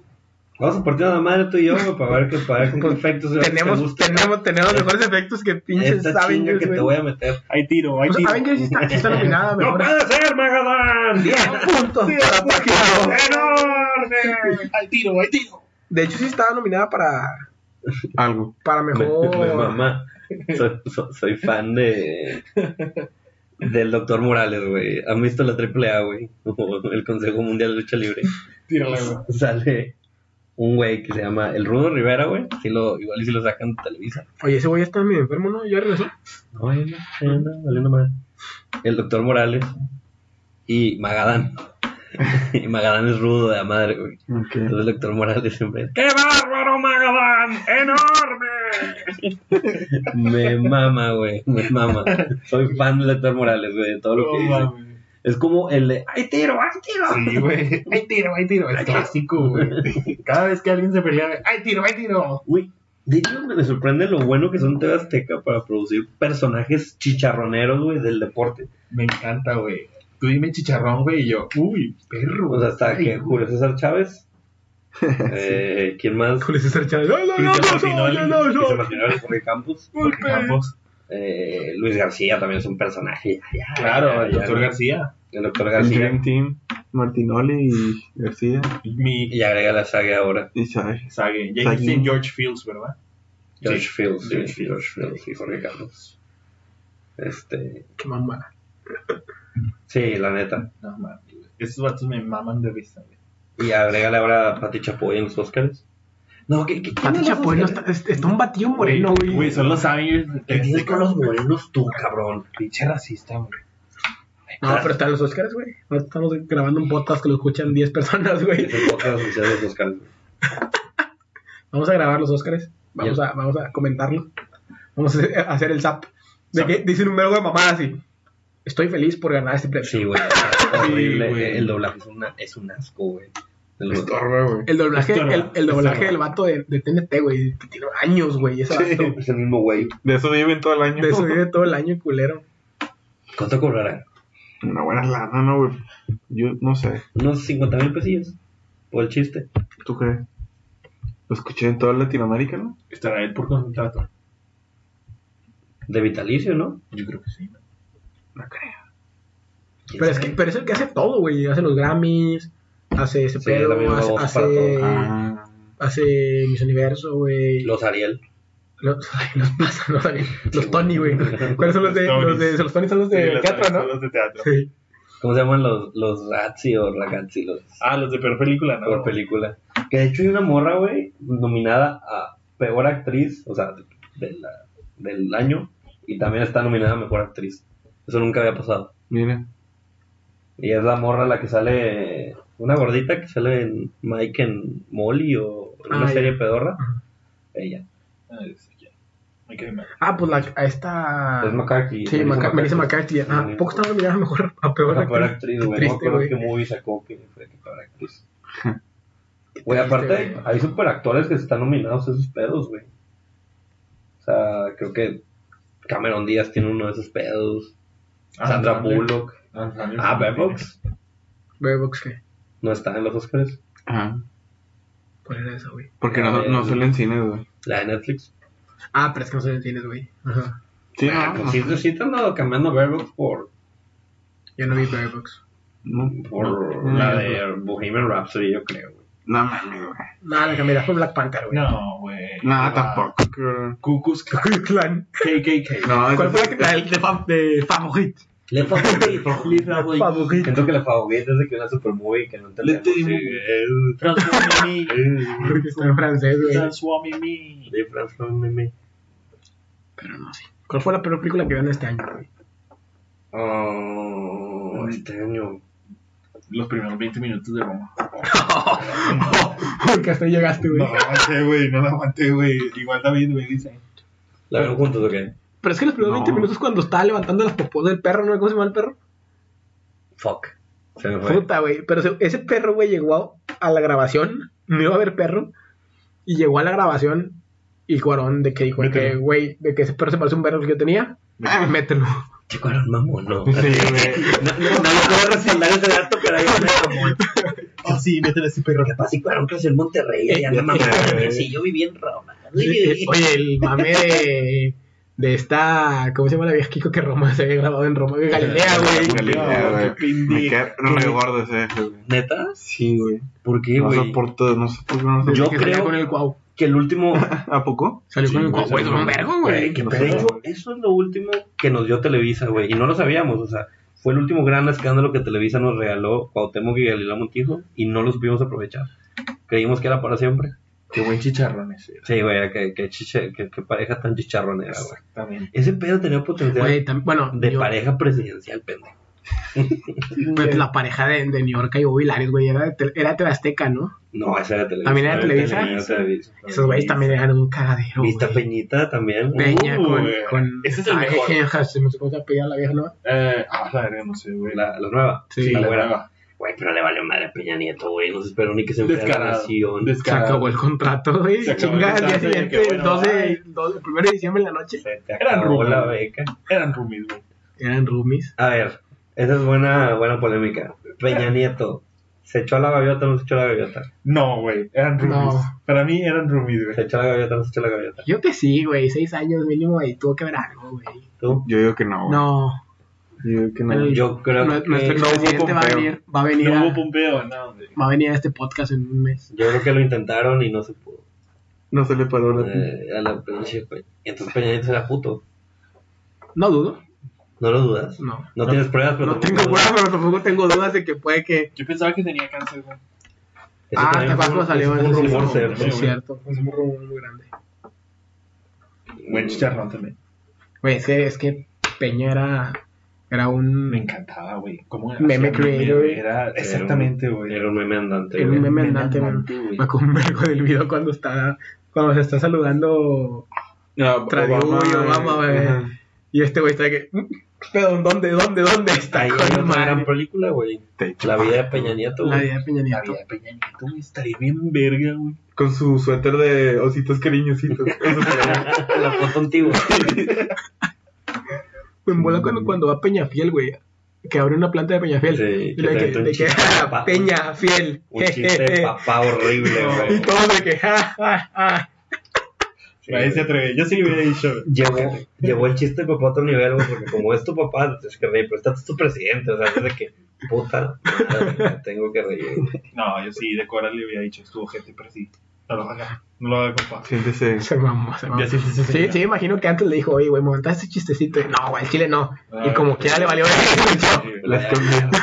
Speaker 1: Vamos a partir a la madre tú y yo, güey, para ver qué para ver con qué efectos te
Speaker 2: Tenemos,
Speaker 1: gusta.
Speaker 2: tenemos, tenemos mejores efectos que pinches
Speaker 1: Esta chinga
Speaker 2: Avengers,
Speaker 1: que
Speaker 2: güey.
Speaker 1: te voy a meter.
Speaker 4: Hay tiro, hay
Speaker 2: O sea,
Speaker 4: tiro.
Speaker 2: Avengers sí está, sí está nominada,
Speaker 1: [LAUGHS] ¡No
Speaker 2: mejor.
Speaker 1: puede ser,
Speaker 2: [LAUGHS]
Speaker 1: Magadan!
Speaker 2: Diez puntos para Página Roja.
Speaker 1: ¡Enorme!
Speaker 4: Hay tiro, hay tiro.
Speaker 2: De hecho, sí estaba nominada para,
Speaker 3: Algo.
Speaker 2: para mejor.
Speaker 1: Me- me mama. Soy, so- soy fan de. Del doctor Morales, güey. ¿Han visto la AAA, güey? O El Consejo Mundial de Lucha Libre. [LAUGHS]
Speaker 4: Tírala,
Speaker 1: Pues,
Speaker 4: güey.
Speaker 1: Sale un güey que se llama El Rudo Rivera, güey. Si lo, igual y si lo sacan de Televisa.
Speaker 2: Oye, ese güey está medio enfermo, ¿no? Ya regresó.
Speaker 1: No, ahí anda, ahí anda, valiendo madre. El doctor Morales y Magadán. [LAUGHS] y Magadán es rudo de la madre, güey.
Speaker 3: Ok.
Speaker 1: Entonces el doctor Morales siempre. ¡Qué bárbaro, Magadán! ¡Enorme! me mama, güey. Me mama. Soy fan del doctor Morales, güey. De todo lo que
Speaker 4: No
Speaker 1: dice.
Speaker 4: mames.
Speaker 1: Es como el de. ¡Ay, tiro! ¡Ay, tiro!
Speaker 4: Sí, güey. Hay tiro, hay tiro. Es clásico, güey. Cada vez que alguien se pelea, hay tiro, hay tiro.
Speaker 1: Güey. De hecho, me sorprende lo bueno que son TV Azteca para producir personajes chicharroneros, güey, del deporte.
Speaker 4: Me encanta, güey. Tú dime chicharrón, güey, y yo, uy, perro.
Speaker 1: O sea, hasta
Speaker 4: Ay,
Speaker 1: que Julio César Chávez. eh, ¿Quién más?
Speaker 2: Julio César Chávez. ¡No, no, no,
Speaker 4: Cristian
Speaker 2: no,
Speaker 4: Martinoli.
Speaker 2: no, no, no!
Speaker 1: Luis Martínez, Jorge Campos.
Speaker 4: Jorge
Speaker 2: Golpe.
Speaker 4: Campos.
Speaker 1: eh, Luis García también es un personaje. Ya, ya, ya,
Speaker 4: Claro, el
Speaker 1: ya,
Speaker 4: doctor
Speaker 1: ¿no?
Speaker 4: García.
Speaker 1: El doctor
Speaker 3: El
Speaker 1: García.
Speaker 3: Dream Team. Martinoli y García.
Speaker 4: Mi
Speaker 1: Y agrega la saga ahora.
Speaker 3: Y Chávez. Sage.
Speaker 4: Sage. James Dean George Fields, ¿verdad?
Speaker 1: George
Speaker 4: Sí.
Speaker 1: Fields, sí,
Speaker 4: George Fields.
Speaker 1: George Fields y Jorge Carlos. Este,
Speaker 2: ¡Qué mamada!
Speaker 1: sí, la neta.
Speaker 4: No mames. güey. Estos vatos me maman de vista, güey.
Speaker 1: Y agrégale ahora a Pati Chapoy en los Oscars. No, ¿qué, qué,
Speaker 2: Pati Chapoy no está, es- está un batido moreno, güey.
Speaker 4: Güey, son los Avengers.
Speaker 1: ¿Qué tienes con los morenos tú, cabrón?
Speaker 4: Pinche racista, güey.
Speaker 2: No, pero están los Oscars, güey. Ahorita estamos grabando un podcast que lo escuchan 10 personas, güey.
Speaker 1: Es el podcast oficial de los Oscars.
Speaker 2: Vamos a grabar los Oscars. Vamos
Speaker 1: Bien.
Speaker 2: a, vamos a comentarlo. Vamos a hacer- a hacer el zap. De
Speaker 4: Zap.
Speaker 2: que dicen un vergo de mamada así. Estoy feliz por ganar este premio.
Speaker 4: [LAUGHS]
Speaker 1: Sí, güey. horrible.
Speaker 4: güey.
Speaker 1: El doblaje es, una, es un asco, güey. El-
Speaker 3: Estorba, güey.
Speaker 2: El doblaje,
Speaker 4: Estorba,
Speaker 2: el, el doblaje
Speaker 4: estorba.
Speaker 2: del vato de, de TNT, güey, que tiene años, güey, ese
Speaker 3: Sí.
Speaker 2: vato.
Speaker 1: Es el mismo güey.
Speaker 3: De eso viven todo el año.
Speaker 2: De eso vive todo el año, culero.
Speaker 1: ¿Cuánto cobrará?
Speaker 3: Una buena lana, ¿no, güey? Yo no sé.
Speaker 1: Unos 50 mil pesillos. Por el chiste.
Speaker 3: ¿Tú crees? Lo escuché en toda Latinoamérica, ¿no?
Speaker 4: ¿Estará él por contrato?
Speaker 1: De vitalicio, ¿no?
Speaker 4: Yo creo que sí. ¿no?
Speaker 3: No creo.
Speaker 1: ¿Quién
Speaker 2: Pero es,
Speaker 1: sabe?
Speaker 2: que, pero es el que hace todo, güey. Hace los Grammys, hace ese
Speaker 1: Sí,
Speaker 2: pedo,
Speaker 1: también
Speaker 2: hace,
Speaker 1: lo hace para
Speaker 2: hace,
Speaker 1: todo.
Speaker 3: Ah,
Speaker 2: hace Miss Universo, güey.
Speaker 1: Los Ariel.
Speaker 2: Los, [LAUGHS] ay, los pasan, ¿no? También. Los Tony, güey. ¿Cuáles son los,
Speaker 4: Los
Speaker 2: de, los de
Speaker 4: Tonys.
Speaker 2: los Tony? Son los de
Speaker 4: Sí, los-
Speaker 2: teatro, ¿no?
Speaker 4: Los de teatro.
Speaker 2: Sí.
Speaker 1: ¿Cómo se llaman los, los Razzi o Ragazzi? Los,
Speaker 4: Ah, los de peor película, ¿no?
Speaker 1: por película. Que de hecho hay una morra, güey, nominada a peor actriz, o sea, de la- del año, y también está nominada a mejor actriz. Eso nunca había pasado.
Speaker 3: mira.
Speaker 1: Y es la morra la que sale, una gordita que sale en Mike en Molly o en una
Speaker 2: Ah, ya.
Speaker 1: serie pedorra.
Speaker 2: Ajá.
Speaker 1: Ella.
Speaker 4: Ah, es aquí. Hay que ver.
Speaker 2: Ah, pues la, a esta.
Speaker 1: Es McCarthy.
Speaker 2: Sí, Melissa McCarthy. Melissa McCarthy. Ah,
Speaker 1: Sí.
Speaker 2: poco estaba mirando mejor a peor
Speaker 1: La peor actriz, güey.
Speaker 2: actriz. Qué
Speaker 1: No me
Speaker 2: Triste,
Speaker 1: acuerdo
Speaker 2: güey.
Speaker 1: qué movie sacó que fue que peor actriz. Güey, aparte, hay superactores que están nominados a esos pedos, güey. O sea, creo que Cameron Díaz tiene uno de esos pedos.
Speaker 4: Ah,
Speaker 1: Sandra Bullock. Ah, Bebox.
Speaker 2: Bebox, ¿qué?
Speaker 1: No está en los Oscars.
Speaker 3: Ajá.
Speaker 2: ¿Cuál era esa, güey?
Speaker 3: Ah, Porque no, no sale en cine, güey.
Speaker 1: La de Netflix.
Speaker 2: Ah, pero es que no sé dónde tienes, güey. Ajá.
Speaker 3: Sí,
Speaker 1: ah,
Speaker 3: no,
Speaker 1: pues
Speaker 3: no.
Speaker 1: sí, sí te han dado cambiando Bebox por,
Speaker 2: Yo no vi Bebox.
Speaker 3: No,
Speaker 1: por
Speaker 3: no,
Speaker 1: la
Speaker 3: no,
Speaker 1: de Bohemian Rhapsody, yo creo, güey.
Speaker 3: No mames, güey.
Speaker 2: Nada, la que mira fue Black Panther, güey.
Speaker 4: No, güey.
Speaker 3: No,
Speaker 4: Ah,
Speaker 3: tampoco, cabrón.
Speaker 4: Cucus K-
Speaker 2: Ku [LAUGHS] Clan.
Speaker 4: KKK.
Speaker 3: No,
Speaker 2: ¿Cuál
Speaker 3: es-
Speaker 2: fue la que-
Speaker 3: [LAUGHS]
Speaker 2: la del- de, fa- de Favorit?
Speaker 1: Le favorito, güey.
Speaker 2: Favorito.
Speaker 1: Siento que la favorita es de que una super movie que no
Speaker 4: Le
Speaker 1: entendemos.
Speaker 4: tengo-
Speaker 1: Sí,
Speaker 4: Transforme me.
Speaker 1: es-
Speaker 2: Porque está en francés, güey.
Speaker 4: Transforme me.
Speaker 1: De Transformeme.
Speaker 2: Pero no sé. ¿Cuál fue la peor película que vieron este año, güey?
Speaker 1: Oh, este año.
Speaker 4: Los primeros 20 minutos de Roma.
Speaker 2: [LAUGHS] Porque hasta ahí llegaste, güey.
Speaker 4: No la aguanté, güey. No la aguanté, güey. Igual David, güey, dice.
Speaker 1: ¿La vieron juntos o qué?
Speaker 2: Pero es que los primeros
Speaker 3: No.
Speaker 2: 20 minutos cuando estaba levantando las popos del perro, ¿no? ¿Cómo se llama el perro?
Speaker 1: Fuck. Se me fue.
Speaker 2: Puta, güey. Pero se- ese perro, güey, llegó a, a la grabación. No iba a haber perro. Y llegó a la grabación. Y Cuarón de que dijo, de que,
Speaker 4: Mételo.
Speaker 2: güey, de que ese perro se parece a un perro que yo tenía. Mételo.
Speaker 1: Chico, era un mamón, [LAUGHS] no.
Speaker 3: Ah, Sí,
Speaker 1: No,
Speaker 3: güey.
Speaker 1: no, no, no puedo respaldar ese dato, pero ahí era un mamón.
Speaker 4: Ah, sí, métele ese perro.
Speaker 1: Capaz si Cuarón creció en Monterrey, allá anda [LAUGHS] mamando. Sí, yo viví en Roma. Sí,
Speaker 2: Oye, el mame de, de esta. ¿Cómo se llama la vieja Kiko que Roma se había grabado en Roma? De Galilea, güey.
Speaker 3: Galilea, güey. Me queda re gordo ese, güey.
Speaker 1: ¿Neta?
Speaker 3: Sí, güey.
Speaker 1: ¿Por qué,
Speaker 3: No
Speaker 1: güey?
Speaker 3: soporto, no sé por qué no
Speaker 1: Yo
Speaker 3: soporto.
Speaker 2: que salía
Speaker 1: creo-
Speaker 2: con el guau.
Speaker 1: Que el último.
Speaker 3: ¿A poco?
Speaker 2: Salió
Speaker 4: Sí,
Speaker 2: con el
Speaker 4: güey,
Speaker 2: guau, güey.
Speaker 4: salió
Speaker 2: duró un
Speaker 4: con-
Speaker 2: vergo,
Speaker 1: Güey,
Speaker 2: güey.
Speaker 1: que de hecho, eso es lo último que nos dio Televisa, güey. Y no lo sabíamos, o sea, fue el último gran escándalo que Televisa nos regaló Cuauhtémoc y Galilea Montijo y no lo supimos aprovechar. Creímos que era para siempre.
Speaker 4: Qué buen chicharrón ese.
Speaker 1: Sí, güey, que, que, chiche- que- que pareja tan chicharronera, güey.
Speaker 4: Exactamente.
Speaker 1: Ese pedo tenía potencial
Speaker 2: Güey, tam- bueno,
Speaker 1: de
Speaker 2: yo-
Speaker 1: pareja presidencial, pendejo.
Speaker 2: pues, la pareja de, de New York y Bobby Lares, güey, era de, tel- era de Teleazteca, ¿no?
Speaker 1: No, esa era Televisa.
Speaker 2: También era
Speaker 1: Esa
Speaker 2: Televisa.
Speaker 1: Televisa. Televisa.
Speaker 2: Esos güeyes también eran un cagadero.
Speaker 1: Vista
Speaker 2: güey.
Speaker 1: Peñita también.
Speaker 2: Peña
Speaker 4: Uh,
Speaker 2: con,
Speaker 4: güey.
Speaker 2: con.
Speaker 4: Ese es el
Speaker 2: Ah,
Speaker 4: mejor.
Speaker 2: eh, ja, se me supo que apellida la vieja, ¿no?
Speaker 4: Eh, ah, la verga, no sé, güey.
Speaker 1: La, la nueva.
Speaker 2: Sí,
Speaker 1: la
Speaker 4: la
Speaker 1: güera.
Speaker 4: nueva.
Speaker 1: Güey, pero le valió madre a Peña Nieto, güey. No se esperó ni que se enfriara la
Speaker 4: Descarado.
Speaker 1: nación.
Speaker 2: Se acabó el contrato, güey.
Speaker 4: Se acabó el
Speaker 2: Chinga, al día
Speaker 4: contrato,
Speaker 2: siguiente,
Speaker 4: que bueno,
Speaker 2: 12,
Speaker 4: bye.
Speaker 2: 12, el 1 de diciembre en la noche.
Speaker 1: Se te
Speaker 4: Eran
Speaker 1: acabó
Speaker 4: rubios.
Speaker 1: la beca.
Speaker 4: Eran roomies, güey.
Speaker 2: Eran roomies.
Speaker 1: A ver, esa es buena, buena polémica. Peña Nieto, ¿se echó a la gaviota o no se echó a la gaviota?
Speaker 4: No, güey. Eran roomies.
Speaker 2: No.
Speaker 4: Para mí eran roomies,
Speaker 1: ¿Se
Speaker 4: güey.
Speaker 1: echó a la gaviota o no se echó a la gaviota?
Speaker 2: Yo que sí, güey. Seis años mínimo ahí tuvo que haber algo, güey.
Speaker 1: ¿Tú?
Speaker 3: Yo digo que no, güey.
Speaker 2: No.
Speaker 3: Yo digo que no.
Speaker 2: Pero-
Speaker 1: Yo creo
Speaker 2: Nue-
Speaker 1: que...
Speaker 2: nuestro
Speaker 3: no hubo
Speaker 2: presidente va a
Speaker 3: Pompeo.
Speaker 2: venir, va a venir,
Speaker 4: No
Speaker 2: a,
Speaker 4: hubo pompeo, no, güey.
Speaker 2: va a venir a este podcast en un mes.
Speaker 1: Yo creo que lo intentaron y no se pudo.
Speaker 3: No se le paró la
Speaker 1: Eh, a la pinche Peña. Entonces Peña Nieto era puto.
Speaker 2: No dudo.
Speaker 1: ¿No lo dudas?
Speaker 2: No.
Speaker 1: No tienes pruebas, pero
Speaker 2: No tengo
Speaker 1: dudas.
Speaker 2: pruebas, pero tampoco tengo dudas de que puede que.
Speaker 4: Yo pensaba que tenía cáncer, güey.
Speaker 1: Eso
Speaker 2: Ah,
Speaker 1: también
Speaker 2: hasta
Speaker 1: fue
Speaker 2: Paco
Speaker 1: un-
Speaker 2: salió
Speaker 1: fue
Speaker 2: en
Speaker 1: un
Speaker 2: ese
Speaker 1: rumor,
Speaker 4: video.
Speaker 1: ser.
Speaker 2: Es cierto. Es un rumor muy grande.
Speaker 4: Buen chicharrón también.
Speaker 2: Güey, es que, es que Peña era, era un.
Speaker 4: Me encantaba, güey. ¿Cómo era?
Speaker 2: Meme
Speaker 4: Hacía meme,
Speaker 2: creator.
Speaker 4: güey. Era exactamente,
Speaker 1: Era un-
Speaker 4: güey.
Speaker 1: Era un meme andante.
Speaker 2: Era
Speaker 1: güey.
Speaker 2: un meme
Speaker 4: meme
Speaker 2: andante, man.
Speaker 4: andante, güey.
Speaker 2: Me acuerdo un vergo del video cuando está. Cuando se está saludando.
Speaker 3: No,
Speaker 2: Tradio, güey, Ah, Obama, güey.
Speaker 3: Ajá.
Speaker 2: Y este güey está de que. "Mm, Pero ¿dónde, dónde, dónde está?
Speaker 1: Ahí
Speaker 2: con
Speaker 1: hay otra
Speaker 2: madre?" Ah,
Speaker 1: gran película, güey.
Speaker 3: Te echo
Speaker 1: La
Speaker 3: madre.
Speaker 1: vida de Peña Nieto,
Speaker 2: La
Speaker 1: güey.
Speaker 2: vida de Peña
Speaker 4: La
Speaker 2: Nieto.
Speaker 4: vida de Peña Nieto, güey. Estaría bien verga, güey.
Speaker 3: Con su suéter de ositos
Speaker 1: [LAUGHS]
Speaker 3: cariñositos. Eso sería-
Speaker 1: La foto antigua.
Speaker 2: Me embola cuando, cuando va Peñafiel, güey. Que abre una planta de Peñafiel.
Speaker 1: Sí,
Speaker 2: y
Speaker 1: que
Speaker 2: le
Speaker 1: te
Speaker 2: que,
Speaker 1: mete un
Speaker 2: de que,
Speaker 1: chiste de
Speaker 2: [LAUGHS] "Ah,
Speaker 1: papá".
Speaker 2: Peñafiel.
Speaker 1: Un chiste
Speaker 2: [LAUGHS]
Speaker 1: de papá horrible,
Speaker 2: y
Speaker 1: güey.
Speaker 2: todos de que, [LAUGHS] "Ah, ja, ja, ja.
Speaker 1: Sí,
Speaker 4: Nadie se
Speaker 1: güey.
Speaker 4: atreve. Yo sí le hubiera dicho,
Speaker 1: [LAUGHS]
Speaker 4: güey.
Speaker 1: Llevó, llevó el chiste de papá a otro nivel, güey, porque como es tu papá, es que reír, pero está tu presidente, o sea, es de que, puta, madre, me tengo que reír. güey.
Speaker 4: No, yo sí, de Coral le hubiera dicho, estuvo gente, pero sí. No lo haga. No lo haga, compa.
Speaker 2: [LAUGHS]
Speaker 3: Siéntese.
Speaker 2: Se mamó, se mamó.
Speaker 4: Ya sí, sí, sí,
Speaker 2: Sí,
Speaker 4: sí.
Speaker 2: sí, imagino que antes le dijo, oye, güey, monta este chistecito. Y, no, güey, el chile no.
Speaker 4: Ah,
Speaker 2: y como
Speaker 4: güey.
Speaker 2: quiera le valió
Speaker 4: [LAUGHS] Sí,
Speaker 2: mucho.
Speaker 4: güey.
Speaker 3: La escondí.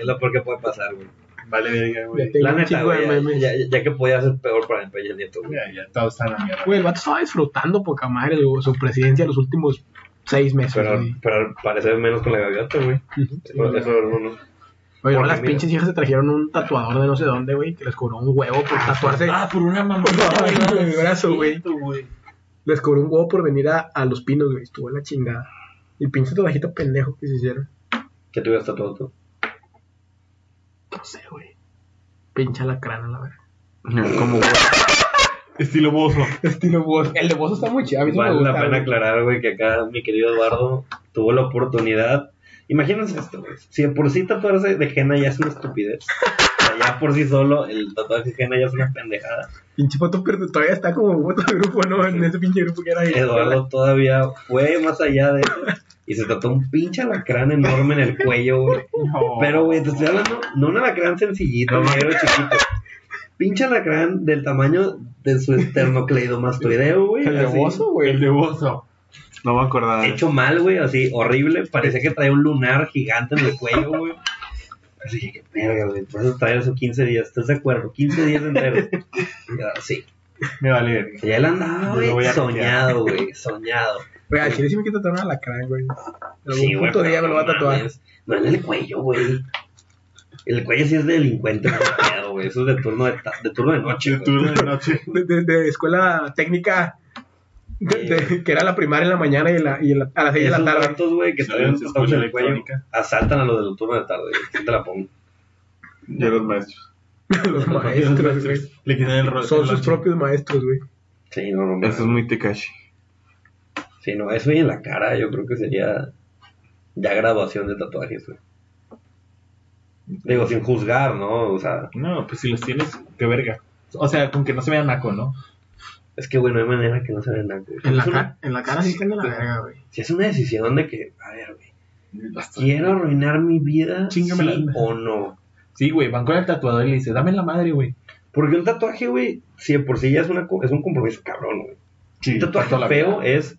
Speaker 1: Es lo peor que puede pasar, güey.
Speaker 4: Vale, verga, güey.
Speaker 2: Ya te- Tengo
Speaker 1: La
Speaker 2: un
Speaker 1: neta,
Speaker 2: chingo
Speaker 1: güey,
Speaker 2: de memes.
Speaker 1: ya, ya, ya que podía ser peor para el Peña Nieto, güey.
Speaker 4: Ya, ya, todo está en la mierda.
Speaker 2: Güey, el vato estaba disfrutando poca madre su, su presidencia los últimos seis meses,
Speaker 1: Pero,
Speaker 2: güey.
Speaker 1: pero al parecer menos con la gaviota, güey.
Speaker 2: Ujú.
Speaker 1: Eso, eso no, no.
Speaker 2: Oye, luego
Speaker 1: porque
Speaker 2: las
Speaker 1: mira.
Speaker 2: pinches hijas se trajeron un tatuador de no sé dónde, güey, que les cobró un huevo por tatuarse.
Speaker 4: Ah, por una mamá.
Speaker 2: Ay, güey, brazo, güey. les cobró un huevo por venir a, a Los Pinos, güey. Estuvo la chingada. Y pinche trabajito pendejo que se hicieron.
Speaker 1: ¿Qué te hubieras tatuado tú?
Speaker 2: No sé, güey. Pincha la crana, la verdad.
Speaker 3: Como
Speaker 4: Estilo bozo.
Speaker 2: Estilo Bozo. El de Bozo está muy chido. A mí sí me
Speaker 1: Vale la
Speaker 2: gusta,
Speaker 1: pena
Speaker 2: güey.
Speaker 1: aclarar, güey, que acá mi querido Eduardo tuvo la oportunidad. Imagínense esto, güey. Si de por sí tatuarse de henna ya es una estupidez. [LAUGHS] O sea, ya por sí solo el tatuaje de henna ya es una pendejada.
Speaker 2: Pinche foto, pero todavía está como foto de grupo, ¿no? En ese pinche grupo que era ahí.
Speaker 1: Eduardo todavía fue más allá de eso. Y se trató un pinche alacrán enorme en el cuello, güey. [LAUGHS] Pero, güey, te estoy hablando, no un alacrán sencillito, negro chiquito. Pinche alacrán del tamaño de su esternocleidomastoideo, güey.
Speaker 2: El de
Speaker 1: así.
Speaker 2: Bozo, güey.
Speaker 4: El de bozo.
Speaker 3: No me acordaba. de
Speaker 1: hecho mal, güey, así, horrible. Parecía que traía un lunar gigante en el cuello, güey. Así dije, qué verga, güey. Entonces traer eso 15 días, ¿estás de acuerdo? 15 días enteros. Y ahora Sí,
Speaker 4: Me vale verga.
Speaker 1: ya él andaba,
Speaker 4: Yo
Speaker 1: güey,
Speaker 4: lo voy a
Speaker 1: soñado, güey, soñado.
Speaker 2: Güey, al chile sí me quiero tatuar una lacra, güey. Algún
Speaker 1: Sí, güey.
Speaker 2: puto día
Speaker 1: pero
Speaker 2: me lo va a
Speaker 1: no
Speaker 2: tatuar.
Speaker 1: mames, No en el cuello, güey. El cuello sí es de delincuente, [LAUGHS] no pedo, güey. Eso es de turno de, ta- de turno de noche,
Speaker 4: De
Speaker 1: güey.
Speaker 4: turno de noche.
Speaker 2: de, de- de escuela técnica, de- de- que era la primaria en la mañana y, la, y la- a las 6 de la
Speaker 1: Esos
Speaker 2: tarde. [LAUGHS]
Speaker 1: vatos, güey, que
Speaker 4: Salen
Speaker 1: traen
Speaker 4: de
Speaker 1: tatuajes en el
Speaker 4: escuela
Speaker 1: cuello
Speaker 4: electrónica.
Speaker 1: asaltan a los del turno de tarde, güey. Sí te la pongo.
Speaker 3: de los maestros.
Speaker 2: Los maestros, güey.
Speaker 4: Le quitan el rol.
Speaker 2: Son sus propios maestros, güey.
Speaker 1: Sí, no, no, mames.
Speaker 3: Eso es muy Tekashi.
Speaker 1: Sí, no, eso y en la cara yo creo que sería ya graduación de tatuajes, güey. Digo, sin juzgar, ¿no? O sea,
Speaker 4: No, pues si los tienes, qué verga. O sea, con que no se vean naco, ¿no?
Speaker 1: es que, güey, no hay manera que no se vea nada. güey.
Speaker 2: En la,
Speaker 1: Es una-
Speaker 2: ca- en la cara sí están de la verga, güey.
Speaker 1: Si es una decisión de que, a ver, güey,
Speaker 4: Hasta-
Speaker 1: ¿quiero arruinar mi vida
Speaker 4: Chíngame la
Speaker 1: sí
Speaker 4: alma.
Speaker 1: o no?
Speaker 4: Sí, güey, van con el tatuador y le dice, dame la madre, güey.
Speaker 1: Porque un tatuaje, güey, si de por sí ya es, una, co- es un compromiso cabrón, güey.
Speaker 4: Sí,
Speaker 1: Un tatuaje feo es,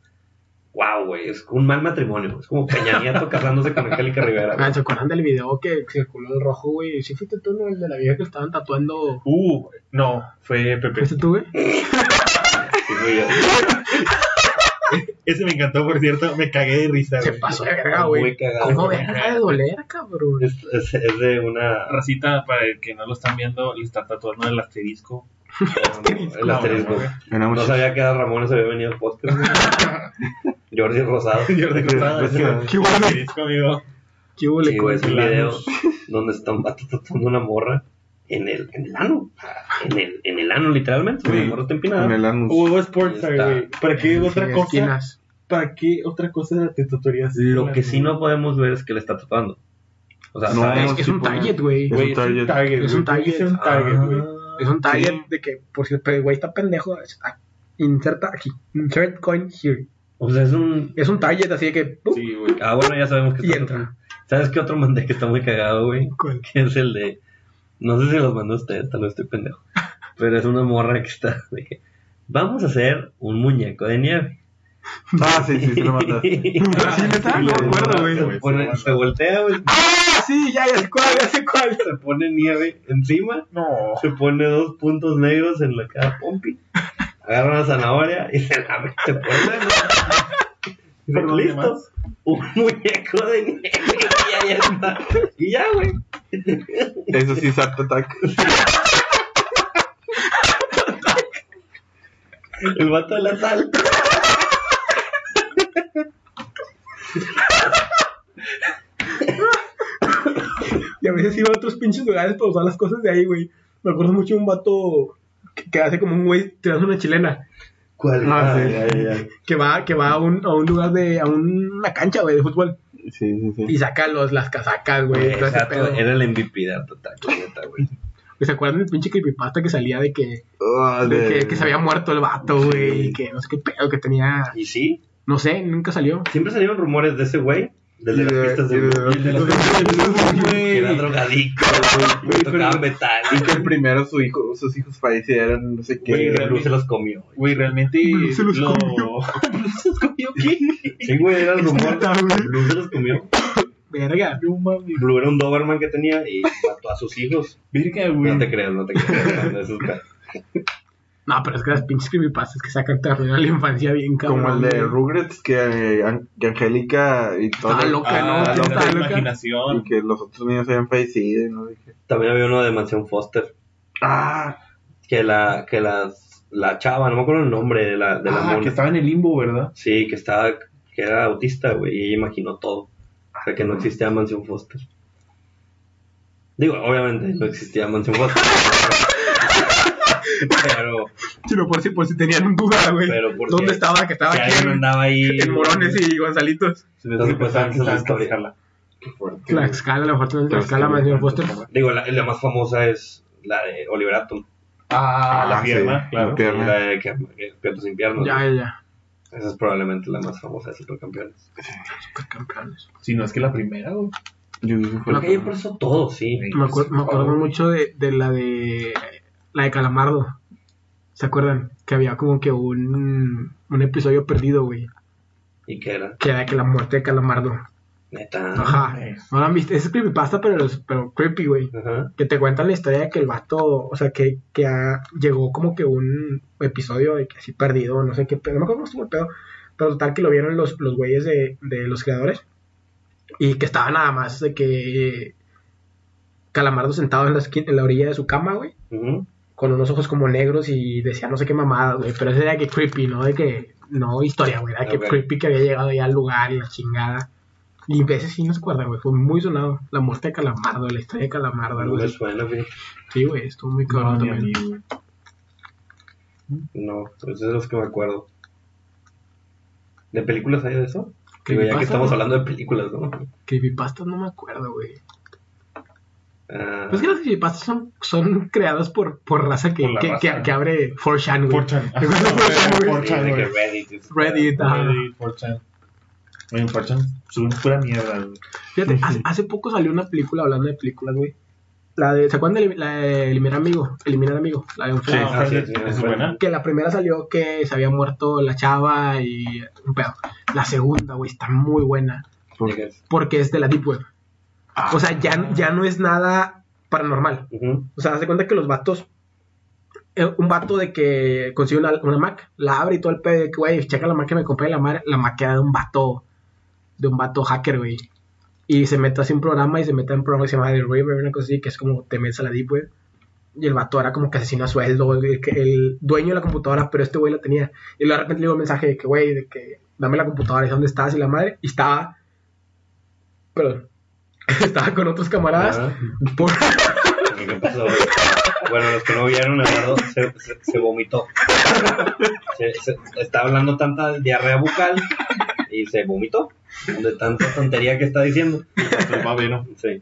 Speaker 1: wow, güey, es un mal matrimonio. Es como Peña Nieto [LAUGHS] casándose con Angélica Rivera. güey.
Speaker 2: Ah, ¿Se acuerdan del video que circuló el rojo, güey? Sí, fuiste tú, ¿no? El de la vieja que estaban tatuando.
Speaker 4: Uh, no, fue Pepe.
Speaker 2: ¿Fuiste tú, güey?
Speaker 1: Sí, güey, ya-
Speaker 4: Ese me encantó, por cierto, me cagué de risa,
Speaker 2: Se
Speaker 4: güey.
Speaker 2: pasó de verga,
Speaker 1: Muy
Speaker 2: güey.
Speaker 1: cagado.
Speaker 2: ¿Cómo verga de doler, cabrón?
Speaker 1: Es, es- es de
Speaker 4: [LAUGHS]
Speaker 1: una
Speaker 4: Racita, para el que no lo están viendo, le está tatuando el asterisco.
Speaker 1: El asterisco.
Speaker 4: güey.
Speaker 3: Era
Speaker 1: No
Speaker 3: mucho.
Speaker 1: sabía que a Ramón se había venido el podcast. güey. Jordi Rosado.
Speaker 4: Jordi Rosado, es que-
Speaker 2: Qué bueno.
Speaker 4: asterisco, amigo.
Speaker 2: Qué huele,
Speaker 1: Sí, güey, es un
Speaker 4: Lanos.
Speaker 1: video donde está un vato tatuando una morra en el, en el ano. En el, en el ano, literalmente.
Speaker 3: Sí,
Speaker 1: La morra está empinada.
Speaker 3: En el anus.
Speaker 4: Hugo Sports,
Speaker 1: Ahí está.
Speaker 4: güey. ¿Para qué otra
Speaker 2: Sí,
Speaker 4: cosa?
Speaker 2: esquinas.
Speaker 4: ¿Para qué otra cosa te tatuarías?
Speaker 1: Lo que sí no podemos ver es que le está tatuando. O sea,
Speaker 3: No,
Speaker 1: sabe-
Speaker 2: Es, es un
Speaker 3: sí, pues,
Speaker 2: target, güey.
Speaker 4: Güey,
Speaker 3: Es
Speaker 4: es
Speaker 3: un
Speaker 4: un
Speaker 3: target.
Speaker 4: target.
Speaker 2: Es un
Speaker 4: güey.
Speaker 2: target. Ah.
Speaker 4: Es un target, güey.
Speaker 2: Es un target
Speaker 4: Sí.
Speaker 2: de que, por cierto, el güey está pendejo. es- ah, inserta aquí. Insert coin here.
Speaker 1: O sea, es un.
Speaker 2: Es un target, así de que. ¡pum!
Speaker 4: Sí, güey.
Speaker 1: Ah, bueno, ya sabemos que
Speaker 2: Y
Speaker 1: está-
Speaker 2: entra.
Speaker 1: ¿Sabes qué otro mandé que está muy cagado, güey? [LAUGHS]
Speaker 2: ¿Cuál?
Speaker 1: Que es el de. No sé si los mandó usted, tal vez estoy pendejo. [LAUGHS] Pero es una morra que está. de que, Vamos a hacer un muñeco de nieve.
Speaker 3: Ah, sí, sí, sí
Speaker 1: [LAUGHS]
Speaker 3: lo mandaste.
Speaker 2: Sí, neta, Ah, no me acuerdo, güey.
Speaker 1: Se, pone- se voltea, güey,
Speaker 2: ¡Ah! Sí, ya, ya sé cuál, ya sé cuál.
Speaker 1: se pone nieve encima,
Speaker 4: No.
Speaker 1: se pone dos puntos negros en la cara pompi, agarra una zanahoria y se la mete por
Speaker 4: Pero
Speaker 3: [LAUGHS]
Speaker 1: dentro. Listo,
Speaker 4: además-
Speaker 1: un muñeco de nieve y ya, ya está. Y ya, güey.
Speaker 3: Eso sí, Sart Attack.
Speaker 1: El vato de la sal.
Speaker 2: Y a veces iba a otros pinches lugares para usar las cosas de ahí, güey. Me acuerdo mucho de un vato que, que hace como un güey tirando una chilena.
Speaker 1: ¿Cuál?
Speaker 3: Ah, sí.
Speaker 1: ya, ya, ya.
Speaker 2: Que va, que va a, un, a un lugar de. a una cancha, güey, de fútbol.
Speaker 3: Sí, sí, sí.
Speaker 2: Y saca los, las casacas, güey.
Speaker 1: Güey,
Speaker 2: todo ese
Speaker 1: exacto,
Speaker 2: pedo.
Speaker 1: era el MVP de Art Attack, la neta, güey.
Speaker 2: ¿Se acuerdan del pinche creepypasta que salía de que,
Speaker 3: Ah,
Speaker 2: de
Speaker 3: de-
Speaker 2: que, que se había muerto el vato, güey? Y que no sé qué pedo que tenía.
Speaker 1: Y sí,
Speaker 2: No sé, nunca salió.
Speaker 1: siempre salieron rumores de ese güey, del de las pistas de.
Speaker 3: y de las pistas de-
Speaker 1: Que era drogadicto, güey,
Speaker 3: Güey,
Speaker 1: que tocaba
Speaker 3: pero-
Speaker 1: metal.
Speaker 3: Y que el primero su hijo, sus hijos fallecieron, no sé qué.
Speaker 1: Güey,
Speaker 4: realmente-
Speaker 1: Blue se los comió. güey.
Speaker 4: Güey, realmente
Speaker 2: Blue se los
Speaker 4: lo...
Speaker 2: comió.
Speaker 1: Sí, güey, era el rumor.
Speaker 2: neta, güey.
Speaker 1: Blue se los comió.
Speaker 2: Verga.
Speaker 4: No mames.
Speaker 1: Blue era un Doberman que tenía y mató a sus hijos.
Speaker 4: Verga, güey.
Speaker 1: No te creas, no te creas. no, eso es verdad.
Speaker 2: No, pero es que las pinches creepypastas que sacan te arruinan la infancia bien, cabrón.
Speaker 3: Como el de
Speaker 2: güey.
Speaker 3: Rugrats, que, eh, An- que Angélica y todo.
Speaker 2: Estaba loca,
Speaker 4: Ah,
Speaker 2: ¿no?
Speaker 4: la
Speaker 2: Estaba
Speaker 4: loca
Speaker 2: loca.
Speaker 3: Y
Speaker 4: imaginación.
Speaker 3: que los otros niños habían fallecido y no sé qué.
Speaker 1: También había uno de Mansión Foster.
Speaker 3: Ah,
Speaker 1: Que, la, que las la chava, no me acuerdo el nombre de la, de la
Speaker 4: Ah,
Speaker 1: mona.
Speaker 4: que estaba en el limbo, ¿verdad?
Speaker 1: Sí, que estaba, que era autista, güey, y ella imaginó todo. O sea, que no existía Mansión Foster. Digo, obviamente no existía Mansión Foster. pero,
Speaker 2: Sino por si, por si tenían duda, güey.
Speaker 1: Pero, ¿por
Speaker 2: ¿Dónde
Speaker 1: qué?
Speaker 2: estaba? Que estaba
Speaker 1: que
Speaker 2: aquí
Speaker 1: alguien
Speaker 2: en,
Speaker 1: andaba ahí.
Speaker 2: en Morones y Gonzalitos.
Speaker 4: Se me hace
Speaker 1: Entonces, pues,
Speaker 4: pensar
Speaker 1: esa
Speaker 4: que
Speaker 1: es la
Speaker 4: estaban
Speaker 1: historia.
Speaker 4: cascala.
Speaker 3: Qué fuerte.
Speaker 2: La escala, la foto de la
Speaker 3: Pero
Speaker 2: escala,
Speaker 3: sí,
Speaker 2: Mansión Foster.
Speaker 1: Digo, la, la más famosa es la de Oliver Atom.
Speaker 4: Ah, la
Speaker 3: sí,
Speaker 4: pierna,
Speaker 3: la
Speaker 4: claro.
Speaker 1: Y la
Speaker 3: pierna.
Speaker 1: de que, que- Piernas sin piernas.
Speaker 2: Ya,
Speaker 1: ¿no?
Speaker 2: ya, ya.
Speaker 1: Esa es probablemente la más famosa de Supercampeones.
Speaker 2: Supercampeones.
Speaker 4: Si no es que la primera, güey.
Speaker 3: Yo dije fue
Speaker 1: Creo
Speaker 3: la
Speaker 1: que yo
Speaker 3: primera.
Speaker 1: por eso todo, sí.
Speaker 4: Sí.
Speaker 2: Me, acuer- me acuerdo mucho de, de la de. La de Calamardo. ¿Se acuerdan? Que había como que un, un episodio perdido, güey.
Speaker 1: ¿Y qué era?
Speaker 2: Que era que la muerte de Calamardo.
Speaker 1: Neta.
Speaker 2: Ajá.
Speaker 4: mames.
Speaker 2: No la han visto. Es creepypasta, pero, es- pero creepy, güey.
Speaker 1: Ajá.
Speaker 2: Que te cuentan la historia de que el vato, o sea, que, que ha- llegó como que un episodio de que así perdido, no sé qué pedo, no me acuerdo cómo estuvo el pedo, pero total que lo vieron los, los güeyes de, de los creadores y que estaba nada más de que Calamardo sentado en la, esquina- en la orilla de su cama, güey,
Speaker 1: Ujú.
Speaker 2: con unos ojos como negros y decía no sé qué mamada, güey, pero ese era que creepy, ¿no? De que, no historia, güey, era que
Speaker 1: Ok.
Speaker 2: creepy que había llegado ya al lugar y la chingada. Y veces sí nos acuerda, güey, fue muy sonado la muerte de Calamardo, la historia de Calamardo,
Speaker 1: No
Speaker 2: algo
Speaker 1: me
Speaker 2: así.
Speaker 1: suena, güey.
Speaker 2: Sí, güey, estuvo muy
Speaker 4: No,
Speaker 2: cabrón
Speaker 4: ni a
Speaker 2: también.
Speaker 4: mí, güey.
Speaker 1: No, pues es de los que me acuerdo. ¿De películas hay de eso?
Speaker 2: ¿Qué
Speaker 1: Digo, ya
Speaker 2: pasa,
Speaker 1: que estamos
Speaker 2: güey?
Speaker 1: hablando de películas, ¿no?
Speaker 2: Creepypastas no me acuerdo, güey.
Speaker 1: Ah,
Speaker 2: Pues que las creepypastas son, son creadas por, por raza que,
Speaker 4: Por la
Speaker 2: que,
Speaker 4: raza.
Speaker 2: que- que abre 4chan, güey.
Speaker 4: [LAUGHS] Forchan.
Speaker 2: Me acuerdo de 4chan, güey.
Speaker 1: sí, de que
Speaker 4: güey.
Speaker 1: Reddit. es-
Speaker 2: Reddit, ajá.
Speaker 4: Reddit, Forchan. Oye, en Forchan suben pura mierda, güey.
Speaker 2: Fíjate, hace, hace poco salió una película hablando de películas, güey. La de, ¿se acuerdan de la de Eliminar Amigo? Eliminar Amigo, la de un
Speaker 4: Sí,
Speaker 1: ah, sí, sí,
Speaker 4: es
Speaker 1: sí.
Speaker 4: buena.
Speaker 2: Que la primera salió que se había muerto la chava y un pedo. La segunda, güey, está muy buena.
Speaker 1: de que-
Speaker 2: Porque es de la Deep Web.
Speaker 4: Ah,
Speaker 2: O sea, ya, ya no es nada paranormal.
Speaker 1: Ujú.
Speaker 2: O sea, haz de cuenta que los vatos. eh, Un vato de que consigue una, una Mac, la abre y todo el pedo de que, güey, checa la Mac que me compré, la, mar- la Mac era de un vato, de un vato hacker, güey. Y se mete así un programa y se mete en un programa que se llama The River, una cosa así, que es como te metes a la Deep Web. Y el vato era como que asesino a sueldo, el, que- el dueño de la computadora, pero este güey la tenía. Y luego de repente le llegó un mensaje de que, güey, de que dame la computadora, ¿y dónde estás? Y la madre, y estaba. Perdón. [LAUGHS] estaba con otros camaradas.
Speaker 1: Ajá.
Speaker 2: por-
Speaker 1: ¿Qué pasó? güey? Bueno, los que no vieron, Eduardo se, se, se vomitó. Se, se- está hablando tanta diarrea bucal y se vomitó. De tanta tontería que está diciendo.
Speaker 4: Otro babero.
Speaker 1: Sí.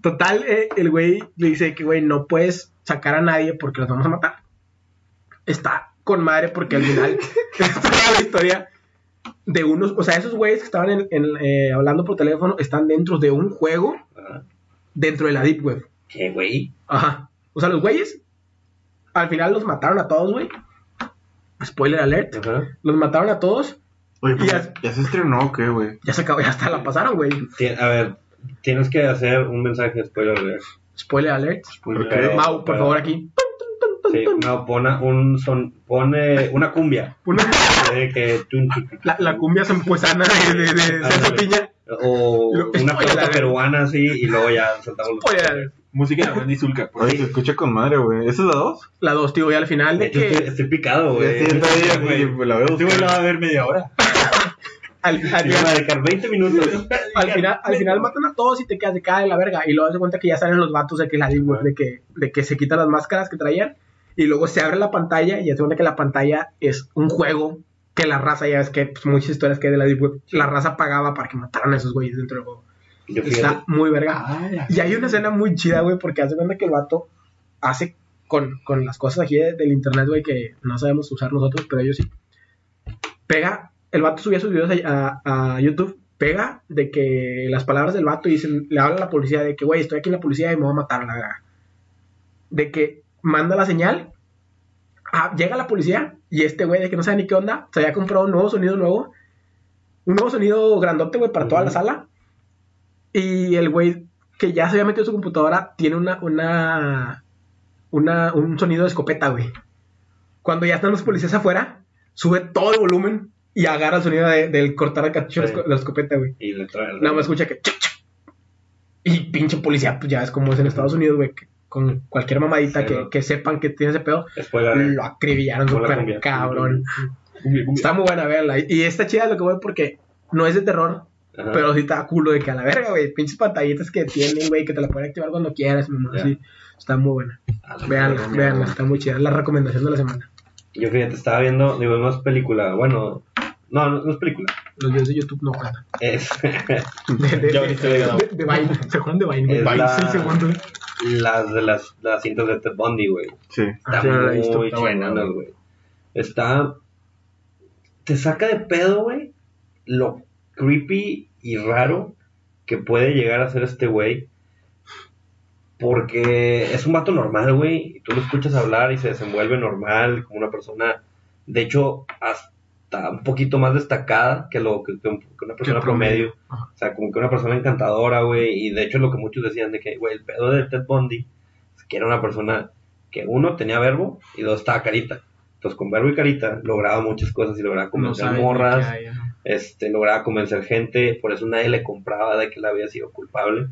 Speaker 2: Total, eh, el güey le dice que, güey, no puedes sacar a nadie porque los vamos a matar. Está con madre porque al final es toda la historia de unos, o sea, esos güeyes que estaban en- en, eh, hablando por teléfono están dentro de un juego
Speaker 1: Ajá.
Speaker 2: dentro de la Deep Web.
Speaker 1: ¿Qué, güey?
Speaker 2: Ajá. O sea, los güeyes al final los mataron a todos, güey. Spoiler alert.
Speaker 1: Ajá.
Speaker 2: Los mataron a todos.
Speaker 3: Oye, pues,
Speaker 2: Ya-
Speaker 3: ya, se estrenó, o ¿qué, güey?
Speaker 2: Ya se acabó, ya hasta la pasaron, güey.
Speaker 1: Tien- a ver, tienes que hacer un mensaje spoiler alert.
Speaker 2: Spoiler alert.
Speaker 3: ¿Por
Speaker 1: Pero-
Speaker 3: qué?
Speaker 2: Mau, por
Speaker 1: pero-
Speaker 2: favor, aquí.
Speaker 1: Sí, no, pone un son, pone una cumbia.
Speaker 2: Una-
Speaker 1: De que tun, tun, tun,
Speaker 2: La, la cumbia zampuesana de, de, de
Speaker 1: Ándale.
Speaker 2: Celso Piña.
Speaker 1: O una
Speaker 2: Lo-
Speaker 1: pelota
Speaker 2: spoiler.
Speaker 1: peruana así y luego ya saltamos los.
Speaker 2: Pues,
Speaker 4: Música de Wendy Zulka. por
Speaker 3: Oye, se escucha con madre, güey. ¿Esa es la dos?
Speaker 2: La dos, tío, y al final
Speaker 1: De
Speaker 2: de
Speaker 1: hecho, estoy,
Speaker 2: que.
Speaker 1: estoy picado, güey.
Speaker 3: Sí, está bien,
Speaker 1: Sí, güey.
Speaker 3: güey, La veo.
Speaker 4: Sí, güey, la va a ver media hora.
Speaker 2: Al, al
Speaker 1: Y van Ah, a
Speaker 2: final,
Speaker 1: dedicar 20 minutos.
Speaker 2: al final, al final matan a todos y te quedas de cara de la verga. Y luego se cuenta que ya salen los vatos de que la Deep Web, de que, de que se quitan las máscaras que traían. Y luego se abre la pantalla y ya se cuenta que la pantalla es un juego que la raza, ya ves que pues, muchas historias que hay de la Deep Web, la raza pagaba para que mataran a esos güeyes dentro del juego.
Speaker 1: Yo
Speaker 2: Está
Speaker 1: fíjate,
Speaker 2: muy verga.
Speaker 4: Ah, la-
Speaker 2: Y hay una escena muy chida, güey, porque hace cuenta que el vato hace con, con las cosas aquí de- del internet, güey, que no sabemos usar nosotros, pero ellos sí. Pega, el vato subía sus videos a, a- a YouTube, pega de que las palabras del vato y dicen, le habla a la policía de que, güey, estoy aquí en la policía y me voy a matar a la verga. De que manda la señal, ah, llega la policía y este güey de que no sabe ni qué onda, se había comprado un nuevo sonido nuevo, un nuevo sonido grandote, güey, para toda la
Speaker 1: Ujú.
Speaker 2: sala. Y el güey que ya se había metido en su computadora tiene una, una, una, un sonido de escopeta, güey. Cuando ya están los policías afuera, sube todo el volumen y agarra el sonido de- del cortar el cartucho de la
Speaker 1: Sí.
Speaker 2: esco- de la escopeta, güey.
Speaker 1: y le trae el-
Speaker 2: Nada más escucha que. chuc, chuc. Y pinche policía, pues ya es como es en Estados Unidos, güey. que con cualquier mamadita
Speaker 1: Sí,
Speaker 2: que,
Speaker 1: ¿no?
Speaker 2: que sepan que tiene ese pedo,
Speaker 1: Spoiler.
Speaker 2: lo acribillaron
Speaker 1: Como la
Speaker 2: súper
Speaker 1: cumbia.
Speaker 2: cabrón. Está muy buena verla. Y- Y está chida lo que voy porque no es de terror,
Speaker 1: Ajá.
Speaker 2: pero sí está culo de que a la verga, güey. Pinches pantallitas que tienen, güey, que te la pueden activar cuando quieras, mi mamá.
Speaker 1: Ya.
Speaker 2: Sí, está muy buena. Veanla, veanla, está muy chida. Es La recomendación de la semana.
Speaker 1: Yo fíjate, estaba viendo, digo, no es película, bueno, no, no, no es película.
Speaker 2: Los videos de YouTube
Speaker 1: [LAUGHS]
Speaker 2: no cuentan.
Speaker 1: Es
Speaker 2: De, de,
Speaker 4: Ya
Speaker 2: de,
Speaker 4: ahorita le he ganado.
Speaker 2: de- de Vine. ¿Se acuerdan de Vine? güey?
Speaker 1: Es
Speaker 2: Vine,
Speaker 1: la-
Speaker 2: sí, segundo.
Speaker 1: las de las, las cintas de Ted Bundy, güey.
Speaker 3: Sí.
Speaker 1: Está
Speaker 2: Ah, sí, no la he
Speaker 1: muy
Speaker 2: visto, está buena,
Speaker 1: buena, güey. Está. Te saca de pedo, güey, lo creepy y raro que puede llegar a ser este güey. Porque es un vato normal, güey. y Tú lo escuchas hablar y se desenvuelve normal, como una persona. De hecho, hasta un poquito más destacada que lo que, que un- que una persona promedio. O sea, como que una persona encantadora, güey. Y de hecho, lo que muchos decían de que, güey, el pedo de Ted Bundy es que era una persona que uno tenía verbo y dos estaba carita. Entonces con verbo y carita lograba muchas cosas y lograba
Speaker 2: No
Speaker 1: convencer
Speaker 2: saben
Speaker 1: morras,
Speaker 2: qué hay, ajá.
Speaker 1: este, lograba convencer gente, por eso nadie le compraba de que él había sido culpable.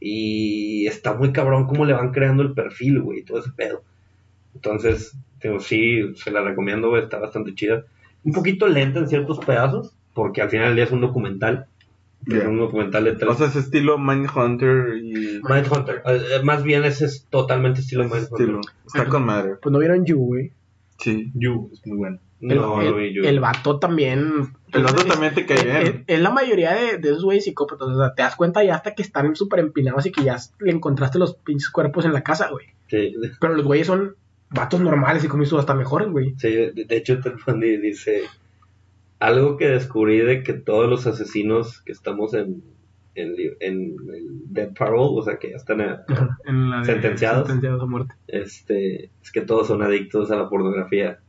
Speaker 1: Y está muy cabrón cómo le van creando el perfil, güey, todo ese pedo. Entonces, digo, sí, se la recomiendo, güey, está bastante chida. Un poquito lenta en ciertos pedazos, porque al final del día es un documental.
Speaker 3: Ya.
Speaker 1: Es un documental de tres.
Speaker 3: O sea, es estilo Mindhunter y...
Speaker 1: Mindhunter. Eh, eh, más bien ese es totalmente estilo Mindhunter.
Speaker 3: Estilo. Está con madre.
Speaker 2: Pues no vieron You, güey.
Speaker 3: Sí.
Speaker 4: You, es muy bueno.
Speaker 2: El,
Speaker 1: No,
Speaker 2: el,
Speaker 1: lo vi yo.
Speaker 2: el vato también.
Speaker 3: El otro también te cae
Speaker 2: Es,
Speaker 3: bien.
Speaker 2: es la mayoría de, de esos güeyes psicópatas. O sea, te das cuenta ya hasta que están súper empinados y que ya le encontraste los pinches cuerpos en la casa, güey.
Speaker 1: Sí,
Speaker 2: Pero los güeyes son vatos normales y como hizo hasta mejores, güey.
Speaker 1: sí, de, de hecho [LAUGHS] Ted Bundy dice algo que descubrí de que todos los asesinos que estamos en, en, li- en el Death Parole, o sea que ya están a-
Speaker 2: En la
Speaker 1: de- Sentenciados.
Speaker 2: Sentenciados a muerte.
Speaker 1: este, es que todos son adictos a la pornografía.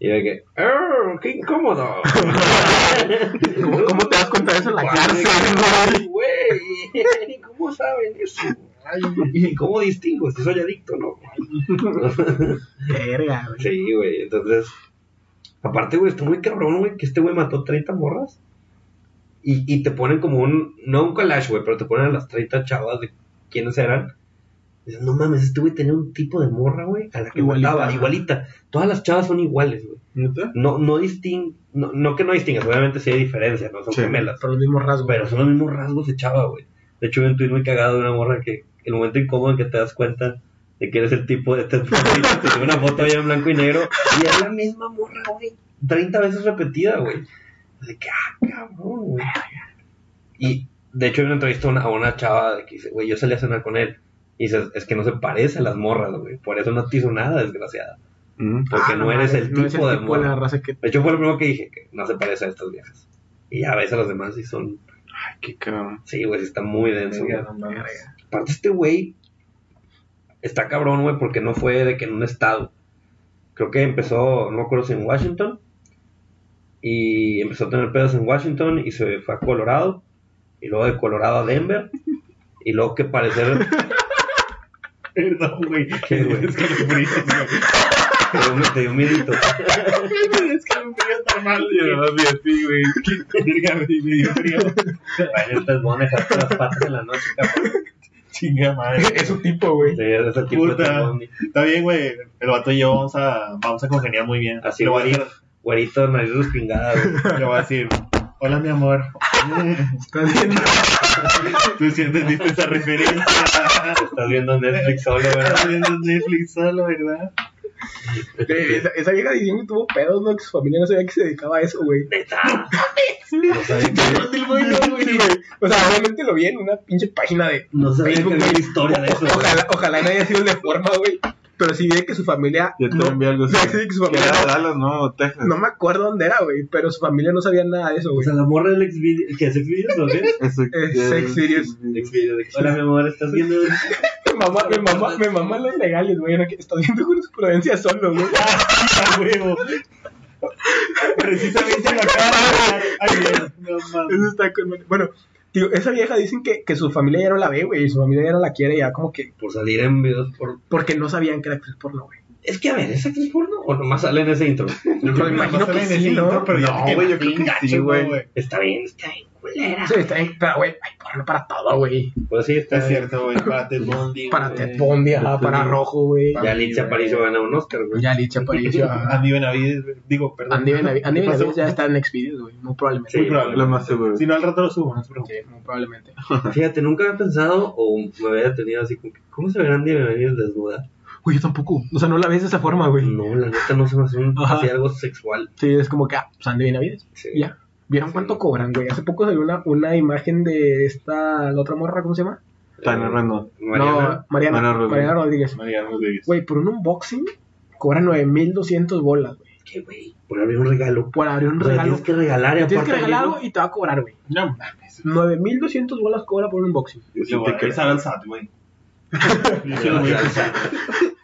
Speaker 1: Y yo de que, "Arr, ¡Qué incómodo!
Speaker 2: [LAUGHS] [LAUGHS] ¿Cómo, cómo te das cuenta de eso en la cárcel,
Speaker 1: güey? ¿Cómo saben eso? Ay, [LAUGHS] ¿y ¿Cómo distingo si soy adicto o
Speaker 2: [LAUGHS]
Speaker 1: no?
Speaker 2: güey? Verga, güey.
Speaker 1: Sí, güey, entonces. Aparte, güey, está muy cabrón, güey, que este güey mató 30 morras. Y, y te ponen como un. No un collage, güey, pero te ponen a las 30 chavas de quiénes eran. Y dices, no mames, este güey tenía un tipo de morra, güey, a la que
Speaker 2: Igualita,
Speaker 1: mataba,
Speaker 2: ajá.
Speaker 1: igualita. Todas las chavas son iguales, güey.
Speaker 3: ¿Neta?
Speaker 1: No, no disting. No, no que no distingas, obviamente sí hay diferencia, ¿no? Son
Speaker 3: Sí.
Speaker 1: gemelas.
Speaker 2: Son los mismos rasgos.
Speaker 1: Pero son los mismos rasgos de chava, güey. De hecho, vi un tuit muy cagado de una morra que el momento incómodo en que te das cuenta de que eres el tipo de Ted Bundy, te sube una foto ahí en blanco y negro y es la misma morra, güey. 30 veces repetida, güey. De que, ah, cabrón, güey. Y de hecho, hay una entrevista a una, a una chava que dice, güey, yo salí a cenar con él. Y dices, es que no se parece a las morras, güey. Por eso no te hizo nada, desgraciada.
Speaker 3: Mm.
Speaker 1: Porque
Speaker 2: Ah,
Speaker 1: no, eres
Speaker 2: mames,
Speaker 1: el
Speaker 2: no eres
Speaker 1: tipo de
Speaker 2: tipo la
Speaker 1: morra.
Speaker 2: raza que.
Speaker 1: De hecho, Pues fue lo primero que dije, que no se parece a estas viejas. Y ya ves a las demás y son
Speaker 3: Ay, qué cabrón.
Speaker 1: Sí, güey, sí está muy denso. güey.
Speaker 2: Verga.
Speaker 1: Aparte, este güey está cabrón, güey, porque no fue de que en un estado. Creo que empezó, no me acuerdo si en Washington. Y empezó a tener pedos en Washington y se fue a Colorado. Y luego de Colorado a Denver. Y luego que parecer.
Speaker 4: Perdón, güey.
Speaker 1: ¿Qué, güey?
Speaker 4: Es que me moriste, güey.
Speaker 1: te dio- te dio miedito.
Speaker 4: Es que me frío tan mal, güey. Yo así, así, güey. Verga, güey, me dio frío.
Speaker 1: Vaya, te van a dejar las patas en la noche, cabrón.
Speaker 4: Chinga madre.
Speaker 2: Es un tipo, güey.
Speaker 1: Sí, es el tipo de
Speaker 4: Puta.
Speaker 1: Ted Bundy.
Speaker 4: Está bien, güey. El vato y yo vamos a, vamos a congeniar muy bien.
Speaker 1: Así,
Speaker 4: lo voy a
Speaker 1: güey.
Speaker 4: decir.
Speaker 1: Güerito, nariz respingada, güey.
Speaker 4: Le voy a decir. Hola, mi amor.
Speaker 2: Estás viendo.
Speaker 4: ¿Tú sí entendiste esa referencia?
Speaker 1: Estás viendo Netflix solo, ¿verdad?
Speaker 4: Estás viendo Netflix solo, ¿verdad?
Speaker 2: Eh, Esa, esa vieja diciendo que tuvo pedos, ¿no? Que su familia no sabía que se dedicaba a eso, güey.
Speaker 1: [LAUGHS] No sabía que-
Speaker 2: Sí, güey. [LAUGHS] O sea, obviamente lo vi en una pinche página de.
Speaker 1: No sabía que
Speaker 2: Facebook,
Speaker 1: había
Speaker 2: güey.
Speaker 1: historia de eso. güey.
Speaker 2: Ojalá, ojalá no haya sido de forma, güey. Pero sí vi que su familia.
Speaker 3: Yo te
Speaker 2: no,
Speaker 3: envié algo
Speaker 2: no,
Speaker 3: así.
Speaker 2: [LAUGHS] sí, que su
Speaker 3: Que
Speaker 2: familia
Speaker 3: era
Speaker 2: no-
Speaker 3: Dallas, ¿no? O Texas.
Speaker 2: No me acuerdo dónde era, güey. Pero su familia no sabía nada de eso,
Speaker 1: O
Speaker 2: güey.
Speaker 1: sea, la morra del Xvideos. ¿Qué es Xvideos o qué?
Speaker 3: Eso-
Speaker 2: Es eh, Sex Videos.
Speaker 1: Xvideos. de que, Hola, mi amor, ¿estás viendo? [LAUGHS]
Speaker 2: Me mamá, me mamá, me mamá los legales, güey. ¿no? Que Estás viendo jurisprudencia solo, güey.
Speaker 1: Ah,
Speaker 4: A huevo. Precisamente lo acabo de hablar. Ay, Dios, no
Speaker 2: [LAUGHS]
Speaker 4: mames.
Speaker 2: Eso está con... Bueno, tío, esa vieja dicen que, que su familia ya no la ve, güey. Su familia ya no la quiere, ya como que.
Speaker 1: Por salir en videos por...
Speaker 2: Porque no sabían que era actriz porno, güey.
Speaker 1: Es que a ver, ¿es actriz porno o nomás sale en ese [LAUGHS] intro?
Speaker 3: Yo creo que
Speaker 2: imagino
Speaker 3: nomás
Speaker 2: que
Speaker 3: sale en
Speaker 2: sí,
Speaker 3: el
Speaker 2: ¿no?
Speaker 3: intro, pero yo-
Speaker 1: No,
Speaker 3: que-
Speaker 1: güey,
Speaker 3: yo creo
Speaker 1: bien
Speaker 3: que sí,
Speaker 1: gacho,
Speaker 3: güey.
Speaker 1: Está bien, está bien, culera.
Speaker 2: Sí, está bien, pero güey, hay porno para todo, güey.
Speaker 1: Pues sí, está
Speaker 3: Es
Speaker 1: bien.
Speaker 3: cierto, güey. Para Ted Bundy.
Speaker 2: Para
Speaker 3: güey.
Speaker 2: Ted Bundy, ajá, para Rojo, güey.
Speaker 1: Ya Alicia Aparicio gana un Oscar, güey.
Speaker 2: Ya Licha Aparicio. ajá.
Speaker 4: Andy Benavides, digo, perdón.
Speaker 2: Andy Benavides Andy
Speaker 4: ¿Qué pasó?
Speaker 2: Benavides ya está en Xvideos, güey, muy probablemente.
Speaker 1: Sí.
Speaker 4: Muy probable.
Speaker 3: Lo más seguro.
Speaker 4: Si no, al rato lo subo, no se preocupen.
Speaker 2: Sí, muy probablemente.
Speaker 1: Fíjate, nunca había pensado o me había detenido así como que, ¿cómo se ve Andy Benavides desnuda?
Speaker 2: Güey, yo tampoco. O sea, no la ves de esa forma, güey.
Speaker 1: No, la neta no se me hace un,
Speaker 2: Ajá.
Speaker 1: así algo sexual.
Speaker 2: Sí, es como que, ah, pues Andy Benavides.
Speaker 1: Sí.
Speaker 2: Ya. ¿Vieron cuánto cobran, güey? Hace poco salió una, una imagen de esta, la otra morra, ¿cómo se llama?
Speaker 3: Tan Hernando.
Speaker 1: Mariana,
Speaker 2: no, Mariana,
Speaker 3: Mariana
Speaker 2: Mariana
Speaker 3: Rodríguez.
Speaker 2: Rodríguez.
Speaker 4: Mariana Rodríguez.
Speaker 2: Güey, por un unboxing cobran 9200 bolas, güey.
Speaker 1: ¿qué güey? Por abrir un regalo.
Speaker 2: Por abrir un
Speaker 1: O sea,
Speaker 2: regalo.
Speaker 1: Tienes que regalar y
Speaker 2: Tienes
Speaker 1: aparte
Speaker 2: que regalar
Speaker 1: abrirlo. [LAUGHS]
Speaker 2: algo y te va a cobrar, güey.
Speaker 4: No mames.
Speaker 2: 9200 bolas cobra por un unboxing.
Speaker 3: Yo
Speaker 4: Le voy
Speaker 3: sentí
Speaker 4: a
Speaker 3: que.
Speaker 4: avisar al SAT,
Speaker 1: [LAUGHS]
Speaker 4: güey. Yo se lo voy a avisar.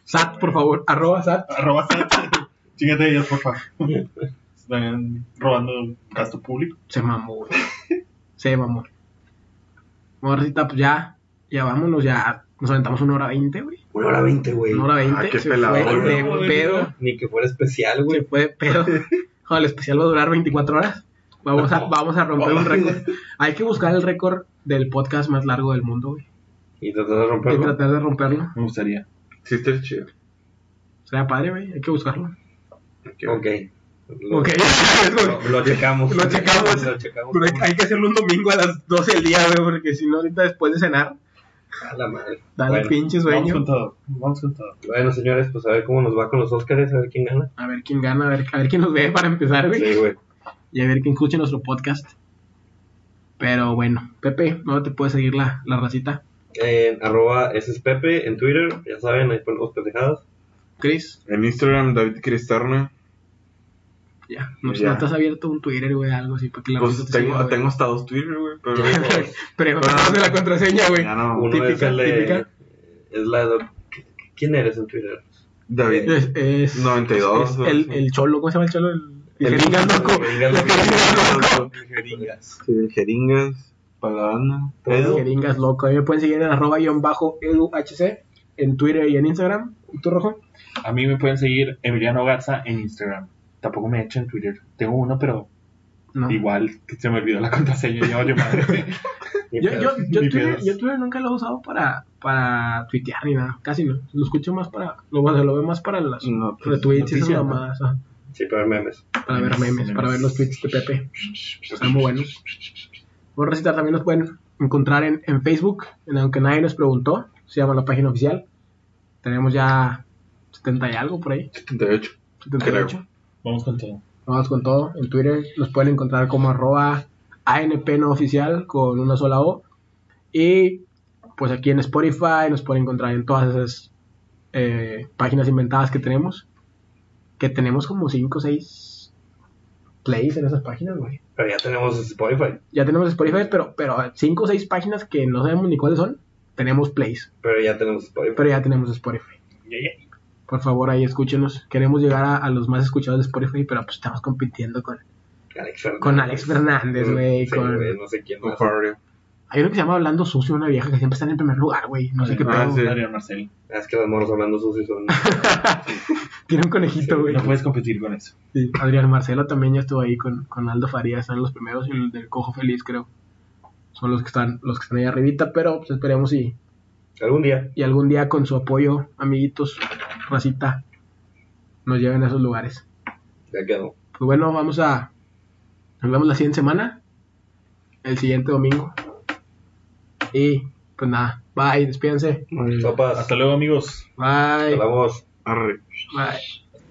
Speaker 2: SAT, por favor, arroba SAT.
Speaker 4: Arroba SAT. Chíngate ellos,
Speaker 1: [LAUGHS]
Speaker 4: por favor. Están robando gasto público.
Speaker 2: Se
Speaker 1: [LAUGHS]
Speaker 2: mamó, güey. Se mamó. Morcita, pues ya, ya vámonos, ya nos aventamos una hora veinte, güey.
Speaker 1: Una hora veinte, güey.
Speaker 2: Una hora veinte.
Speaker 3: qué
Speaker 2: se
Speaker 3: pelado,
Speaker 2: fue de
Speaker 4: güey.
Speaker 2: pedo.
Speaker 1: Ni que fuera especial,
Speaker 2: Se
Speaker 1: güey.
Speaker 2: fue
Speaker 1: [LAUGHS]
Speaker 2: de pedo. Joder, el especial va a durar 24 horas. Vamos a, vamos a
Speaker 1: [LAUGHS]
Speaker 2: romper un récord. Hay que buscar el récord del podcast más largo del mundo, güey.
Speaker 1: Y tratar de
Speaker 2: Hay que
Speaker 1: romperlo.
Speaker 2: tratar de romperlo.
Speaker 4: Me gustaría.
Speaker 3: Sí, está chido.
Speaker 2: Será padre, güey. Hay que buscarlo.
Speaker 1: Ok. Lo,
Speaker 2: Ok.
Speaker 1: Lo, lo checamos.
Speaker 2: [LAUGHS] Lo checamos.
Speaker 1: Lo checamos.
Speaker 2: Pero hay- hay que hacerlo un domingo a las 12 del día, güey, porque si no, ahorita después de cenar,
Speaker 1: A la madre.
Speaker 2: da el
Speaker 1: Bueno,
Speaker 2: pinche
Speaker 4: Vamos
Speaker 2: sueño.
Speaker 4: con todo. Vamos con todo.
Speaker 1: Bueno, señores, pues a ver cómo nos va con los Oscars, a ver quién gana.
Speaker 2: A ver quién gana, a ver, a ver quién nos ve para empezar, güey.
Speaker 1: Sí, güey.
Speaker 2: y a ver que escuche nuestro podcast. Pero bueno, Pepe, no te puede seguir la, la racita.
Speaker 1: Eh, arroba ese es Pepe en Twitter, ya saben, ahí ponemos
Speaker 2: [LAUGHS]
Speaker 1: pendejadas.
Speaker 2: Chris,
Speaker 3: En Instagram, David Cristarna.
Speaker 2: ya, no, pues,
Speaker 3: Ya.
Speaker 2: no te has abierto un Twitter, güey, algo así, para que la
Speaker 3: Pues
Speaker 2: racita te
Speaker 3: tengo,
Speaker 2: siga, güey.
Speaker 3: tengo hasta dos Twitter, güey. Pero.
Speaker 2: Pero [LAUGHS] no sabes de la contraseña, güey.
Speaker 3: ya no.
Speaker 1: Uno es
Speaker 2: típica,
Speaker 1: el de-
Speaker 2: típica.
Speaker 1: Es la de- ¿Quién eres en Twitter?
Speaker 3: David.
Speaker 2: Es, es-
Speaker 3: 92,
Speaker 2: es
Speaker 3: güey.
Speaker 2: el, el cholo, ¿cómo se llama el cholo? El,
Speaker 3: El-
Speaker 2: el jeringas loco.
Speaker 1: el jeringas loco.
Speaker 4: Jeringas.
Speaker 3: Sí, este, Jeringas. Para la banda. Edu.
Speaker 2: El jeringas loco. A mí me pueden seguir en arroba guión bajo eduhc en Twitter y en Instagram. ¿Y tú, Rojo?
Speaker 4: A mí me pueden seguir Emiliano Garza en Instagram. Tampoco me he hecho en Twitter. Tengo uno, pero
Speaker 2: No.
Speaker 4: igual que se me olvidó la contraseña. Ya valió
Speaker 2: [LAUGHS]
Speaker 4: madre.
Speaker 1: Ni
Speaker 2: Yo,
Speaker 1: pedo.
Speaker 2: yo, yo,
Speaker 4: Ni
Speaker 2: Twitter,
Speaker 4: pedos.
Speaker 2: yo Twitter nunca lo he usado para, para tuitear ni nada, casi no. Lo escucho más para, lo, bueno, lo veo más para las
Speaker 3: No, pues,
Speaker 2: retweets y esas
Speaker 4: noticias, ¿no?
Speaker 2: mamadas, ajá,
Speaker 1: Sí, pero memes.
Speaker 2: para ver
Speaker 4: Memes,
Speaker 2: memes,
Speaker 4: memes.
Speaker 2: para ver los tweets de Pepe. Están muy buenos. Por recitar también nos pueden encontrar en, en Facebook, en aunque nadie nos preguntó, se llama la página oficial. Tenemos ya 70 y algo por ahí,
Speaker 3: 78.
Speaker 2: 78.
Speaker 4: Vamos con todo.
Speaker 2: Vamos con todo. En Twitter nos pueden encontrar como arroba ANP no oficial con una sola O. Y pues aquí en Spotify nos pueden encontrar en todas esas eh, páginas inventadas que tenemos. Que tenemos como 5 o 6 plays en esas páginas, güey.
Speaker 1: Pero ya tenemos Spotify.
Speaker 2: Ya tenemos Spotify, pero, pero 5 o 6 páginas que no sabemos ni cuáles son, tenemos plays.
Speaker 1: Pero ya tenemos Spotify.
Speaker 2: Pero ya tenemos Spotify. Por favor, ahí escúchenos. Queremos llegar a, a los más escuchados de Spotify, pero pues estamos compitiendo con,
Speaker 1: Alex Fernández. Mm,
Speaker 2: con Alex Fernández, güey.
Speaker 1: Sí,
Speaker 2: con...
Speaker 1: güey, No sé quién
Speaker 3: Con
Speaker 1: más.
Speaker 3: Farrell.
Speaker 2: Hay uno que se llama Hablando Sucio, una vieja que siempre está en el primer lugar, güey. No sé qué
Speaker 3: Ah,
Speaker 2: pedo.
Speaker 3: sí.
Speaker 4: Adrián Marcel.
Speaker 1: Es que los moros hablando sucios
Speaker 2: [LAUGHS]
Speaker 1: son.
Speaker 2: Tiene un conejito, güey.
Speaker 4: No puedes competir con eso.
Speaker 2: Sí, Adrián Marcelo también ya estuvo ahí con, con Aldo Farías, están los primeros y el del Cojo Feliz, creo. Son los que están, los que están ahí arribita, pero pues esperemos y,
Speaker 1: Algún día.
Speaker 2: y algún día con su apoyo, amiguitos, racita, nos lleven a esos lugares.
Speaker 1: Ya quedó.
Speaker 2: Pues bueno, vamos a. Nos vemos la siguiente semana. El siguiente domingo. Y pues nada. Bye, despídense.
Speaker 1: Sopas.
Speaker 4: Hasta luego, amigos.
Speaker 2: Bye.
Speaker 1: Hablamos.
Speaker 3: Arre.
Speaker 2: Bye.